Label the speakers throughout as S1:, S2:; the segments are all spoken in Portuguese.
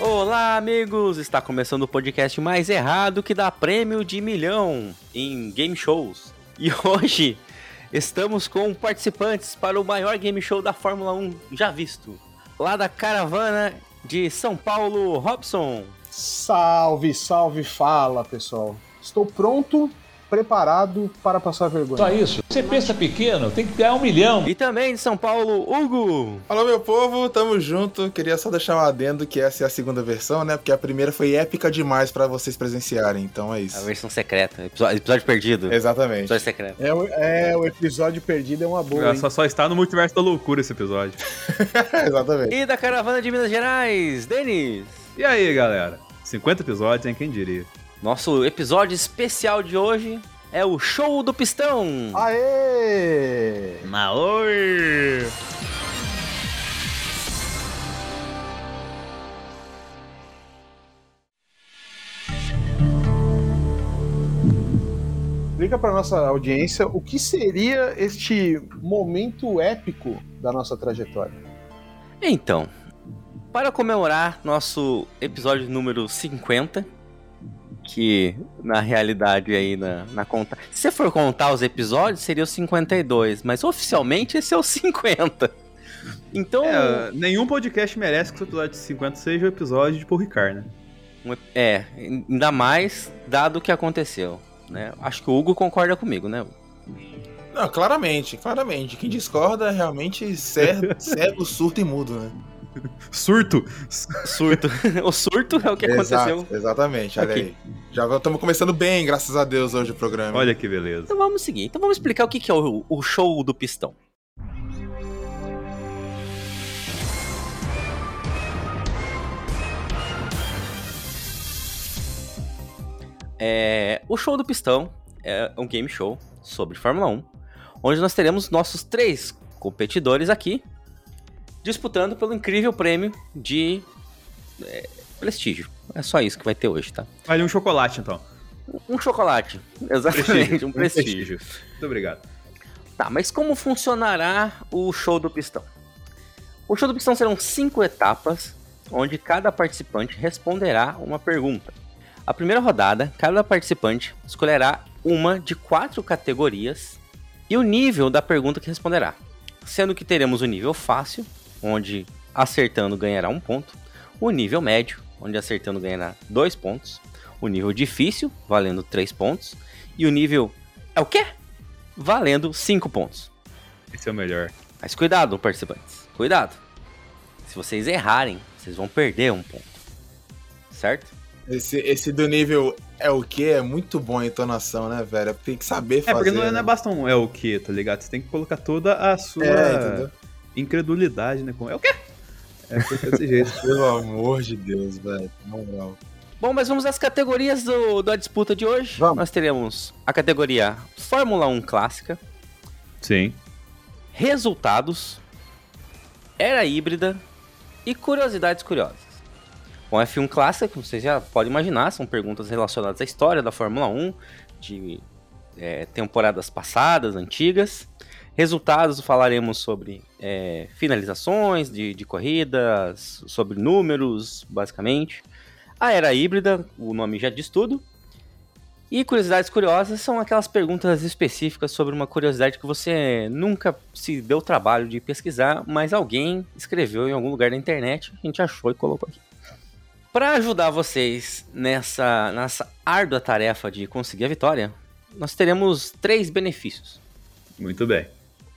S1: Olá, amigos! Está começando o podcast mais errado que dá prêmio de milhão em game shows. E hoje estamos com participantes para o maior game show da Fórmula 1 já visto. Lá da caravana de São Paulo, Robson.
S2: Salve, salve, fala, pessoal. Estou pronto, preparado para passar vergonha.
S3: Só isso. Você pensa pequeno, tem que ganhar um milhão.
S1: E também de São Paulo, Hugo.
S4: Alô, meu povo, tamo junto. Queria só deixar um adendo que essa é a segunda versão, né? Porque a primeira foi épica demais pra vocês presenciarem, então é
S1: A
S5: Tá
S4: isso.
S1: versão secreta, episódio, episódio perdido.
S4: É. Exatamente.
S1: Episódio secreto.
S2: É, o- é, o episódio perdido é uma boa. hein?
S5: Só, só está no multiverso da loucura esse episódio.
S4: Exatamente.
S1: E da caravana de Minas Gerais, Denis.
S5: E aí, galera? 50 episódios, hein? Quem diria?
S1: Nosso episódio especial de hoje é o Show do Pistão.
S2: Aê!
S5: Maoi!
S2: Explica para nossa audiência o que seria este momento épico da nossa trajetória.
S1: Então, para comemorar nosso episódio número 50, que na realidade aí na, na conta. Se você for contar os episódios, seria o 52, mas oficialmente esse é o 50. Então,
S5: É, nenhum podcast merece que o episódio 50 seja o episódio de Paul Ricard, né?
S1: um ep- é, ainda mais dado o que aconteceu. Né? Acho que o Hugo concorda comigo, né?
S4: Não, claramente, claramente. Quem discorda é realmente cego, cego, surto e mudo, né?
S5: Surto!
S1: Surto. o surto é o que aconteceu.
S4: Exato, exatamente, olha
S1: Ok.
S4: aí. Já estamos começando bem, graças a Deus, hoje o programa.
S5: Olha que beleza.
S1: Então vamos seguir. Então vamos explicar o que que é o, o show do pistão. É, o show do pistão é um game show sobre Fórmula 1, onde nós teremos nossos três competidores aqui disputando pelo incrível prêmio de é, prestígio. É só isso que vai ter hoje, tá?
S5: Vale um chocolate, então.
S1: Um chocolate, exatamente, um prestígio.
S5: Muito obrigado.
S1: Tá, mas como funcionará o show do pistão? O show do pistão serão cinco etapas, onde cada participante responderá uma pergunta. A primeira rodada, cada participante escolherá uma de quatro categorias e o nível da pergunta que responderá. Sendo que teremos o nível fácil, onde acertando ganhará um ponto, o nível médio, onde acertando ganhará dois pontos, o nível difícil, valendo três pontos, e o nível é o quê? valendo 5 pontos.
S5: Esse é o melhor.
S1: Mas cuidado, participantes. Cuidado. Se vocês errarem, vocês vão perder um ponto. Certo?
S4: Esse, esse do nível é o que? É muito bom a entonação, né, velho? Tem que saber
S5: É,
S4: fazer.
S5: porque não é, não
S4: né?
S5: é basta um é o que, tá ligado? Você tem que colocar toda a sua
S4: É, entendeu?
S5: incredulidade, né? Com, é o quê? É porque é desse jeito.
S4: Pelo amor de Deus, velho. Na moral.
S1: Bom, mas vamos às categorias do, da disputa de hoje.
S2: Vamos.
S1: Nós teremos a categoria Fórmula 1 Clássica,
S5: Sim.
S1: Resultados, Era Híbrida e Curiosidades Curiosas. Bom, F1 Clássica, como vocês já podem imaginar, são perguntas relacionadas à história da Fórmula 1, de é, temporadas passadas, antigas. Resultados, falaremos sobre é, finalizações de, de corridas, sobre números, basicamente. A Era Híbrida, o nome já diz tudo. E curiosidades curiosas são aquelas perguntas específicas sobre uma curiosidade que você nunca se deu o trabalho de pesquisar, mas alguém escreveu em algum lugar da internet, a gente achou e colocou aqui. Para ajudar vocês nessa, nessa árdua tarefa de conseguir a vitória, nós teremos três benefícios.
S5: Muito bem.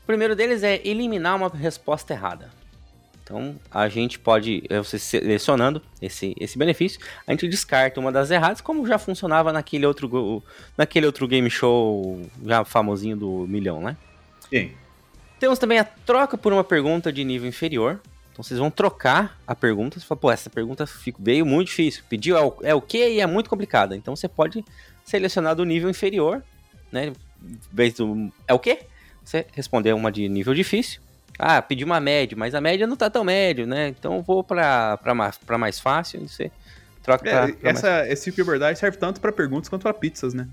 S1: O primeiro deles é eliminar uma resposta errada. Então, a gente pode, é, você selecionando esse, esse benefício, a gente descarta uma das erradas, como já funcionava naquele outro, go- naquele outro game show já famosinho do milhão, né?
S5: Sim.
S1: Temos também a troca por uma pergunta de nível inferior. Então vocês vão trocar a pergunta. Você fala, pô, essa pergunta fico- veio muito difícil. Pediu é o, é o quê e é muito complicada. Então você pode selecionar do nível inferior, né? Em vez do é o quê? Você responder uma de nível difícil. Ah, pedi uma média, mas a média não tá tão médio, né? Então eu vou pra, pra, ma- pra mais fácil e você troca
S5: É,
S1: pra, pra Tá, mais...
S5: essa, esse tipo de abordagem serve tanto pra perguntas quanto pra pizzas, né?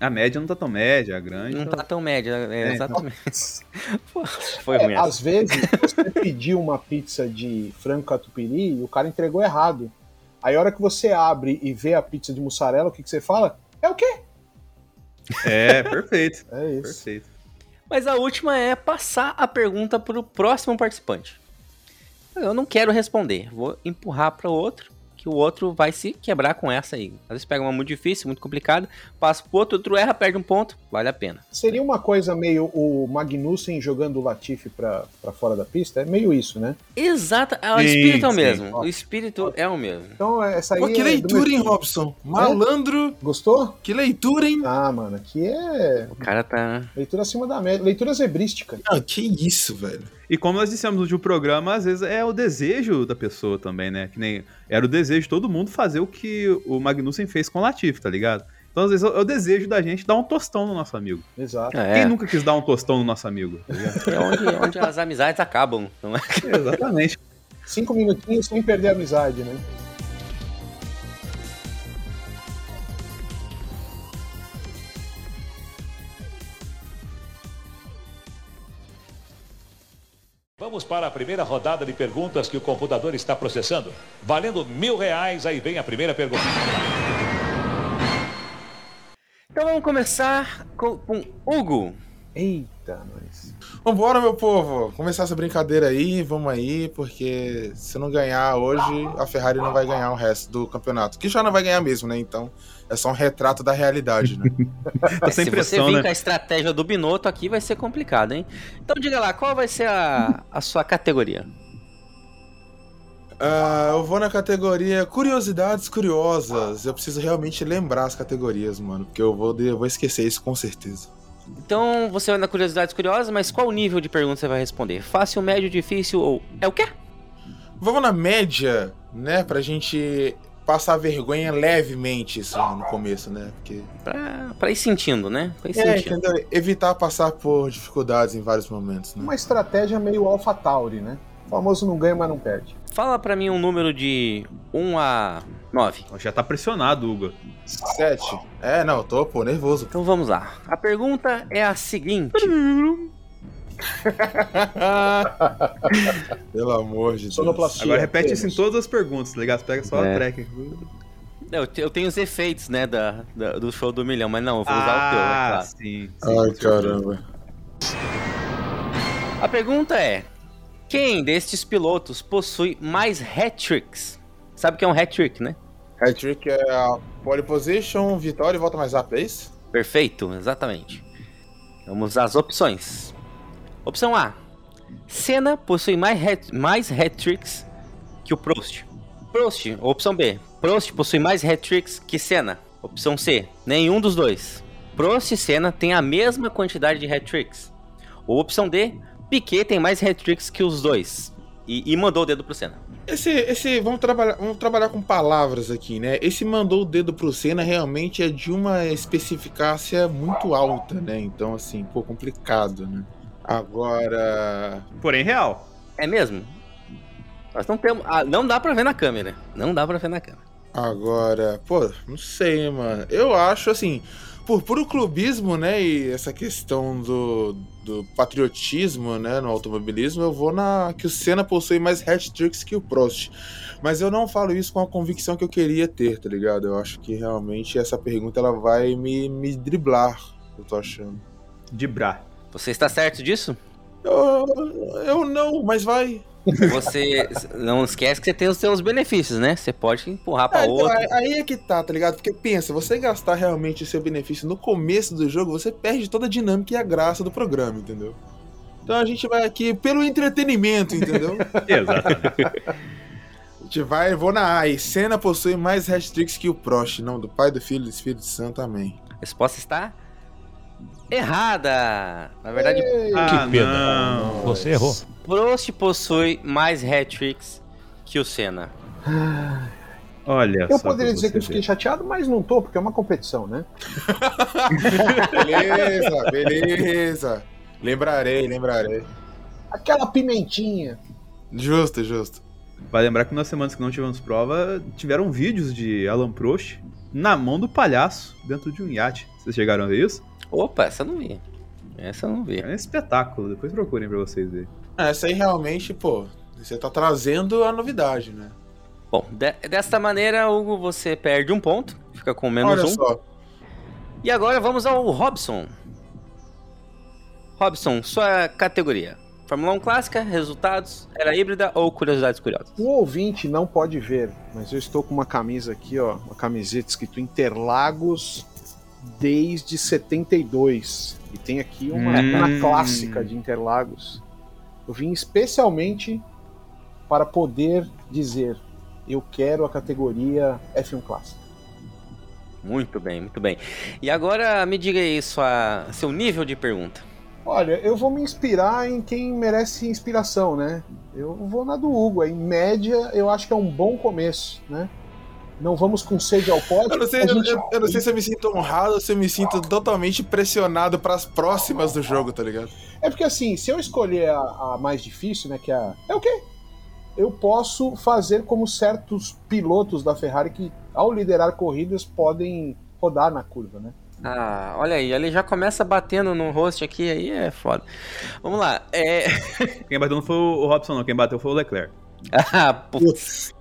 S5: A média não tá tão média, a grande.
S1: Não tá tão média, é,
S5: É,
S1: exatamente. Pô, Foi
S2: É,
S1: ruim essa.
S2: às vezes, você pediu uma pizza de frango catupiry e o cara entregou errado. Aí a hora que você abre e vê a pizza de mussarela, o que, que você fala? É o quê?
S5: É, perfeito.
S2: É isso.
S5: perfeito.
S1: Mas a última é passar a pergunta para o próximo participante. Eu não quero responder, vou empurrar para o outro, que o outro vai se quebrar com essa aí. Às vezes pega uma muito difícil, muito complicada, passa pro outro, outro erra, perde um ponto, vale a pena.
S2: Seria uma coisa meio o Magnussen jogando o Latifi pra, pra fora da pista? É meio isso, né?
S1: Exato, é, o
S5: Sim,
S1: espírito é o
S5: sim.
S1: mesmo, o espírito é o mesmo.
S2: Então
S5: Tá
S2: essa aí
S4: Pô,
S5: né?
S4: que
S2: é do
S4: leitura,
S2: meu-
S4: hein, Robson?
S5: É?
S4: Malandro,
S2: Gostou?
S4: que leitura, hein?
S2: Ah, mano, aqui é
S1: O cara tá...
S2: leitura acima da média, leitura zebrística.
S4: Não, que isso, velho.
S5: E como nós dissemos no último programa, às vezes é o desejo da pessoa também, né? Que nem era o desejo de todo mundo fazer o que o Magnussen fez com o Latif, tá ligado? Então, às vezes, é o desejo da gente dar um tostão no nosso amigo.
S2: Exato.
S1: É,
S5: Quem nunca quis dar um tostão no nosso amigo? tá ligado?
S1: é onde, é onde as amizades acabam, não é?
S5: Exatamente.
S2: Cinco minutinhos sem perder a amizade, né?
S3: Vamos para a primeira rodada de perguntas que o computador está processando. Valendo mil reais, aí vem a primeira pergunta.
S1: Então vamos começar com, com Hugo.
S2: Eita, nós.
S4: Vambora, meu povo. Começar essa brincadeira aí, vamos aí, porque se não ganhar hoje, a Ferrari não vai ganhar o resto do campeonato. Que já não vai ganhar mesmo, né? Então, é só um retrato da realidade, né?
S5: Tá
S1: É, Se
S5: sem
S1: você
S5: pressão,
S1: vir
S5: né?
S1: com a estratégia do Binotto aqui, vai ser complicado, hein? Então diga lá, qual vai ser a, a sua categoria?
S4: Ah, eu vou na categoria Curiosidades Curiosas. Eu preciso realmente lembrar as categorias, mano, porque eu vou, de- eu vou esquecer isso com certeza.
S1: Então você vai na curiosidade curiosa, mas qual nível de pergunta você vai responder? Fácil, médio, difícil ou é o quê?
S4: Vamos na média, né? Pra gente passar vergonha levemente isso no começo, né? Porque
S1: Pra, pra ir sentindo, né? Pra ir
S4: É,
S1: sentindo.
S4: entendeu? Evitar passar por dificuldades em vários momentos, né?
S2: Uma estratégia meio Alpha Tauri, né? O famoso não ganha, mas não perde.
S1: Fala pra mim um número de 1 a 9.
S5: Já tá pressionado, Hugo.
S4: Sete. É, não, eu tô, pô, nervoso.
S1: Então vamos lá. A pergunta é a seguinte:
S4: Pelo amor de Deus.
S2: Sonoplastia.
S5: Agora repete
S2: apenas.
S5: isso em todas as perguntas, tá ligado? Pega só
S1: É.
S5: a track.
S1: eu, te- eu tenho os efeitos, né, da, da- do show do milhão, mas não, eu vou usar o teu, é claro.
S5: Ah, sim. sim,
S4: Ai,
S5: com certeza.
S4: caramba.
S1: A pergunta é: quem destes pilotos possui mais hat-tricks? Sabe o que é um hat-trick, né?
S4: Hat-trick é a pole position, vitória e volta mais rápido, é isso?
S1: Perfeito, exatamente. Vamos às opções. Opção A: Senna possui mais hat, mais hat-tricks que o Prost. Prost, opção B: Prost possui mais hat-tricks que Senna. Opção C: Nenhum dos dois. Prost e Senna têm a mesma quantidade de hat-tricks. Ou opção D: Piquet tem mais hat-tricks que os dois. E, e mandou o dedo pro Senna.
S4: Esse, esse, vamos trabalhar, vamos trabalhar com palavras aqui, né? Esse mandou o dedo pro Senna realmente é de uma especificácia muito alta, né? Então, assim, pô, complicado, né? Agora,
S5: Porém, real.
S1: É mesmo? Nós não temos. ah, não dá pra ver na câmera. Não dá pra ver na câmera.
S4: Agora, pô, não sei, mano. Eu acho assim, por puro clubismo, né? E essa questão do, do patriotismo, né? No automobilismo, eu vou na. que o Senna possui mais hat-tricks que o Prost. Mas eu não falo isso com a convicção que eu queria ter, tá ligado? Eu acho que realmente essa pergunta ela vai me, me driblar, eu tô achando.
S5: De bra.
S1: Você está certo disso?
S4: Eu, eu não, mas vai.
S1: Você não esquece que você tem os seus benefícios, né? Você pode empurrar pra
S4: Ah, então,
S1: outro.
S4: aí- aí é que tá, tá ligado? Porque pensa, você gastar realmente o seu benefício no começo do jogo, você perde toda a dinâmica e a graça do programa, entendeu? Então a gente vai aqui pelo entretenimento, entendeu?
S5: Exatamente.
S4: a gente vai, vou na A. E Senna possui mais hat-tricks que o Prost. Não, do Pai, do Filho e do Espírito Santo, amém.
S1: A resposta está errada. Na verdade,
S4: É.
S2: Ei,
S5: ah,
S3: pena.
S5: não.
S4: Ah,
S3: Você errou.
S1: Prost possui mais hat-tricks que o Senna.
S5: Olha
S2: Eu
S5: só
S2: poderia
S5: pra
S2: dizer que eu
S5: você
S2: fiquei chateado, mas não tô, porque é uma competição, né?
S4: Beleza, beleza. Lembrarei, lembrarei.
S2: Aquela pimentinha.
S4: Justo, justo.
S5: Vai lembrar que nas semanas que não tivemos prova, tiveram vídeos de Alan Prost na mão do palhaço, dentro de um iate. Vocês chegaram a ver isso?
S1: Opa, essa eu não vi. Essa eu não vi.
S5: É um espetáculo, depois procurem pra vocês verem.
S4: Ah, Essa aí realmente, pô, você tá trazendo a novidade, né?
S1: Bom, de- desta maneira, Hugo, você perde um ponto, fica com menos
S4: Olha
S1: um.
S4: só.
S1: E agora vamos ao Robson. Robson, sua categoria. Fórmula 1 clássica, resultados, era híbrida ou curiosidades curiosas?
S2: O Um ouvinte não pode ver, mas eu estou com uma camisa aqui, ó, uma camiseta escrito Interlagos desde 72. E tem aqui uma,
S5: Hum.
S2: uma clássica de Interlagos. Eu vim especialmente para poder dizer, eu quero a categoria F1 Clássica.
S1: Muito bem, muito bem. E agora me diga aí sua, seu nível de pergunta.
S2: Olha, eu vou me inspirar em quem merece inspiração, né? Eu vou na do Hugo. Em média, eu acho que é um bom começo, né? Não vamos com sede ao pódio.
S4: Eu não, sei,
S2: a gente-
S4: eu- eu não sei se eu me sinto honrado ou se eu me sinto totalmente pressionado pras próximas do jogo, tá ligado?
S2: É porque assim, se eu escolher a, a mais difícil, né? Que é a. É o quê? Eu posso fazer como certos pilotos da Ferrari que, ao liderar corridas, podem rodar na curva, né?
S1: Ah, olha aí, ele já começa batendo no host aqui, aí é foda. Vamos lá. É...
S5: Quem bateu não foi o Robson, não. Quem bateu foi o Leclerc.
S1: Ah, putz.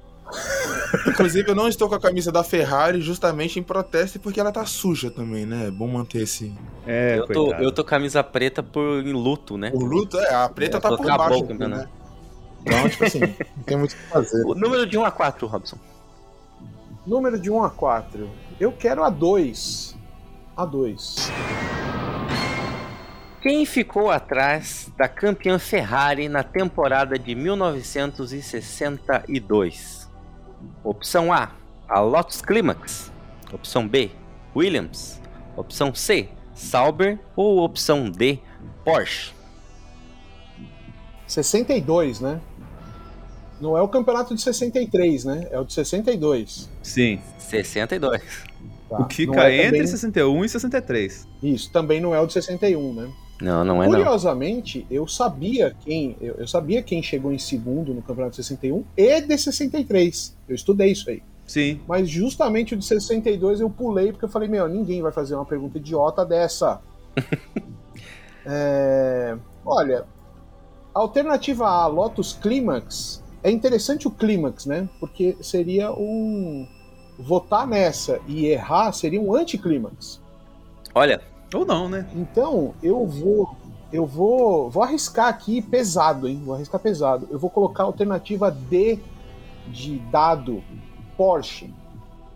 S4: Inclusive, eu não estou com a camisa da Ferrari justamente em protesto porque ela tá suja também, né? É bom manter esse.
S5: É,
S1: Eu tô, eu tô camisa preta por em luto, né?
S4: O luto, é, a preta
S1: É,
S4: tá por
S1: acabou o
S4: baixo,
S1: campeonato.
S4: né? Então, tipo assim, não tem muito o que fazer.
S1: O número de 1 a 4, Robson.
S2: Número de 1 a 4. Eu quero a 2. A 2.
S1: Quem ficou atrás da campeã Ferrari na temporada de 1962? Opção A, a Lotus Climax. Opção B, Williams. Opção C, Sauber. Ou opção D, Porsche.
S2: 62, né? Não é o campeonato de 63, né? É o de 62.
S5: Sim.
S1: 62.
S2: tá?
S5: o que
S2: Não
S5: fica
S2: é
S5: entre
S2: também-
S5: 61 e 63.
S2: Isso, também não é o de 61, né?
S1: Não, não é não.
S2: Curiosamente, eu sabia quem eu, eu sabia quem chegou em segundo no campeonato de 61 e de 63. Eu estudei isso aí.
S5: Sim.
S2: Mas justamente o de 62 eu pulei porque eu falei, meu, ninguém vai fazer uma pergunta idiota dessa. É, olha, a alternativa A, Lotus Climax, é interessante o Climax, né? Porque seria um. Votar nessa e errar seria um anticlímax.
S1: Olha,
S5: Ou não, né?
S2: Então, eu vou. Eu vou. Vou arriscar aqui pesado, hein? Vou arriscar pesado. Eu vou colocar a alternativa D de dado Porsche.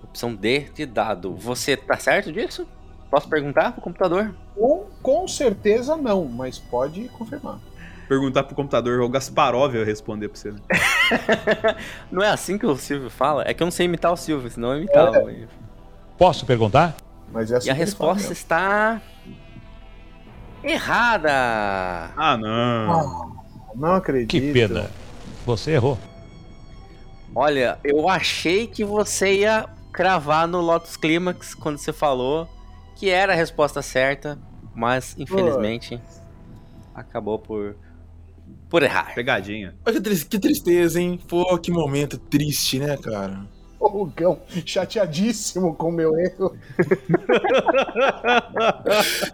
S1: opção D de dado. Você tá certo disso? Posso perguntar pro computador?
S2: Ou com certeza não, mas pode confirmar.
S5: Perguntar pro computador, o Gasparov eu responder pra você. Né?
S1: Não é assim que o Silvio fala? É que eu não sei imitar o Silvio, senão eu imitava.
S3: Posso perguntar?
S2: Mas é assim
S1: E a
S2: que ele
S1: resposta
S2: fala,
S1: está errada.
S5: Ah, não.
S2: né? Não acredito.
S3: Que pena. Você errou.
S1: Olha, eu achei que você ia cravar no Lotus Climax quando você falou que era a resposta certa, mas infelizmente acabou por por errar.
S5: Pegadinha.
S4: Mas que, tris- que tristeza, hein? Pô, que momento triste, né, cara?
S2: O Rugão, chateadíssimo com o meu erro.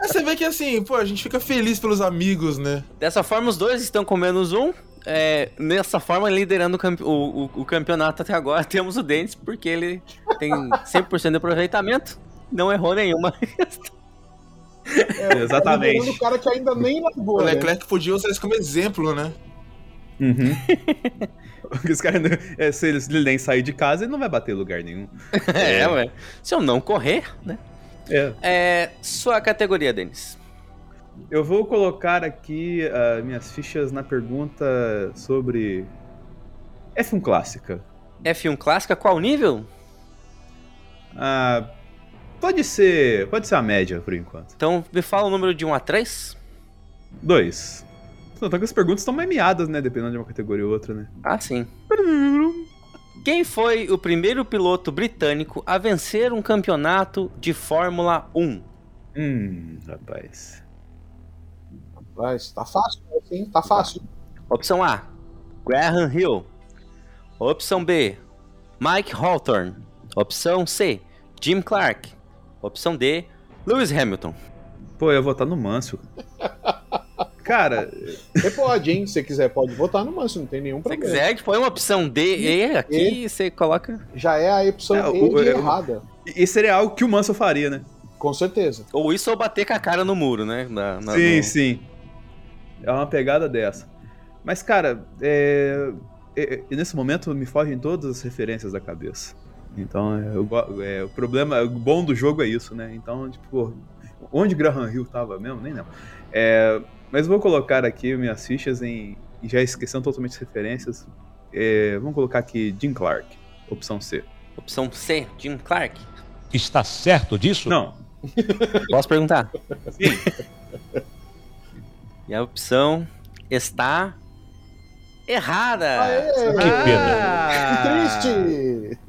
S4: Aí você vê que assim, pô, a gente fica feliz pelos amigos, né?
S1: Dessa forma, os dois estão com menos um. É, nessa forma, liderando o, campe- o- o- o campeonato até agora, temos o Denis, porque ele tem 100% de aproveitamento, não errou nenhuma.
S2: É,
S5: Exatamente.
S2: tá liberando O cara que ainda nem largou.
S4: O
S1: é.
S2: né?
S4: Leclerc podia usar isso como exemplo, né?
S5: Uhum. Esse cara, não- é, se ele- se ele nem sair de casa, ele não vai bater em lugar nenhum.
S1: É, ué. Se eu não correr, né?
S5: É.
S1: É, sua categoria, Denis.
S5: Eu vou colocar aqui ah, minhas fichas na pergunta sobre F1 clássica.
S1: F1 clássica, qual nível?
S5: Ah, pode ser, pode ser a média por enquanto.
S1: Então me fala o número de 1 a 3.
S5: Dois. Tanto que as perguntas estão mais miadas, né? Dependendo de uma categoria ou outra, né?
S1: Ah, sim. Quem foi o primeiro piloto britânico a vencer um campeonato de Fórmula 1?
S5: Hum, rapaz.
S2: Mas tá fácil, assim, tá fácil.
S1: Opção A, Graham Hill. Opção B, Mike Hawthorne. Opção C, Jim Clark. Opção D, Lewis Hamilton.
S5: Pô, eu ia votar no Manso. Cara,
S2: Você pode, hein? Se você quiser, pode votar no Manso, não tem nenhum
S1: você
S2: problema.
S1: quiser, tipo, põe uma opção D, E aqui, você coloca.
S2: Já é a opção
S5: É, o-
S2: E de
S5: é, o-
S2: errada,
S5: isso seria algo que o Manso faria, né?
S2: com certeza.
S1: Ou isso ou bater com a cara no muro, né? Na- na-
S5: sim,
S1: no-
S5: sim. É uma pegada dessa. Mas, cara, é... é- é- nesse momento me fogem todas as referências da cabeça. Então, é, eu go- é, o problema, o bom do jogo é isso, né? Então, tipo, onde Graham Hill tava mesmo, nem lembro. É, mas vou colocar aqui minhas fichas em. e Já esquecendo totalmente as referências. É, vamos colocar aqui Jim Clark, opção C.
S1: Opção C, Jim Clark.
S3: Está certo disso?
S5: Não,
S1: Posso perguntar?
S5: Sim.
S1: E a opção está errada.
S2: Aê!
S3: Que
S5: Ah.
S3: pena.
S2: Ah! Triste!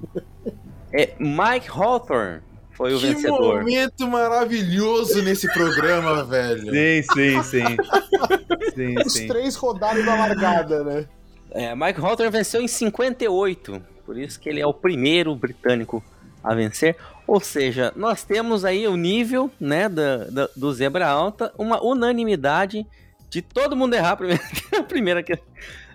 S1: É Mike Hawthorne foi o
S4: que
S1: vencedor.
S4: momento maravilhoso nesse programa, velho.
S5: Sim, sim, sim. sim,
S2: Os
S5: sim.
S2: três rodaram na largada, né?
S1: É, Mike Hawthorne venceu em 58, por isso que ele é o primeiro britânico a vencer. Ou seja, nós temos aí o nível né, da, da- do Zebra Alta, uma unanimidade de todo mundo errar a primeira, a primeira que...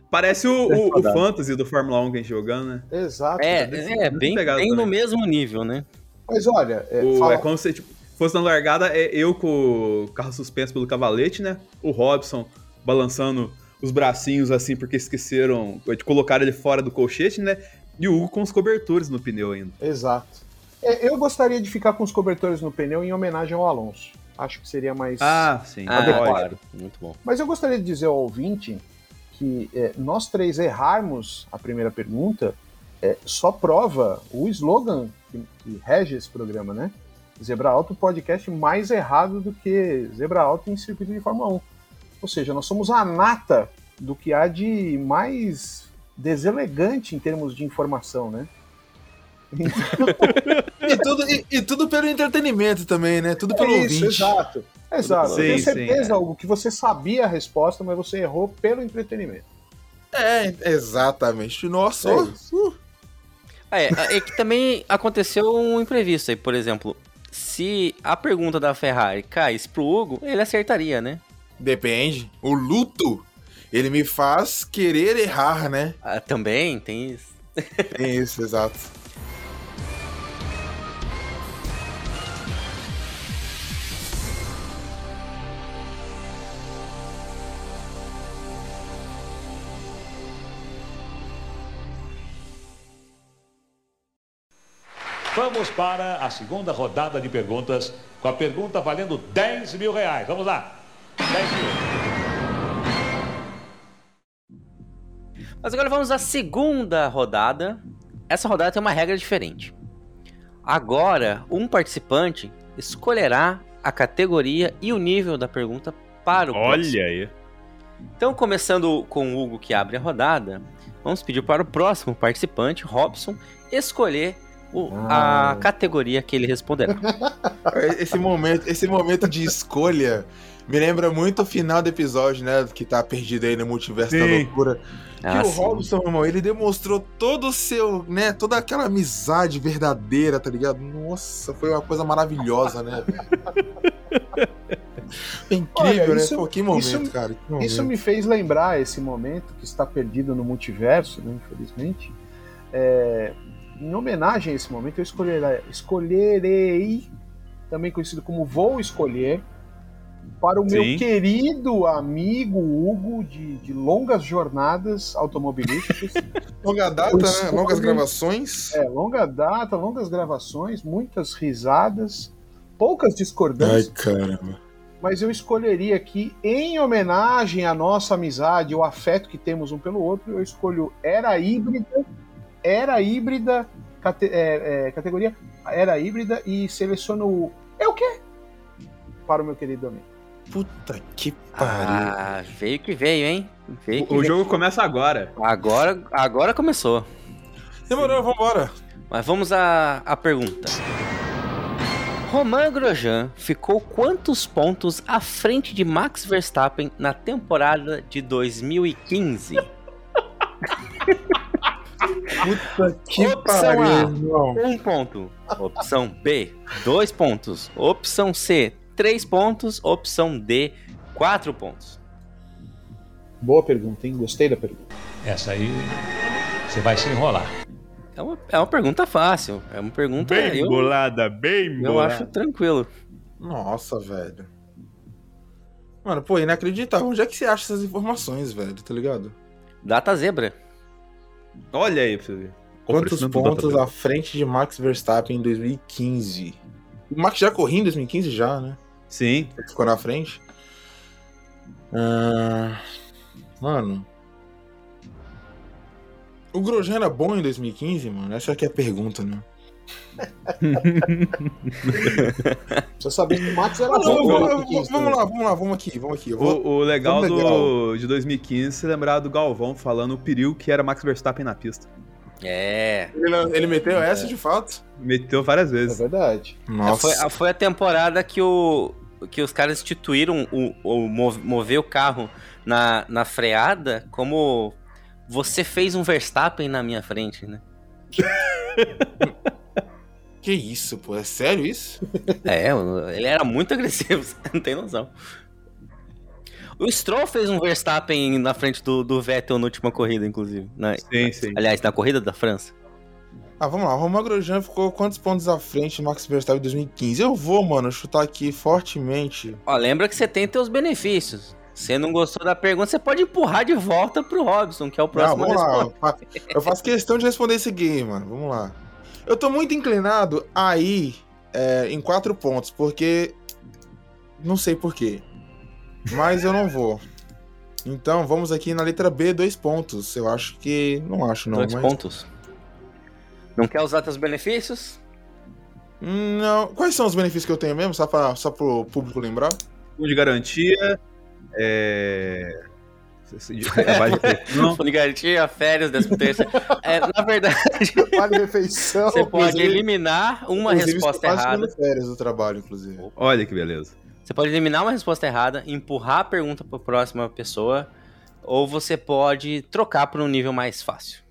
S5: Parece o,
S4: É
S5: o, o
S1: Saudade.
S5: Fantasy do Fórmula 1 que a gente jogando, né?
S2: Exato.
S1: É,
S5: desse-
S1: é
S5: muito
S1: bem,
S5: pegado
S1: bem no
S5: também.
S1: mesmo nível, né?
S2: Mas olha, é,
S5: O-
S2: fala-
S5: é como se tipo, fosse na largada, é eu com o carro suspenso pelo cavalete, né? O Robson balançando os bracinhos assim, porque esqueceram de colocar ele fora do colchete, né? E o Hugo com os cobertores no pneu ainda.
S2: exato. É, eu gostaria de ficar com os cobertores no pneu em homenagem ao Alonso. Acho que seria mais.
S5: Ah, sim.
S1: Ah,
S5: lógico.
S1: claro. Muito bom.
S2: Mas eu gostaria de dizer ao ouvinte que é, nós três errarmos a primeira pergunta é, só prova o slogan que, que rege esse programa, né? Zebra Alto, o podcast mais errado do que Zebra Alto em circuito de Fórmula 1. Ou seja, nós somos a nata do que há de mais deselegante em termos de informação, né?
S4: E tudo, e, e tudo pelo entretenimento também, né? Tudo pelo
S2: É isso,
S4: ouvinte.
S2: exato. Exato.
S5: Sim,
S2: eu tenho
S5: sim,
S2: certeza, Hugo, que você sabia a resposta, mas você errou pelo entretenimento.
S4: É, exatamente. Nossa,
S2: É
S4: ó,
S2: isso.
S4: uh,
S1: Ah, É, é que também aconteceu um imprevisto aí, por exemplo. Se a pergunta da Ferrari caísse pro Hugo, ele acertaria, né?
S4: depende. O luto, ele me faz querer errar, né?
S1: Ah, também tem isso.
S4: É isso, exato.
S3: Vamos para a segunda rodada de perguntas, com a pergunta valendo 10 mil reais. Vamos lá. 10 mil.
S1: Mas agora vamos à segunda rodada. Essa rodada tem uma regra diferente. Agora, um participante escolherá a categoria e o nível da pergunta para o próximo.
S5: aí.
S1: Então, começando com o Hugo que abre a rodada, vamos pedir para o próximo participante, Robson, escolher o- a
S2: Ah.
S1: categoria que ele responderá.
S4: É, Esse momento, esse momento de escolha me lembra muito o final do episódio, né? Que tá perdido aí no multiverso da
S5: Sim.
S4: loucura.
S1: Ah,
S4: que o
S1: sim.
S4: Robson, meu irmão, ele demonstrou todo o seu, né? Toda aquela amizade verdadeira, tá ligado? Nossa, foi uma coisa maravilhosa, né? velho? É incrível,
S2: Olha,
S4: né?
S2: isso-
S4: Pô, que momento,
S2: isso-
S4: cara. que momento.
S2: Isso me fez lembrar esse momento que está perdido no multiverso, né, infelizmente. É, em homenagem a esse momento, eu escolherei, escolherei, também conhecido como Vou Escolher, para o
S5: Sim.
S2: meu querido amigo Hugo, de, de longas jornadas automobilísticas,
S4: Longa data,
S2: Isso
S4: né? Longas
S2: me-
S4: gravações.
S2: é, longa data, longas gravações, muitas risadas, poucas discordâncias.
S4: caramba.
S2: mas eu escolheria aqui, em homenagem à nossa amizade, o afeto que temos um pelo outro, eu escolho Era Híbrida, Era Híbrida, cate- é, é, categoria Era Híbrida e seleciono o É o quê? Para o meu querido amigo.
S4: Puta que pariu.
S1: Ah, veio que veio, hein? Veio que
S5: O, o
S1: veio.
S5: jogo começa agora.
S1: Agora, agora começou.
S4: Demorou, vambora.
S1: Mas vamos à, à pergunta. Romain Grosjean ficou quantos pontos à frente de Max Verstappen na temporada de 2015?
S4: Puta que
S1: Opção A.
S4: pariu, irmão.
S1: Um ponto. Opção B, dois pontos. Opção C, três pontos. Opção D, quatro pontos.
S2: Boa pergunta, hein? Gostei da pergunta.
S3: Essa aí você vai se enrolar.
S1: É uma, é uma pergunta fácil. É uma pergunta. eu
S5: bolada, bem
S1: eu acho tranquilo.
S4: Nossa, velho. Mano, pô, inacreditável. Onde é que você acha essas informações, velho? Tá ligado?
S1: Data zebra.
S5: Olha aí pra você ver.
S4: Quantos
S5: Oferecimento
S4: pontos
S5: Databricks.
S4: à frente de Max Verstappen em 2015? O Max já corria em 2015 já, né?
S5: Sim.
S4: Ele Ficou na frente. Ah, mano. O Grosjean era bom em 2015, mano? Essa que é a pergunta, né?
S2: Precisa saber que o Max era
S4: Vamos,
S2: bom. né?
S4: vamos, vamos, vamos, vamos lá, vamos lá, vamos aqui, vamos aqui. Eu vou-
S5: O, o legal,
S4: Vamos
S5: Do, de 2015 se lembrar do Galvão falando o perigo que era Max Verstappen na pista.
S1: É.
S4: Ele, ele meteu essa de fato?
S5: Meteu várias
S2: É
S5: vezes.
S2: verdade.
S1: É, Foi, a- foi a temporada que, o, que os caras instituíram o, o mov- mover o carro na, na freada como você fez um Verstappen na minha frente, né?
S4: Que isso, pô? É sério isso?
S1: É, o- ele era muito agressivo, você não tem noção. O Stroll fez um Verstappen na frente do, do Vettel na última corrida, inclusive. na-
S5: Sim, sim.
S1: aliás, na corrida da França.
S4: Ah, vamos lá. O Romain Grosjean ficou quantos pontos à frente do Max Verstappen em 2015? Eu vou, mano, chutar aqui fortemente.
S1: Ó, lembra que você tem teus benefícios. Você não gostou da pergunta, você pode empurrar de volta pro Robson, que é o
S4: Ah,
S1: próximo a
S4: vamos lá.
S1: responder.
S4: Eu fa- Eu faço questão de responder esse game, mano. Vamos lá. Eu tô muito inclinado aí é, em quatro pontos, porque. Não sei porquê. Mas eu não vou. Então, vamos aqui na letra B, dois pontos. Eu acho que. Não acho, não.
S1: Dois
S4: mas-
S1: pontos. Não quer usar teus benefícios?
S4: Hum, Não. Quais são os benefícios que eu tenho mesmo? Só, pra, só pro público lembrar?
S2: é-
S5: Fundo de garantia. É. Trabalho de- Não,
S1: Fundo de garantia, férias, décimo terceiro. É, na verdade,
S2: Vale refeição.
S1: você pode
S2: inclusive-
S1: eliminar uma
S4: Inclusive,
S1: resposta
S4: estou quase
S1: errada.
S4: tirando férias do trabalho, inclusive.
S5: olha que beleza.
S1: Você pode eliminar uma resposta errada, empurrar a pergunta para a próxima pessoa, ou você pode trocar para um nível mais fácil.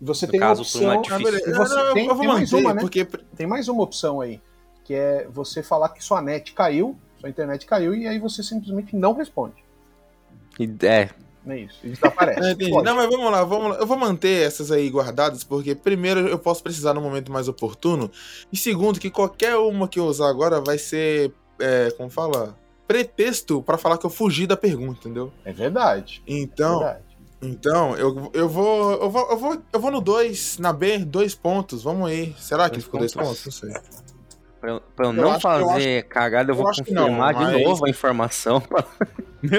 S2: Você
S1: No
S2: tem
S1: caso,
S2: uma
S1: por
S2: opção.
S1: uma
S4: Ah,
S1: difícil.
S2: E você tem- tem mais uma, né?
S4: Porque
S2: Tem mais uma opção aí, que é você falar que sua net caiu, sua internet caiu, e aí você simplesmente não responde.
S1: E, é,
S2: Não é isso. E desaparece.
S4: É, entendi.
S2: Pode.
S4: Não, mas vamos lá, vamos lá. Eu vou manter essas aí guardadas, porque primeiro eu posso precisar no momento mais oportuno. E segundo, que qualquer uma que eu usar agora vai ser, é, como fala? Pretexto pra falar que eu fugi da pergunta, entendeu?
S2: É verdade. é
S4: Então,
S2: verdade.
S4: então eu, eu, vou, eu vou. Eu vou. Eu vou no 2, na B, dois pontos. Vamos aí. Será que
S1: Dois
S4: ele ficou dois
S1: pontos.
S4: pontos? Não sei.
S1: Pra eu, pra eu não
S4: acho- eu
S1: fazer cagada, eu
S4: eu
S1: vou
S4: acho que não,
S1: confirmar
S4: mas-
S1: de novo a informação. Só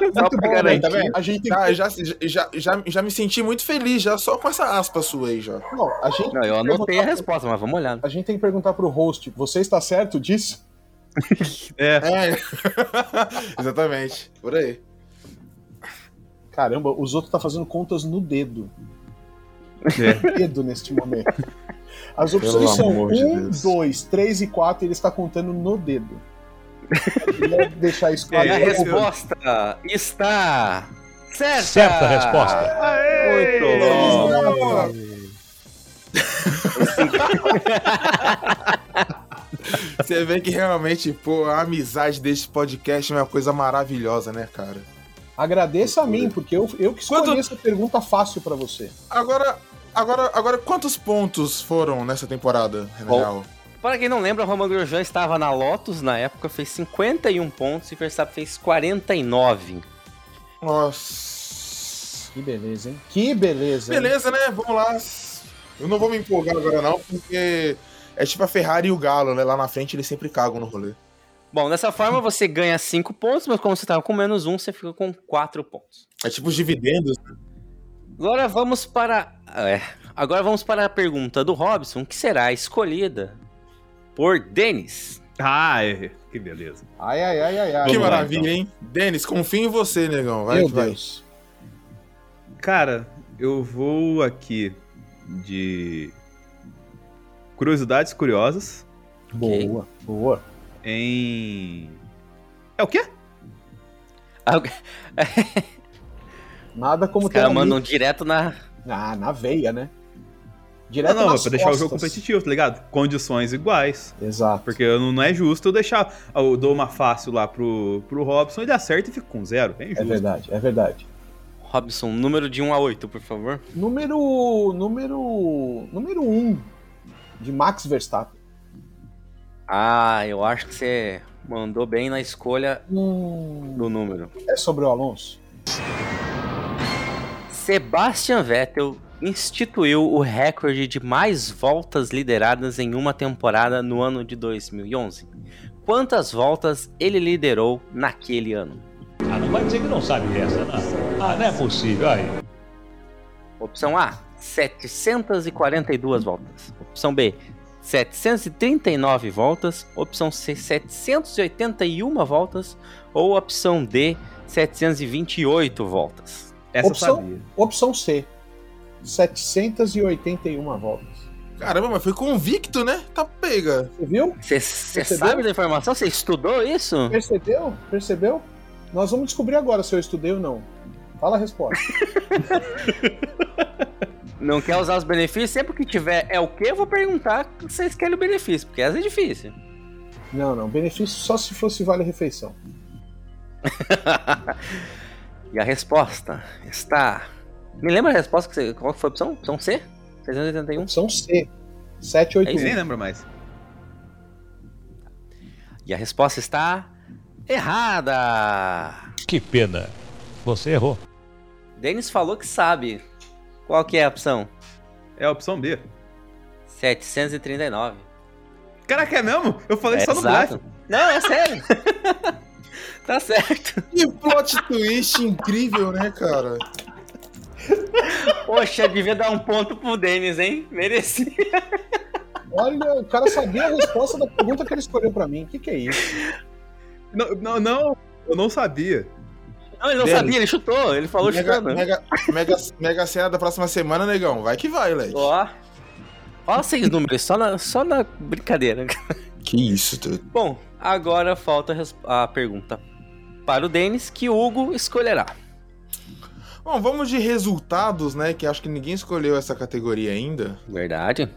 S2: Muito
S1: pra
S2: bom, né?
S1: garantir.
S2: Tá vendo? A gente,
S4: Ah, Já, já, já, já, já me senti muito feliz, já só com essa aspa sua aí, já.
S2: não, a gente
S1: Não, eu
S2: tem que
S1: anotei a
S2: perguntar-
S1: resposta, mas vamos olhar.
S2: A gente tem que perguntar pro host, você está certo disso?
S5: É,
S4: É. Exatamente. Por aí.
S2: Caramba, os outros tá fazendo contas no dedo.
S5: é.
S2: Dedo neste momento. As opções
S4: Pelo
S2: são
S4: amor de
S2: 1,
S4: Deus.
S2: 2, 3 e 4, e ele está contando no dedo. Eu queria deixar isso
S1: E
S2: claro.
S1: a
S5: É,
S2: porque eu vou-
S1: resposta está certa!
S3: Certa resposta.
S1: Muito bom!
S4: Você vê que realmente, pô, a amizade deste podcast é uma coisa maravilhosa, né, cara?
S2: Agradeça a mim, porque eu, eu que escolhi
S4: é Quanto-
S2: essa pergunta fácil pra você.
S4: Agora, agora, agora quantos pontos foram nessa temporada, na
S1: Bom.
S4: real?
S1: Para quem não lembra, Roman Grosjean estava na Lotus na época, fez 51 pontos e Verstappen fez 49.
S4: Nossa.
S2: Que beleza, hein? Que beleza. hein?
S4: Beleza, né? Vamos lá. Eu não vou me empolgar agora não, porque é tipo a Ferrari e o Galo, né? Lá na frente eles sempre cagam no rolê.
S1: Bom, dessa forma você ganha 5 pontos, mas como você estava com menos 1, você fica com 4 pontos.
S4: É tipo os dividendos.
S1: Agora vamos para. é, agora vamos para a pergunta do Robson, que será escolhida por Denis.
S5: Ah, é. Que beleza.
S2: Ai, ai, ai, ai, ai.
S4: que
S5: Vamos lá,
S4: maravilha,
S5: então.
S4: hein? Denis, confio em você, negão. Vai,
S2: Meu
S4: que vai.
S2: Deus.
S5: Cara, eu vou aqui de. Curiosidades curiosas
S1: Ok.
S2: Boa, boa.
S5: em. É o quê?
S2: Nada como
S1: Os caras
S2: um
S1: mandam direto na.
S2: amigo- Ah, na veia, né?
S5: Não,
S2: Direto
S5: não, é
S2: nas
S5: pra deixar o jogo
S2: costas.
S5: competitivo, tá ligado? Condições iguais.
S2: Exato.
S5: Porque eu não, não é justo eu deixar. Eu dou uma fácil lá pro, pro Robson, ele acerta e fica com zero. É
S2: É
S5: injusto.
S2: verdade, é verdade.
S1: Robson, número de 1 a 8, por favor.
S2: Número. Número. Número 1 um de Max Verstappen.
S1: Ah, eu acho que você mandou bem na escolha do número.
S2: É sobre o Alonso.
S1: Sebastian Vettel instituiu o recorde de mais voltas lideradas em uma temporada no ano de 2011. Quantas voltas ele liderou naquele ano?
S3: Ah, não vai dizer que não sabe dessa, não. Ah, não é possível. Aí.
S1: Opção A, 742 voltas. Opção B, 739 voltas. Opção C, 781 voltas. Ou opção D, 728 voltas.
S5: Essa eu
S2: Opção-
S5: sabia.
S2: Opção C. 781 voltas.
S4: Caramba, mas foi convicto, né? Tá pega.
S2: Você viu?
S1: Você sabe
S2: Percebeu?
S1: da informação? Você estudou isso?
S2: Percebeu? Percebeu? Nós vamos descobrir agora se eu estudei ou não. Fala a resposta.
S1: Não quer usar os benefícios? Sempre que tiver é o que, eu vou perguntar se vocês querem o benefício, porque essa é difícil.
S2: Não, não. Benefício só se fosse vale-refeição.
S1: e a resposta está. Me lembra a resposta que você. Qual que foi a opção? Opção C? 681?
S2: Opção C.
S1: É
S5: Nem
S2: 781.
S5: lembro mais.
S1: E a resposta está errada.
S3: Que pena. Você errou.
S1: Denis falou que sabe. Qual que é a opção?
S5: É a opção B.
S1: 739.
S5: Caraca, é mesmo? Eu falei
S1: É
S5: só no
S1: exato.
S5: Black.
S1: Não, é sério. tá certo.
S4: Que plot twist incrível, né, cara?
S1: Poxa, devia dar um ponto pro Denis, hein? Mereci.
S2: Olha, o cara sabia a resposta da pergunta que ele escolheu pra mim. O que, que é isso?
S5: Não, não, não, eu não sabia.
S1: Não, ele não
S4: Denis.
S1: sabia, ele chutou. Ele falou
S4: Mega,
S1: chutando.
S4: mega, mega, mega cena da próxima semana, negão. Vai que vai, Led.
S1: Ó. Fala seis números, só na, só na brincadeira.
S4: Que isso, tu.
S1: Bom, agora falta a res- a pergunta para o Denis, que o Hugo escolherá.
S4: Bom, vamos de resultados, né? Que acho que ninguém escolheu essa categoria ainda.
S1: Verdade?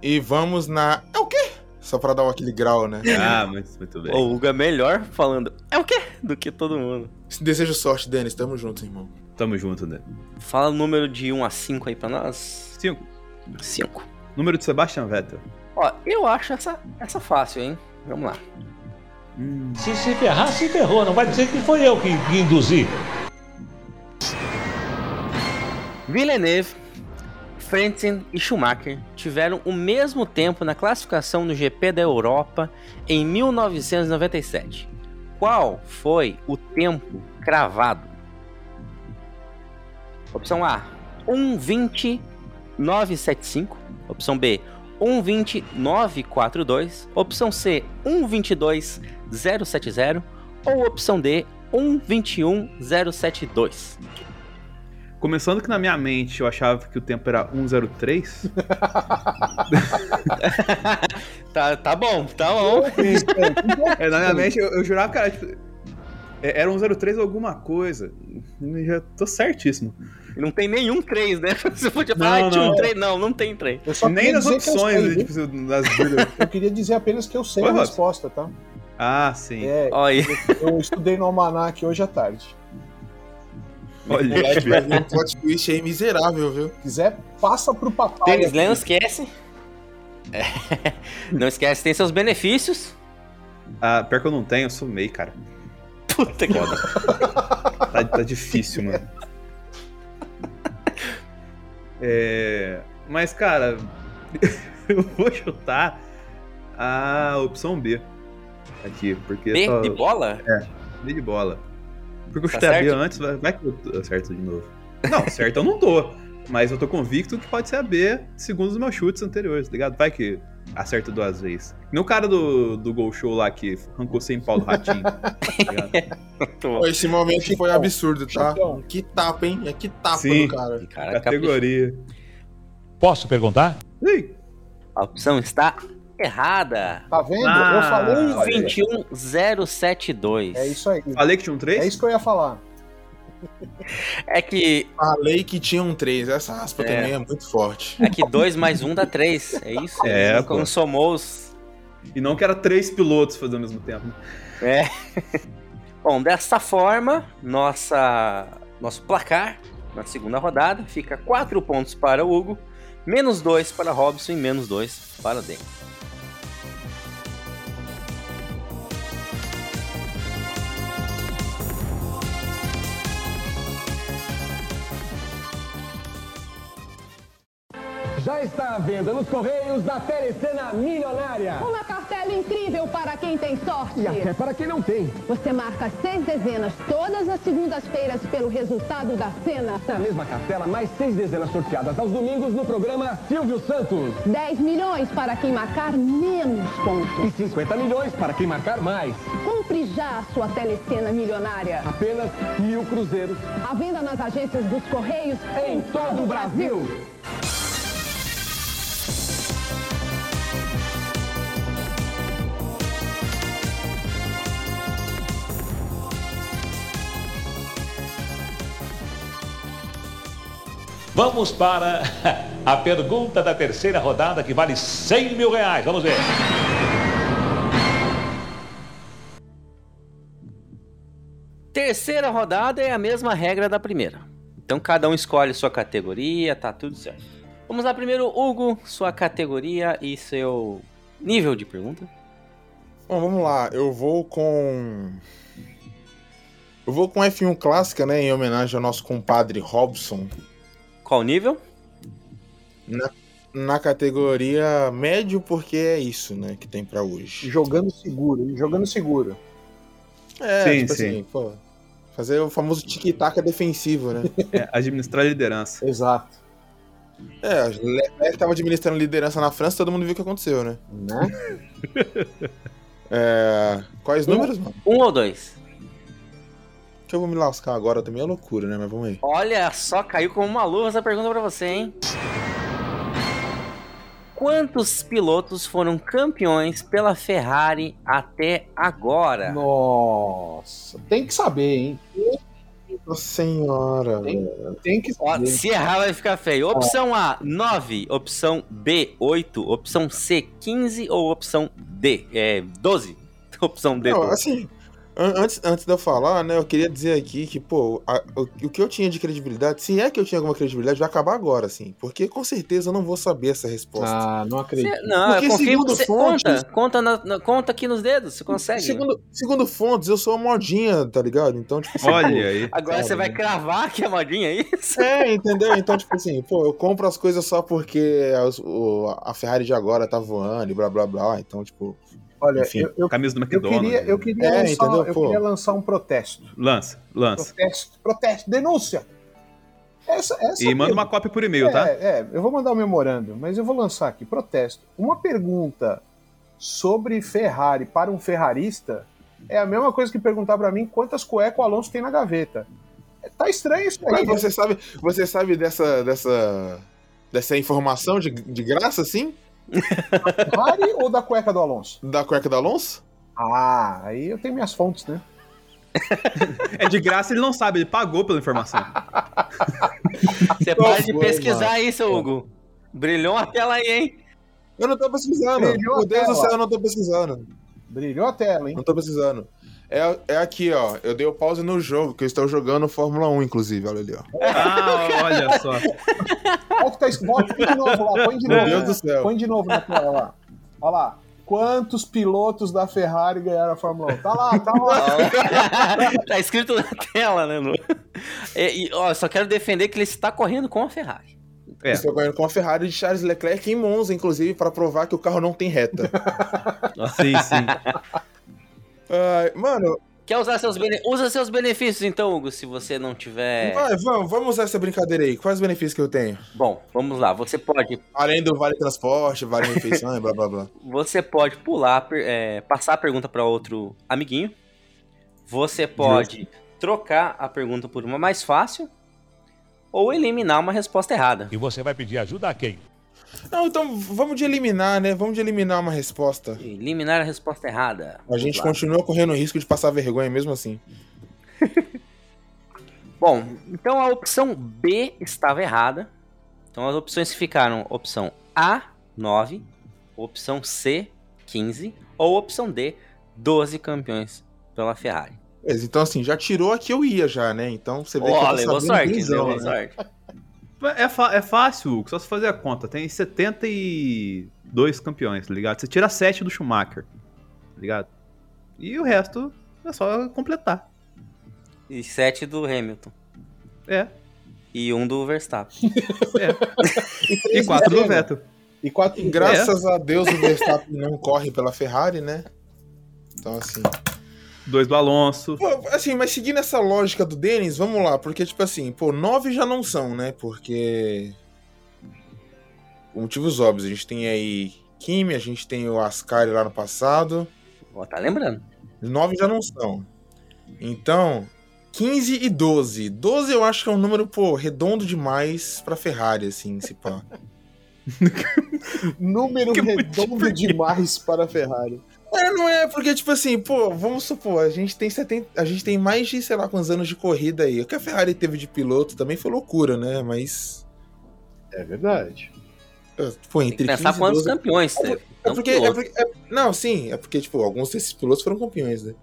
S4: E vamos na. É o quê? Só pra dar aquele grau, né?
S5: Ah, mas muito bem.
S1: O Hugo é melhor falando é o quê? Do que todo mundo.
S4: Desejo sorte, Denis. Tamo junto, irmão.
S5: Tamo junto, né?
S1: Fala o número de 1 a 5 aí pra nós.
S5: Cinco.
S1: 5.
S5: Número de Sebastian Vettel.
S1: Ó, eu acho essa, essa fácil, hein? Vamos lá.
S5: Hum,
S3: Se se ferrar, se ferrou. Não vai dizer que foi eu que, que induzi.
S1: Villeneuve, Frentzen e Schumacher tiveram o mesmo tempo na classificação no GP da Europa em 1997. Qual foi o tempo cravado? Opção A, 1,20975. Opção B, 1,20942. Opção C, 1,22070. Ou opção D, 1,21072.
S5: Começando que na minha mente eu achava que o tempo era 103.
S1: Tá, tá bom, tá bom.
S5: É, na minha mente, eu, eu jurava que era, tipo, é, era um 03 alguma coisa. Eu já tô certíssimo.
S1: Não tem nenhum 3, né? Você podia falar,
S5: Não,
S1: ah, tinha um
S5: não.
S1: 3. Não, não tem 3.
S2: Eu só
S5: Nem
S2: queria
S5: nas
S2: dizer que eu sei,
S5: opções, né,
S2: viu?
S5: tipo, se- nas dúvidas.
S2: Eu queria dizer apenas que eu sei
S5: Oi,
S2: a
S5: Robson.
S2: resposta, tá?
S5: Ah, sim.
S2: É,
S1: Olha aí.
S2: eu estudei no Almanac hoje à tarde.
S4: O
S5: Olha,
S4: Led vai ver um plot twist aí miserável, viu?
S2: Se quiser, passa pro papai.
S1: Tênis, né? Não esquece. É. Não esquece, tem seus benefícios.
S5: ah, pior que eu não tenho, eu sumei, cara.
S1: Puta que pariu.
S5: Tá, tá difícil, mano. É, mas, cara, eu vou chutar a opção B aqui, porque é
S1: B
S5: só-
S1: de bola?
S5: B de bola. Porque eu
S1: Tá
S5: chutei a B
S1: certo?
S5: antes, vai, vai que eu tô- acerto de novo. Não, certo eu não tô. Mas eu tô convicto que pode ser a B, segundo os meus chutes anteriores, tá ligado? Vai que acerta duas vezes. No cara do, do Gol Show lá que arrancou sem pau do ratinho. tá ligado?
S1: Tô.
S4: Pô, Esse momento foi absurdo, tá?
S2: Chutão.
S4: Que tapa, hein? É que tapa
S5: Sim.
S4: do cara.
S1: Cara, capricho.
S5: Categoria.
S3: Posso perguntar?
S5: Ih,
S1: a opção está errada.
S2: Tá vendo?
S5: Ah,
S2: eu falei.
S5: olha aí.
S1: 21072.
S2: É isso aí.
S5: falei que tinha um
S2: É
S5: 3?
S2: isso que eu ia falar.
S1: É que,
S4: Falei que tinha um 3. Essa aspa
S1: É.
S4: também é muito forte.
S1: é que 2 mais 1 um dá 3. É isso?
S5: É,
S1: Não-
S5: pô.
S1: não somou os.
S5: E não que era três pilotos fazendo ao mesmo tempo. né?
S1: É. Bom, dessa forma, nossa, nosso placar na segunda rodada fica 4 pontos para o Hugo, menos 2 para Robson e menos 2 para o Dennis.
S6: Já está à venda nos Correios da Telecena Milionária.
S7: Uma cartela incrível para quem tem sorte.
S6: E até para quem não tem.
S7: Você marca seis dezenas todas as segundas-feiras pelo resultado da cena.
S6: Na mesma cartela, mais seis dezenas sorteadas aos domingos no programa Silvio Santos.
S7: 10 milhões para quem marcar menos pontos.
S6: E 50 milhões para quem marcar mais.
S7: Compre já a sua telecena milionária.
S6: Apenas mil cruzeiros
S7: A venda nas agências dos Correios
S6: em todo o Brasil.
S3: Vamos para a pergunta da terceira rodada que vale 100 mil reais. Vamos ver.
S1: Terceira rodada é a mesma regra da primeira. Então cada um escolhe sua categoria, tá tudo certo. Vamos lá primeiro, Hugo, sua categoria e seu nível de pergunta.
S4: Bom, vamos lá. Eu vou com. Eu vou com F1 clássica, né? Em homenagem ao nosso compadre Robson.
S1: Qual nível?
S4: Na categoria médio, porque é isso, né? Que tem pra hoje.
S2: Jogando seguro, hein? jogando seguro.
S4: É,
S5: Sim,
S4: tipo
S5: sim.
S4: assim, pô. Fazer o famoso tic-tac defensivo, né?
S5: É, administrar a liderança.
S2: Exato.
S4: É, o Leclerc tava administrando liderança na França, todo mundo viu o que aconteceu, né?
S2: Né?
S4: É... Quais
S2: Hum.
S4: números, mano?
S1: Um ou dois?
S4: Que eu vou me lascar agora também é loucura, né? Mas vamos aí.
S1: Olha só, caiu como uma luva essa pergunta pra você, hein? Quantos pilotos foram campeões pela Ferrari até
S5: É.
S1: agora?
S2: Nossa. Tem que saber, hein?
S4: Nossa senhora.
S2: Tem,
S4: velho.
S2: tem que
S1: Ó,
S2: saber.
S1: se errar vai ficar feio. Opção A, 9. Opção B, 8. Opção C, 15. Ou opção D, é, 12. Opção D,
S4: Não,
S1: 12.
S4: assim, an- antes, antes de eu falar, né, eu queria dizer aqui que, pô, a- o, o que eu tinha de credibilidade, se é que eu tinha alguma credibilidade, vai acabar agora, assim. Porque com certeza eu não vou saber essa resposta.
S2: Ah, não acredito.
S1: Cê- não,
S4: Porque
S1: eu confio
S4: segundo
S1: que você
S4: fontes-
S1: conta. Conta, na- na- conta aqui nos dedos, você consegue.
S4: Segundo, segundo fontes, eu sou a modinha, tá ligado? Então, tipo assim,
S5: Olha aí.
S1: Agora você
S4: né?
S1: vai cravar que a modinha é isso?
S4: É, entendeu? Então, tipo assim, pô, eu compro as coisas só porque as- o- a Ferrari de agora tá voando e blá blá blá. Então, tipo,
S2: Olha,
S4: Enfim.
S2: eu, eu,
S5: Camisa do
S2: eu
S5: McDonald's.
S2: queria, eu, queria
S4: É,
S2: lançar,
S4: entendeu?
S2: eu
S4: Pô.
S2: queria lançar um protesto.
S5: Lança, lança.
S2: Protesto, protesto, denúncia. Essa, essa é
S5: E manda
S2: pergunta-
S5: uma cópia por e-mail, tá?
S2: É, é, eu vou mandar o memorando, mas eu vou lançar aqui, protesto. Uma pergunta sobre Ferrari para um ferrarista é a mesma coisa que perguntar pra mim quantas cuecas o Alonso tem na gaveta. É, Tá estranho isso aí.
S4: mas você sabe, você sabe dessa, dessa, dessa informação de, de graça, assim?
S2: da Ferrari ou da cueca do Alonso?
S4: Da cueca do Alonso?
S2: Ah, aí eu tenho minhas fontes, né?
S5: É de graça, ele não sabe, ele pagou pela informação.
S1: Você para de
S4: horror,
S1: pesquisar aí, seu Hugo. Brilhou a tela aí, hein?
S4: Eu não tô pesquisando.
S2: Brilhou
S4: Meu Deus
S2: até
S4: do céu,
S2: lá.
S4: eu não tô pesquisando.
S2: Brilhou a tela, hein?
S4: Não tô pesquisando. É, é aqui, ó. Eu dei o pause no jogo, que eu estou jogando Fórmula 1, inclusive. Olha ali, ó.
S5: Ah, olha só.
S2: Olha o que tá es- Bota põe de novo lá, põe de
S4: Meu
S2: novo.
S4: Deus
S2: né?
S4: do céu.
S2: Põe de novo na tela lá. Olha lá. Quantos pilotos da Ferrari ganharam a Fórmula 1? Tá lá, tá lá.
S4: É.
S1: tá escrito na tela, né, Lu? E, e, ó, só quero defender que ele está correndo com a Ferrari.
S5: É.
S4: Estou ganhando com a Ferrari de Charles Leclerc em Monza, inclusive, para provar que o carro não tem reta.
S5: Sim, sim.
S4: Ai, mano,
S1: Quer usar seus bene... Usa seus benefícios, então, Hugo, se você não tiver.
S4: vai, vamos, vamos usar essa brincadeira aí. Quais os benefícios que eu tenho?
S1: Bom, vamos lá. Você pode,
S4: Além do vale transporte, vale refeição e blá blá blá.
S1: você pode pular, per- é, passar a pergunta para outro amiguinho. Você pode trocar a pergunta por uma mais fácil ou eliminar uma resposta errada.
S3: E você vai pedir ajuda a quem?
S4: Não, então vamos de eliminar, né? Vamos de eliminar uma resposta.
S1: Eliminar a resposta errada.
S4: A
S1: Vamos
S4: gente
S1: lá.
S4: continua correndo o risco de passar vergonha mesmo assim.
S1: Bom, então a opção B estava errada. Então as opções ficaram opção A, 9, opção C, 15, ou opção D, 12 campeões pela Ferrari.
S4: Mas, Então, assim, já tirou aqui, eu ia já, né? Então você vê que eu
S1: Ó,
S4: tô
S1: levou
S4: sabendo
S1: sorte,
S4: quemzão,
S1: levou
S4: né?
S1: sorte.
S5: É, fa- é fácil, Hugo, só se fazer a conta. Tem 72 campeões, tá ligado? Você tira 7 do Schumacher, tá ligado? E o resto é só completar.
S1: E 7 do Hamilton.
S5: É,
S1: E um do Verstappen.
S5: e 4 do
S2: Senna.
S5: Vettel.
S2: E quatro
S4: E né? graças a Deus o Verstappen não corre pela Ferrari, né? Então, assim.
S5: 2 do Alonso.
S4: Pô, assim, mas seguindo essa lógica do Denis, vamos lá, porque, tipo assim, pô, nove já não são, né? Porque. Por motivos óbvios, a gente tem aí Kimi, a gente tem o Ascari lá no passado.
S1: Ó, tá lembrando.
S4: Nove já não são. Então, 15 e 12. 12 eu acho que é um número, pô, redondo demais pra Ferrari, assim, se pá.
S2: Número redondo demais para a Ferrari.
S4: É, não é, porque, tipo assim, pô, vamos supor, a gente tem 70. A gente tem mais de, sei lá, quantos anos de corrida aí. O que a Ferrari teve de piloto também foi loucura, né? Mas. é,
S2: É verdade.
S4: Pô,
S1: Tem que
S4: entre
S1: pensar
S4: 15 e
S1: quantos
S4: 12
S1: campeões
S4: É
S1: teve. Então,
S4: É
S1: Não
S4: porque,
S1: piloto.
S4: é porque- é- não, sim, é porque, tipo, alguns desses pilotos foram campeões, né?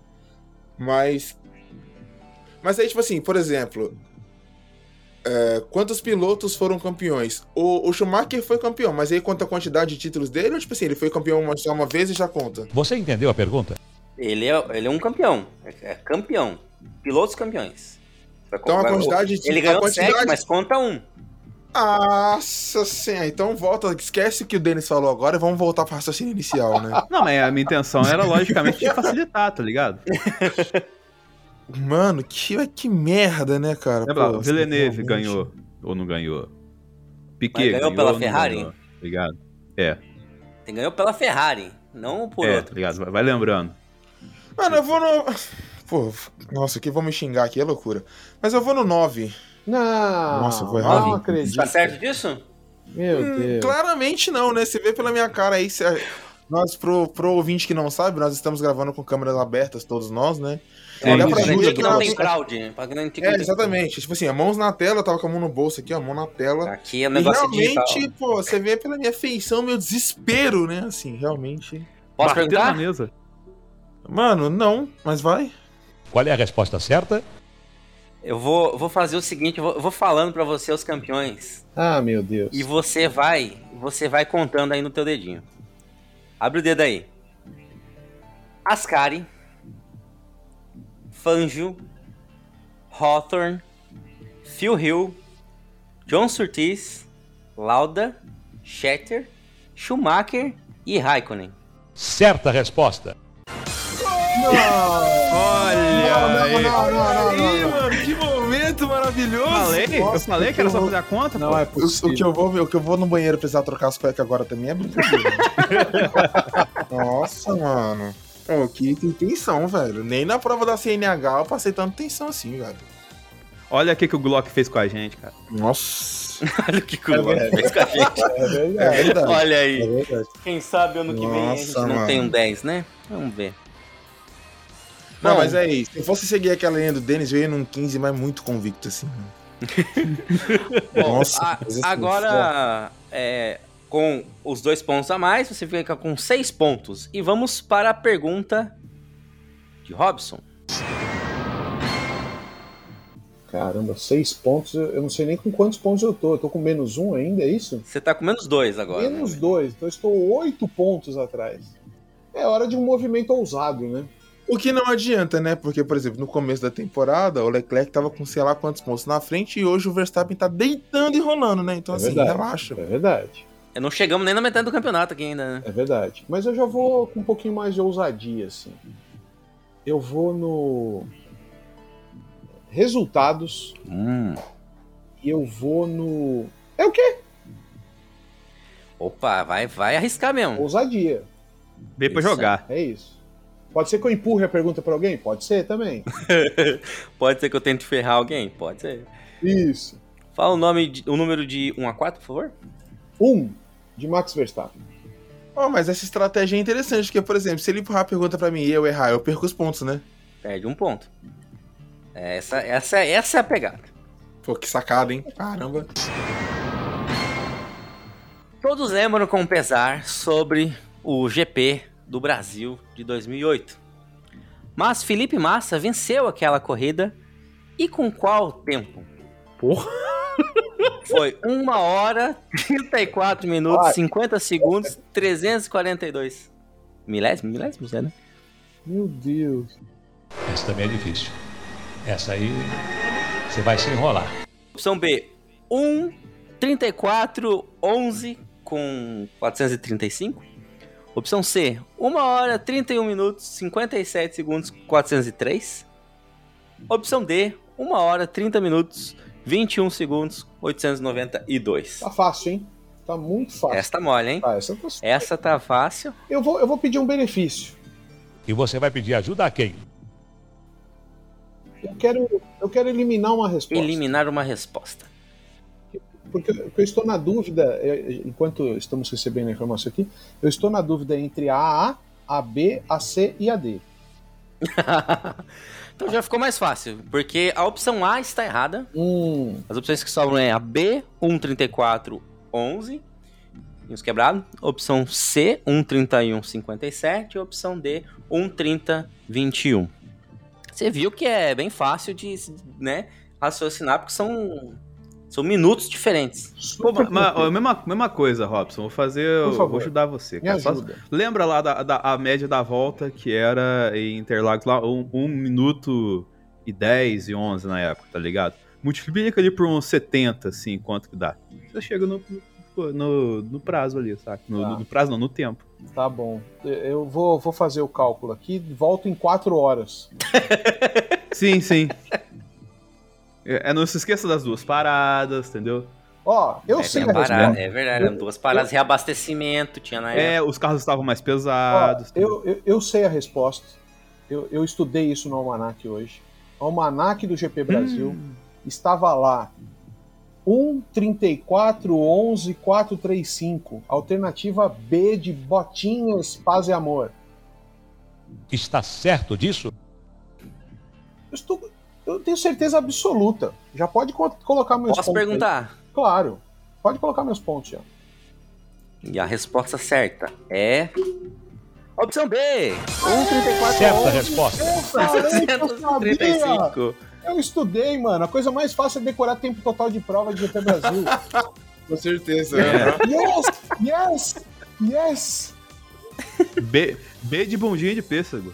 S4: Mas. Mas aí, tipo assim, por exemplo. é, quantos pilotos foram campeões? O, o Schumacher foi campeão, mas aí conta a quantidade de títulos dele? Ou, tipo assim, ele foi campeão uma, só uma vez e já conta?
S3: Você entendeu a pergunta?
S1: Ele, é, ele é um campeão. É, é campeão. Pilotos campeões. Vai-
S4: Então a
S1: vai-
S4: quantidade de-
S1: Ele
S4: a
S1: ganhou
S4: quantidade-
S1: 7, mas conta um.
S4: Nossa senhora, então volta, esquece o que o Denis falou agora e vamos voltar pro raciocínio inicial, né?
S5: Não, mas a minha intenção era, logicamente, de facilitar, tá ligado?
S4: Mano, que, que merda, né, cara?
S5: Lembra,
S4: Pô,
S5: o
S4: realmente.
S5: Villeneuve ganhou ou não ganhou?
S1: Mas
S5: Piquet
S1: ganhou
S5: ganhou,
S1: pela
S5: ou não
S1: Ferrari?
S5: ganhou, tá ligado? É,
S1: Ele ganhou pela Ferrari, não por
S5: é,
S1: outro.
S5: tá ligado? Vai- Vai lembrando.
S4: Mano, eu vou no. Pô, nossa, que vão me xingar aqui, é loucura. Mas eu vou no 9.
S2: Não,
S4: Nossa, foi
S2: não
S4: errado.
S2: acredito.
S1: Tá certo disso?
S2: Meu Deus.
S4: Hum, Claramente não, né? Você vê pela minha cara aí. cê- Nós, pro, pro ouvinte que não sabe, nós estamos gravando com câmeras abertas, todos nós, né?
S5: Sim,
S1: Olha
S5: sim.
S1: pra garantir
S4: Jura
S1: que
S4: que
S1: não
S4: não
S1: tem
S4: tem-
S1: fraude, né? Pra garantir que
S4: É,
S1: não tem
S4: exatamente. Tipo assim, a mãos na tela, eu tava com a mão no bolso aqui, ó, a mão na tela.
S1: fraude. Aqui é um
S4: E
S1: negócio digital.
S4: realmente, pô, você vê pela minha feição, meu desespero, né? Assim, realmente.
S1: Posso
S5: Bateu na
S1: perguntar?
S5: mesa.
S4: Mano, não, mas vai.
S3: Qual é a resposta certa?
S1: Eu vou, vou fazer o seguinte, eu vou, eu vou falando pra você os campeões.
S2: Ah, meu Deus.
S1: E você vai, você vai contando aí no teu dedinho. Abre o dedo aí. Ascari, Fangio, Hawthorne, Phil Hill, John Surtees, Lauda, Schetter, Schumacher e Raikkonen.
S3: Certa resposta.
S5: Olha
S2: Não, não, não, não, não, não.
S4: mano, que momento maravilhoso!
S5: Falei, eu falei que era só fazer a conta,
S2: Não
S5: pô.
S2: é
S4: O, o que
S2: possível.
S4: eu vou ver, o que eu vou no banheiro precisar trocar as cuecas agora também é brincadeira. Nossa, mano. Pô, que, que tensão, velho. Nem na prova da CNH eu passei tanta tensão assim, velho.
S5: Olha o que que o Glock fez com a gente, cara.
S4: Nossa.
S1: Olha que coisa. fez com a gente.
S2: É
S4: É
S2: verdade.
S4: verdade.
S1: Olha aí.
S4: É verdade.
S1: Quem sabe ano que vem a gente
S4: Nossa,
S1: não
S4: mano.
S1: tem um 10, né? Vamos ver.
S4: Não,
S1: Bom,
S4: mas é isso. Se eu fosse seguir aquela linha do Denis, eu ia num 15, mas muito convicto, assim.
S1: bom,
S4: Nossa,
S1: a-
S4: mas assim,
S1: agora, é, com os dois pontos a mais, você fica com seis pontos. E vamos para a pergunta de Robson.
S2: Caramba, seis pontos. Eu eu não sei nem com quantos pontos eu tô. Eu tô com menos um ainda, é isso?
S1: Você tá com menos dois agora.
S2: menos
S1: né?
S2: dois. Então eu estou oito pontos atrás. É hora de um movimento ousado, né?
S4: O que não adianta, né? Porque, por exemplo, no começo da temporada, o Leclerc tava com sei lá quantos pontos na frente e hoje o Verstappen tá deitando e rolando, né? Então,
S2: É
S4: assim,
S2: verdade.
S4: relaxa,
S2: É verdade.
S1: É, Não chegamos nem na metade do campeonato aqui ainda, né?
S2: É verdade. Mas eu já vou com um pouquinho mais de ousadia, assim. Eu vou no. Resultados. E eu vou no. É o quê?
S1: Opa, vai, vai arriscar mesmo.
S2: Ousadia.
S5: Veio pra
S1: Isso.
S5: jogar.
S2: É isso. Pode ser que eu empurre a pergunta pra alguém? Pode ser também.
S1: Pode ser que eu tente ferrar alguém? Pode ser.
S2: Isso.
S1: Fala o nome, de- o número de 1 a 4, por favor.
S2: Um, de Max Verstappen.
S4: Oh, mas essa estratégia é interessante, porque, por exemplo, se ele empurrar a pergunta pra mim e eu errar, eu perco os pontos, né?
S1: Perde um ponto. Essa, essa, essa é a pegada.
S4: Pô, que sacada, hein? Caramba.
S1: Todos lembram com pesar sobre o GP do Brasil de 2008. Mas Felipe Massa venceu aquela corrida e com qual tempo?
S5: Porra.
S1: Foi 1 hora, 34 minutos,
S2: Olha.
S1: 50 segundos, 342. Milésimos, milésimos, é, né?
S2: Meu Deus.
S3: Essa também é difícil. Essa aí você vai se enrolar.
S1: Opção B, 1, 34, 11 com 435. Opção C, 1 hora, 31 minutos, 57 segundos, 403. Opção D, 1 hora, 30 minutos, 21 segundos, 892.
S2: Tá fácil, hein? Tá muito fácil.
S1: Essa tá mole, hein?
S2: Ah, essa tá...
S1: Essa tá fácil.
S2: eu, vou, eu vou pedir um benefício.
S3: E você vai pedir ajuda a quem?
S2: Eu quero, eu quero eliminar uma resposta.
S1: Eliminar uma resposta.
S2: Porque eu eu estou na dúvida, eh, enquanto estamos recebendo a informação aqui, eu estou na dúvida entre a A, a B, a C e a D.
S1: então já ficou mais fácil, porque a opção A está errada.
S2: Hum,
S1: As opções que sobram é a B, 134, 11, e os quebrados. Opção C, 131, 57. E opção D, 130, 21. Você viu que é bem fácil de né, raciocinar, porque são, são minutos diferentes.
S5: Pô,
S2: super
S5: ma- ma- ó, mesma, mesma coisa, Robson. Vou fazer. eu
S2: é favor.
S5: vou ajudar você.
S2: me
S5: cara. Só-
S2: ajuda.
S5: lembra lá da, da- a média da volta que era em Interlagos lá, um, um minuto e 10 e 11 na época, tá ligado? Multiplica ali por uns 70, assim, quanto que dá. Você chega no, no, no prazo ali, saca? No,
S2: Tá.
S5: no- no prazo não, no tempo.
S2: Tá bom. Eu- Eu vou, vou fazer o cálculo aqui, volto em quatro horas.
S5: Sim, sim. É, é, não se esqueça das duas paradas, entendeu?
S2: Ó, eu
S1: É,
S2: sei
S5: tá
S1: tem a
S2: a
S1: parada,
S2: resposta.
S1: é verdade, eram duas paradas. Reabastecimento tinha na época.
S5: É, os carros estavam mais
S2: Ó,
S5: pesados.
S2: eu, eu, eu sei a resposta. Eu, eu estudei isso no Almanac hoje. O Almanac do GP Brasil estava lá. 1, 34, 11, 435. Alternativa B de botinhas, paz e amor.
S3: Está certo disso?
S2: Eu, estou, eu tenho certeza absoluta. Já pode co- colocar meus
S1: Posso
S2: pontos. aí.
S1: perguntar?
S2: Claro. Pode colocar meus pontos já.
S1: E a resposta certa é. Opção B! 134,
S3: Certa resposta.
S2: Eu falei que eu sabia!
S1: 135.
S2: Eu estudei, mano. A coisa mais fácil é decorar tempo total de prova de GP Brasil.
S4: Com certeza.
S5: É,
S2: yes! Yes! Yes!
S5: B, B de bundinha de pêssego.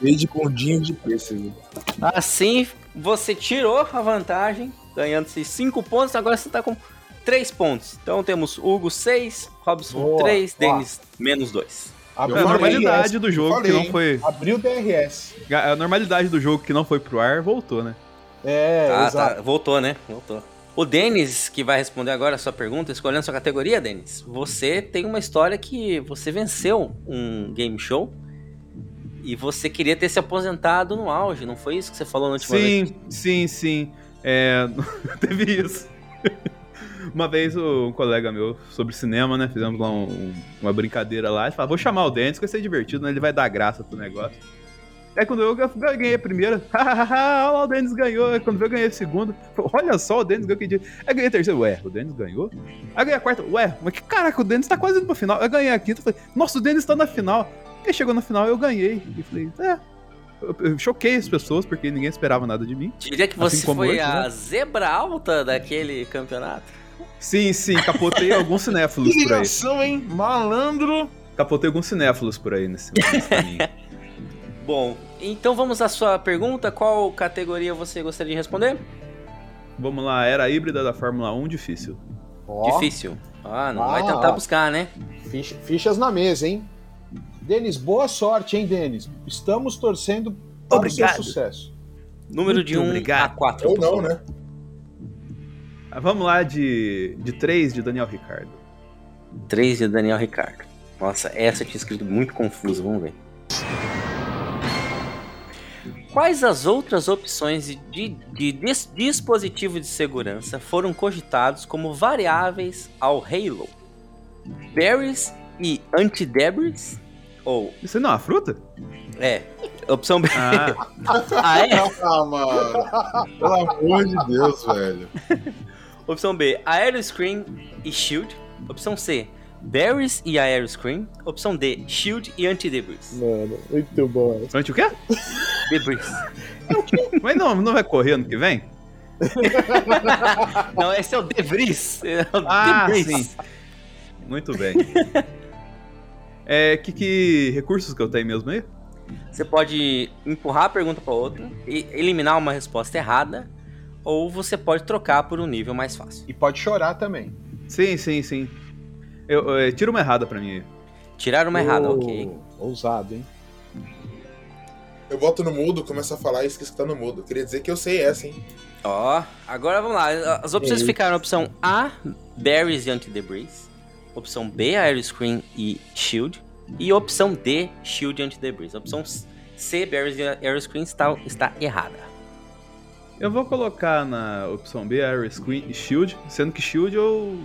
S4: Veio de bundinha de pêssego.
S1: Assim, você tirou a vantagem, ganhando esses 5 pontos. Agora você tá com 3 pontos. Então temos Hugo 6, Robson
S2: Boa,
S1: 3,
S2: boa.
S1: Denis menos 2.
S5: É
S2: Abriu
S5: a
S4: falei,
S5: normalidade do jogo
S4: falei,
S5: que não
S4: hein?
S5: foi.
S2: DRS. Abriu DRS.
S5: A normalidade do jogo que não foi pro ar voltou, né?
S2: É,
S1: Tá,
S2: exato.
S1: tá, voltou, né? Voltou. O Denis, que vai responder agora a sua pergunta, escolhendo sua categoria, Denis. Você tem uma história que você venceu um game show e você queria ter se aposentado no auge, não foi isso que você falou na última vez?
S5: Sim, sim, sim. É, teve isso. Uma vez um colega meu sobre cinema, né? Fizemos lá um- uma brincadeira lá. Ele falou, vou chamar o Dennis, que vai ser divertido, né? Ele vai dar graça pro negócio. Aí quando eu gan- ganhei a primeira, hahaha, olha lá, o Dennis ganhou. Aí quando eu ganhei a segunda, falei, olha só, o Dennis ganhou que dia. Aí ganhei a terceira, ué, o Dennis ganhou? Aí ganhei a quarta, ué, mas que caraca, o Dennis tá quase indo pra final. Aí ganhei a quinta, falei, nossa, o Dennis tá na final. Aí chegou na final, eu ganhei. E falei, é, eu, eu choquei as pessoas, porque ninguém esperava nada de mim.
S1: Diria que
S5: Assim
S1: você
S5: como
S1: foi
S5: antes,
S1: a
S5: né?
S1: zebra alta daquele campeonato.
S5: Sim, sim, capotei alguns cinéfilos
S4: Que
S5: por aí.
S4: ligação, hein? Malandro.
S5: Capotei alguns cinéfilos por aí nesse, nesse caminho.
S1: Bom, então vamos à sua pergunta. Qual categoria você gostaria de responder?
S5: Vamos lá, era híbrida da Fórmula 1, difícil.
S2: Ó,
S1: Difícil. Ah, não vai
S2: Ah.
S1: tentar buscar, né?
S2: ficha- fichas na mesa, hein? Denis, boa sorte, hein, Denis? Estamos torcendo para o seu
S5: Obrigado.
S2: sucesso.
S1: Número
S5: Muito
S1: de 1 a
S5: obrigado.
S1: 4.
S4: Ou não, né?
S5: Ah, Vamos lá de, de 3 de Daniel Ricardo.
S1: 3 de Daniel Ricardo. Nossa, essa eu tinha escrito muito confusa, vamos ver. Quais as outras opções de, de dis- dispositivo de segurança foram cogitados como variáveis ao Halo? Berries e anti-debris? Ou
S5: Isso aí não é uma fruta?
S1: É, Opção B.
S5: Ah,
S1: Ah, é?
S4: Ah, mano. Pelo amor de Deus, velho.
S1: Opção B, Aeroscreen e Shield. Opção C, Barris e Aeroscreen. Opção D, Shield e Anti-Debris.
S2: Mano, muito bom.
S5: antes o quê?
S1: Debris.
S5: Mas não, não vai correr ano que vem?
S1: Não, esse é o Debris. É o
S5: Ah,
S1: Debris.
S5: sim. Muito bem. É, que, que recursos que eu tenho mesmo aí?
S1: Você pode empurrar a pergunta para outra e eliminar uma resposta errada, ou você pode trocar por um nível mais fácil.
S2: E pode chorar também.
S5: Sim, sim, sim. Eu, eu- tira uma errada pra mim aí.
S1: Tirar uma errada,
S2: Oh,
S1: ok.
S2: Ousado, hein?
S4: Eu boto no mudo, começo a falar e esqueço que tá no mudo. Queria dizer que eu sei essa, hein?
S1: Ó, agora vamos lá. As opções ficaram opção A, Berries e Anti-Debris. Opção B, Aeroscreen e Shield. E opção D, Shield e Anti-Debris. Opção C, Berries e Aeroscreen está, está errada.
S5: Eu vou colocar na opção B, Iris Queen e Shield, sendo que Shield eu.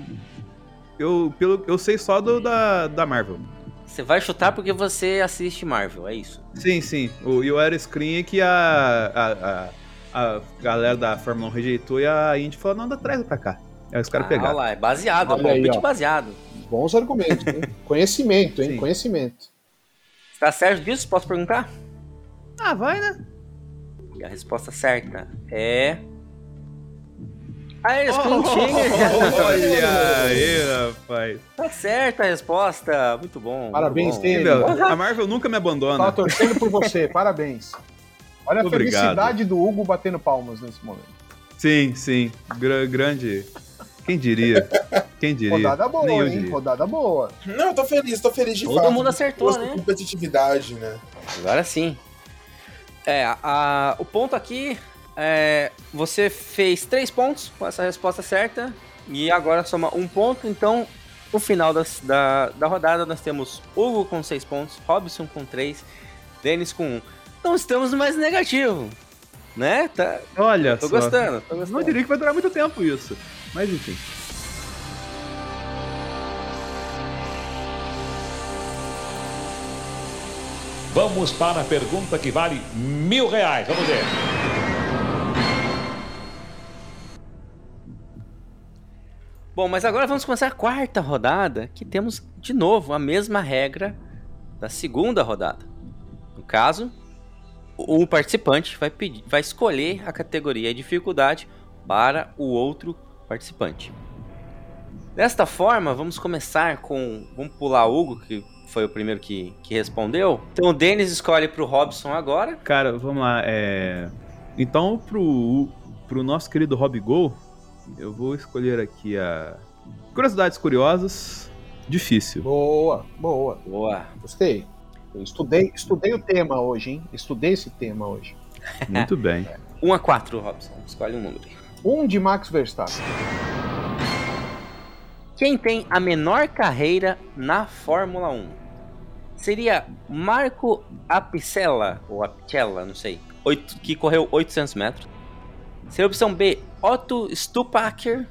S5: Eu, pelo, eu sei só do, da, da Marvel.
S1: Você vai chutar porque você assiste Marvel, é isso.
S5: Sim, sim. O, e o Aeroscreen é que a, a, a, a galera da Fórmula 1 rejeitou e a Indy falou: não, dá traz pra cá. Aí os caras
S1: ah, olha
S5: pegaram.
S1: lá, é baseado, é
S2: Olha aí,
S1: palpite
S2: ó.
S1: baseado.
S2: Bons argumentos, hein? Conhecimento, hein?
S5: Sim.
S2: Conhecimento.
S1: Está Tá certo disso? Posso perguntar?
S5: Ah, vai, né?
S1: E a resposta certa é. Aeroscreen
S5: Oh!
S1: tinha.
S5: Olha aí, rapaz.
S1: Tá certa a resposta. Muito bom. muito
S2: Parabéns,
S1: bom.
S2: Taylor.
S5: Entendeu? A Marvel nunca me
S2: Tava
S5: abandona.
S2: Tá torcendo por você, parabéns. Olha a
S5: Obrigado.
S2: felicidade do Hugo batendo palmas nesse momento.
S5: Sim, sim. Gra- grande. Quem diria? Quem diria?
S2: Rodada boa,
S5: Nem eu
S2: hein?
S5: diria.
S2: Rodada boa.
S4: Não, eu tô feliz, tô feliz de
S1: Todo
S4: fato.
S1: mundo acertou,
S4: Gosto de
S1: né?
S4: competitividade, né?
S1: Agora sim. É, a- o ponto aqui é. Você fez três pontos com essa resposta certa. E agora soma um ponto. Então, no final das- da, da rodada, nós temos Hugo com seis pontos, Robson com três, Denis com um. Não estamos no mais negativo. Né? Tá,
S5: Olha
S1: tô
S5: só.
S1: gostando. Tô
S5: Não
S1: gostando.
S5: diria que vai durar muito tempo isso. Mas enfim.
S3: Vamos para a pergunta que vale mil reais. Vamos ver.
S1: Bom, mas agora vamos começar a quarta rodada, que temos de novo a mesma regra da segunda rodada. No caso, o participante vai, pedir, vai escolher a categoria e dificuldade para o outro participante. Desta forma, vamos começar com. Vamos pular o Hugo, que foi o primeiro que, que respondeu. Então o Denis escolhe para o Robson agora.
S5: Cara, vamos lá. é, Então, pro, pro nosso querido Rob Gol, eu vou escolher aqui a. Curiosidades curiosas. Difícil.
S2: Boa, boa.
S1: Boa.
S2: Gostei. Eu estudei, estudei o tema hoje, hein? Estudei esse tema hoje.
S5: Muito bem.
S1: 1 a 4, Robson. Escolhe um número.
S2: Um de Max Verstappen.
S1: Quem tem a menor carreira na Fórmula 1? Seria Marco Apicella, ou Apicella, não sei, oito- que correu 800 metros. Seria a opção B, Otto Stupaker,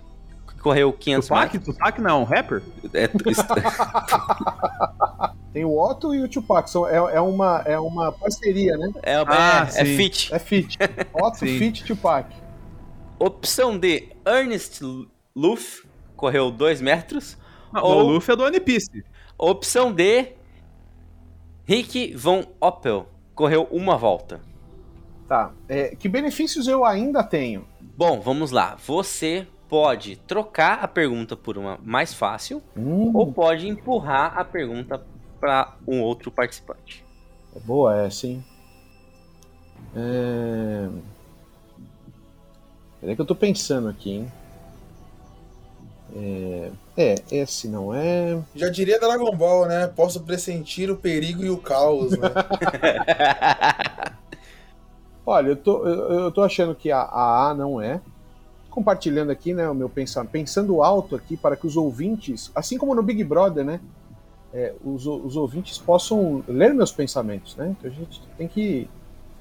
S1: que correu 500
S5: Tupac? Tupac não é um rapper?
S1: metros. É, tu- est-
S2: Tem o Otto e o Tupac. São, é, é uma, é uma parceria, né?
S1: é,
S5: Ah,
S1: é, é
S5: sim.
S1: fit.
S2: É fit. Otto,
S5: Sim.
S2: fit, Tupac.
S1: Opção D, Ernest Luff, correu 2 metros.
S5: Não,
S1: Ou-
S5: O Luffy é do One Piece.
S1: Opção D, Rick Von Oppel, correu uma volta.
S2: Tá. É, que benefícios eu ainda tenho?
S1: Bom, vamos lá. Você pode trocar a pergunta por uma mais fácil
S2: Hum,
S1: ou pode empurrar a pergunta para um outro participante.
S2: É boa essa, hein? É... Peraí que eu tô pensando aqui, hein? É, é esse não é.
S4: Já diria Dragon Ball, né? Posso pressentir o perigo e o caos, né?
S2: Olha, eu tô, eu, eu tô achando que a, a A não é. Compartilhando aqui, né, o meu pensamento, pensando alto aqui para que os ouvintes, assim como no Big Brother, né, é, os, o- os ouvintes possam ler meus pensamentos, né? Então a gente tem que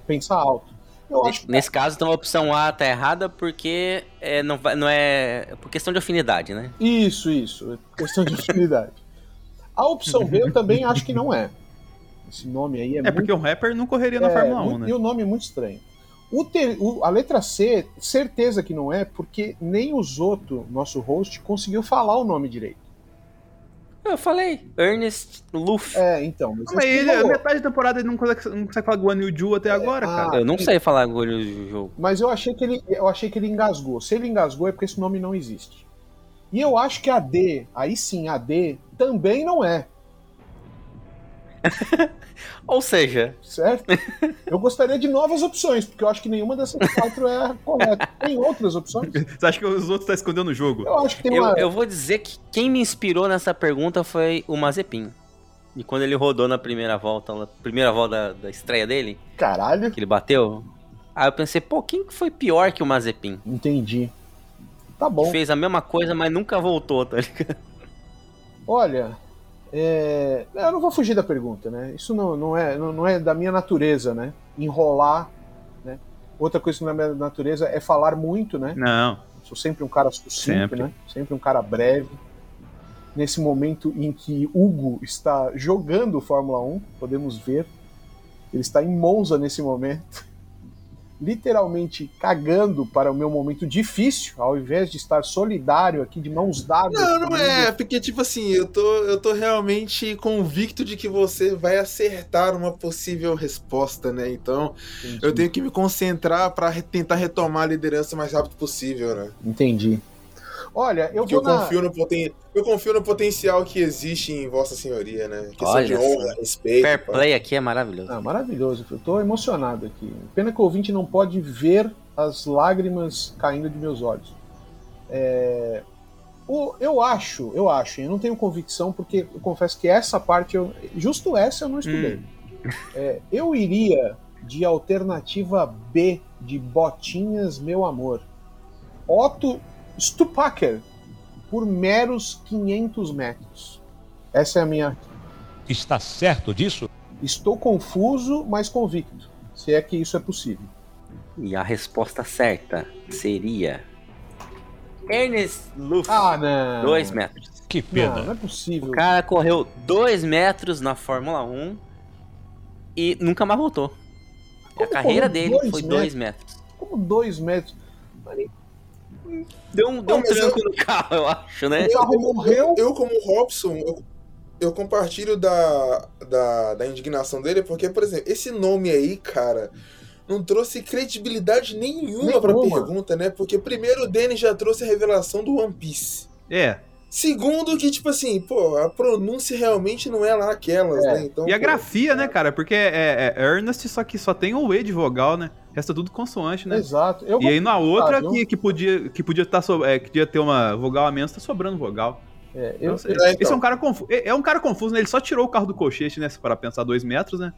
S2: pensar alto. Eu acho é
S1: Nesse, nesse caso, então a opção A tá errada porque é, não, vai- não é é por questão de afinidade, né?
S2: Isso, isso. é Questão de afinidade. A opção B eu também acho que não é. Esse nome aí é,
S5: É
S2: muito
S5: porque um rapper não correria na
S2: É,
S5: Fórmula
S2: muito-
S5: 1, né?
S2: E o nome muito estranho. O ter- o- a letra C, certeza que não é, porque nem o Zoto, nosso host, conseguiu falar o nome direito.
S1: Eu falei, Ernest Luffy.
S2: É, então. mas
S5: Mas
S2: ele
S5: ele, a
S2: falou.
S5: metade da temporada ele não consegue, não consegue falar Guan Yu Ju até agora,
S2: ah,
S5: cara.
S1: Eu não sei falar agulha do jogo.
S2: Mas eu achei que ele, eu achei que ele engasgou. Se ele engasgou é porque esse nome não existe. E eu acho que a D, aí sim, a D também não é,
S1: Ou seja,
S2: certo? Eu gostaria de novas opções, porque eu acho que nenhuma dessas quatro é a correta. Tem outras opções?
S5: Você acha que os outros tá escondendo o jogo?
S2: Eu acho que tem
S1: eu,
S2: uma.
S1: eu vou dizer que quem me inspirou nessa pergunta foi o Mazepin. E quando ele rodou na primeira volta, na primeira volta da, da estreia dele,
S2: Caralho.
S1: que ele bateu, aí eu pensei, pô, quem que foi pior que o Mazepin?
S2: Entendi. Tá
S1: Que
S2: bom.
S1: Fez a mesma coisa, mas nunca voltou, tá ligado?
S2: Olha, é, eu não vou fugir da pergunta, né? Isso não, não, é, não, não é da minha natureza, né? Enrolar, né? Outra coisa que não é da minha natureza é falar muito, né?
S5: Não.
S2: Sou sempre um cara sucinto,
S5: Sempre.
S2: né? Sempre um cara breve. Nesse momento em que Hugo está jogando Fórmula 1, podemos ver, ele está em Monza nesse momento, literalmente cagando para o meu momento difícil, ao invés de estar solidário aqui de mãos dadas.
S4: Não, não
S2: comigo.
S4: é, porque tipo assim, eu tô, eu tô realmente convicto de que você vai acertar uma possível resposta, né? Então, eu tenho que me concentrar pra re- tentar retomar a liderança o mais rápido possível, né?
S2: Entendi. Olha, eu
S4: Porque
S2: vou
S4: eu
S2: na...
S4: confio, no poten... eu confio no potencial que existe em Vossa Senhoria, né? Questão
S1: Olha
S4: de
S1: só.
S4: honra, respeito.
S1: Fair
S4: pá.
S1: play aqui é maravilhoso.
S2: Ah, maravilhoso. Eu tô emocionado aqui. Pena que o ouvinte não pode ver as lágrimas caindo de meus olhos. É, o- eu acho, eu acho, eu não tenho convicção, porque eu confesso que essa parte, eu, justo essa eu não estudei.
S4: Hum.
S2: É, eu iria de alternativa B, de Botinhas Meu Amor. Otto Stupacker, por meros 500 metros. Essa é a minha
S3: Está certo disso?
S2: Estou confuso, mas convicto. Se é que isso é possível.
S1: E a resposta certa seria Ernest Luffy.
S2: Ah, não.
S1: Dois metros.
S3: Que
S2: Não,
S3: pena.
S2: não é possível.
S1: O cara correu 2 metros na Fórmula 1 e nunca mais voltou.
S2: Como
S1: a carreira
S2: correu
S1: dele
S2: dois
S1: foi 2 metros.
S2: Como dois metros?
S1: Deu um, deu um
S4: mas eu-
S1: tranco no carro, eu acho, né?
S2: O carro morreu.
S4: Eu, como Robson, eu, eu compartilho da, da, da indignação dele, porque, por exemplo, esse nome aí, cara, não trouxe credibilidade nenhuma, pra
S2: Nenhuma.
S4: pergunta, né? Porque, primeiro, o Danny já trouxe a revelação do One Piece.
S5: É.
S4: Segundo, que, tipo assim, pô, a pronúncia realmente não é lá aquelas,
S2: É.
S4: né? Então,
S5: E a
S4: pô,
S5: grafia, né, cara? Porque é, é Ernest, só que só tem o E de vogal, né? Resta tudo consoante,
S1: É.
S5: né?
S2: Exato. Eu
S5: E
S2: vou...
S5: aí na outra
S2: viu?
S5: que, que podia que podia tá so- é, que podia ter uma vogal a menos, tá sobrando vogal.
S2: é, eu-
S5: Então,
S4: eu-
S5: Esse é um cara confuso. É um cara confuso, né? Ele só tirou o carro do colchete, né? Se parar pra pensar dois metros, né?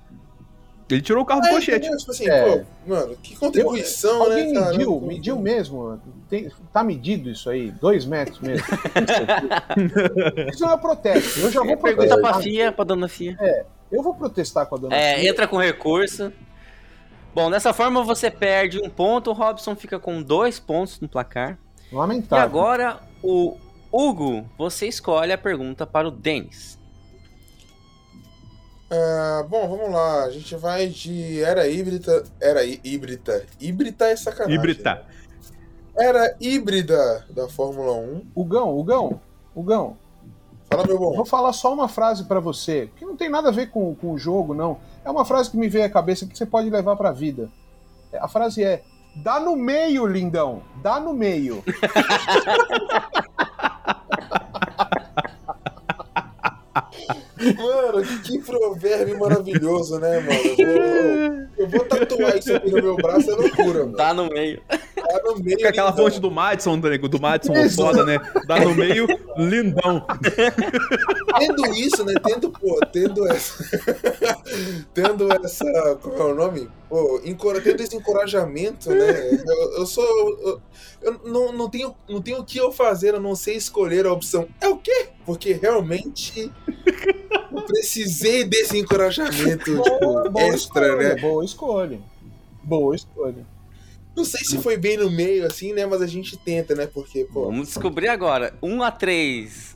S5: Ele tirou o carro do
S4: É,
S5: colchete.
S4: entendeu? Tipo assim,
S2: então, É.
S4: pô, mano, que contribuição,
S2: Alguém
S4: né, cara?
S2: mediu,
S4: Então,
S2: mediu mesmo. Tem- tá medido isso aí, dois metros mesmo. isso não é protesto. Eu já vou
S1: Pergunta pra
S2: protestar.
S1: FIA, pra dona FIA.
S2: Eu vou protestar
S5: Então,
S2: com a dona.
S1: É,
S5: assim,
S2: Fia.
S1: entra com recurso. Bom, dessa forma você perde um ponto, o Robson fica com dois pontos no placar. E
S5: Tá.
S2: Lamentável.
S1: agora, o Hugo, você escolhe a pergunta para o Denis.
S4: Ah, bom, vamos lá. A gente vai de era híbrida. Era hí- híbrida. Híbrida é sacanagem.
S5: Híbrida.
S4: Era híbrida da Fórmula 1.
S2: Ugão, Ugão, Ugão.
S4: Fala, meu
S2: Eu
S4: bom.
S2: Vou falar só uma frase pra você, que não tem nada a ver com, com o jogo, não. É uma frase que me veio à cabeça que você pode levar pra vida. É, A frase é: dá no meio, lindão, dá no meio.
S4: Mano, que- que provérbio maravilhoso, né, mano? Eu vou, eu vou tatuar isso aqui no meu braço, é loucura, mano.
S1: Tá no meio.
S4: Tá no meio.
S5: Fica aquela
S4: lindão.
S5: fonte do Madison, Drego, do Madison
S2: Isso.
S5: foda, né? Dá no meio, lindão.
S4: Tendo isso, né? Tendo, pô, tendo essa. tendo essa. Como é o nome? Pô, encora- tendo esse encorajamento, né? Eu, eu sou. Eu, eu não, não, tenho, não tenho o que eu fazer, eu não sei escolher a opção. É o quê? Porque realmente. eu precisei desse encorajamento tipo, extra,
S2: escolha,
S4: né?
S2: boa escolha. Boa escolha.
S4: Não sei se foi bem no meio, assim, né? Mas a gente tenta, né? Porque, pô.
S1: Vamos descobrir agora. 1 um a 3,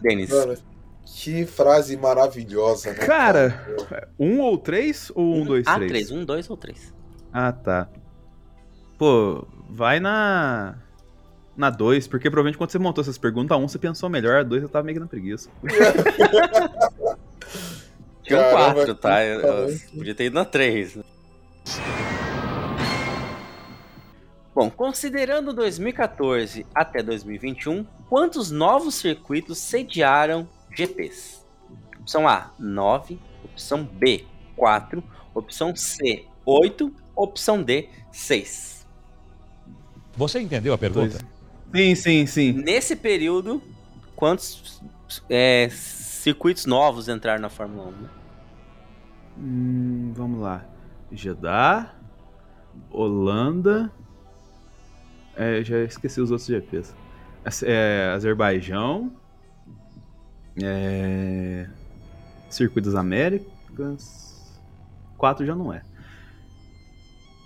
S1: Denis.
S4: Mano, Que frase maravilhosa, né?
S5: Cara, um ou três ou um, dois,
S1: ah,
S5: três?
S1: três. Um, dois ou três.
S5: Ah, tá. Pô, vai na. Na 2, porque provavelmente quando você montou essas perguntas, a 1 um você pensou melhor, a 2 eu tava meio que na preguiça.
S1: Tinha um
S4: Caramba,
S1: quatro, tá? Eu, eu
S4: caramba.
S1: podia ter ido na três. né? Bom, considerando 2014 até 2021, quantos novos circuitos sediaram GPs? Opção A, 9. Opção B, 4. Opção C, 8. Opção D, 6.
S3: Você entendeu a pergunta?
S5: é. Sim, sim, sim.
S1: Nesse período, quantos é, circuitos novos entraram na Fórmula 1? né?
S5: Hum, vamos lá. Jeddah, Holanda. É, eu já esqueci os outros GPs. As- É, Azerbaijão. É, Circuito das Américas. 4 já não é.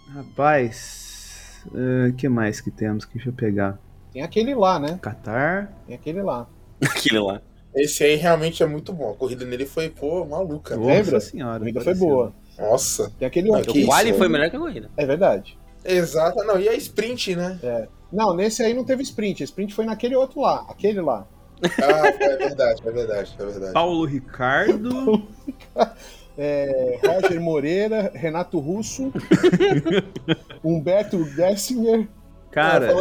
S5: Rapaz. O que mais que temos? que Deixa eu pegar.
S2: Tem aquele lá, né?
S5: Catar.
S2: Tem aquele lá.
S1: Aquilo lá.
S4: Esse aí realmente é muito bom. A corrida nele foi, pô, maluca. né?
S2: Lembra?
S5: Nossa senhora.
S2: A corrida foi
S5: parecia.
S2: boa.
S4: Nossa.
S2: Tem aquele lá.
S4: Aqui.
S1: O
S4: Que
S1: quali
S4: isso,
S1: foi
S4: hein?
S1: melhor que a corrida.
S2: É verdade.
S4: Exato. Não, e a sprint, né?
S2: É. Não, nesse aí não teve sprint. Sprint foi naquele outro lá. Aquele lá.
S4: Ah, é verdade, é verdade, é verdade.
S5: Paulo Ricardo.
S2: É, Roger Moreira, Renato Russo, Humberto Gessinger. É,
S5: Cara.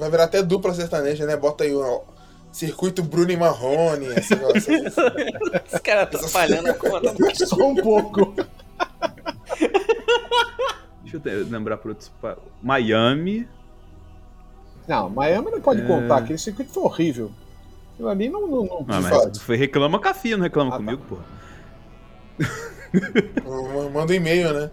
S4: Vai virar até dupla sertaneja, né? Bota aí o circuito Bruno e Marrone, esse negócio.
S1: Os caras atrapalhando tá a conta.
S2: Só um pouco.
S5: Deixa eu te- lembrar por outros. pa- Miami.
S2: Não, Miami não pode
S5: É.
S2: contar. Aquele circuito foi horrível. Aquilo ali não. não, não-
S5: Ah, mas
S4: fato.
S5: foi reclama com a FIA, não reclama
S2: Ah, tá.
S5: comigo, porra.
S4: Manda um e-mail, né?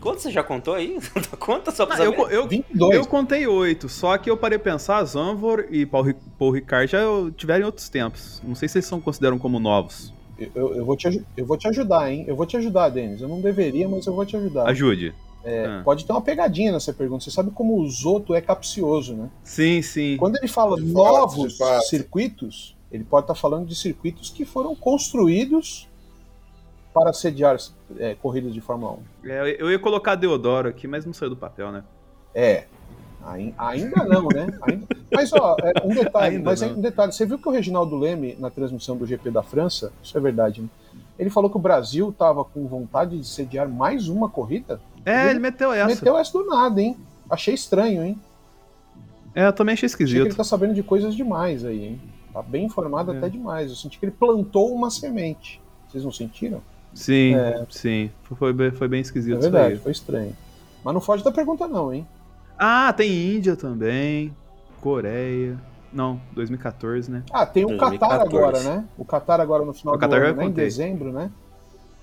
S1: Quanto você já contou aí? Conta só pra
S5: Ah, eu,
S1: saber.
S5: co- eu,
S2: 22.
S5: eu contei oito, só que eu parei pra pensar, Zanvor e Paul, Ri- Paul Ricard já tiveram em outros tempos. Não sei se eles são consideram como novos.
S2: Eu, eu- eu vou te, aju- eu vou te ajudar, hein? Eu vou te ajudar, Denis. Eu não deveria, mas eu vou te ajudar.
S5: Ajude. Ah.
S2: Pode ter uma pegadinha nessa pergunta. Você sabe como o Zoto é capcioso, né?
S5: Sim, sim.
S2: Quando ele fala
S4: De fato,
S2: novos
S4: de fato.
S2: circuitos, ele pode estar falando de circuitos que foram construídos para sediar é, corridas de Fórmula 1.
S5: É, eu ia colocar Deodoro aqui, mas não saiu do papel, né?
S2: É. Ai- Ainda não, né? Ainda- Mas, ó, é, um detalhe,
S5: Ainda
S2: mas é
S5: não.
S2: um detalhe. Você viu que o Reginaldo Leme, na transmissão do GP da França, isso é verdade, né? Ele falou que o Brasil estava com vontade de sediar mais uma corrida?
S5: É,
S2: Ele
S5: ele meteu essa.
S2: Meteu essa do nada, hein? Achei estranho, hein?
S5: É, eu também achei
S2: Achei que
S5: esquisito.
S2: ele tá sabendo de coisas demais aí, hein? Tá bem informado
S5: É.
S2: até demais. Eu senti que ele plantou uma semente. Vocês não sentiram?
S5: Sim, sim. Foi, bem- foi bem esquisito
S2: é
S5: isso
S2: verdade,
S5: aí.
S2: foi estranho. Mas não foge da pergunta, não, hein?
S5: Ah, tem Índia também. Coreia. Não, 2014, né?
S2: Ah, tem o Qatar
S1: 2014.
S2: agora, né? O Qatar agora no final
S5: O Qatar
S2: do
S5: eu
S2: ano, né? Em
S5: contei.
S2: dezembro, né?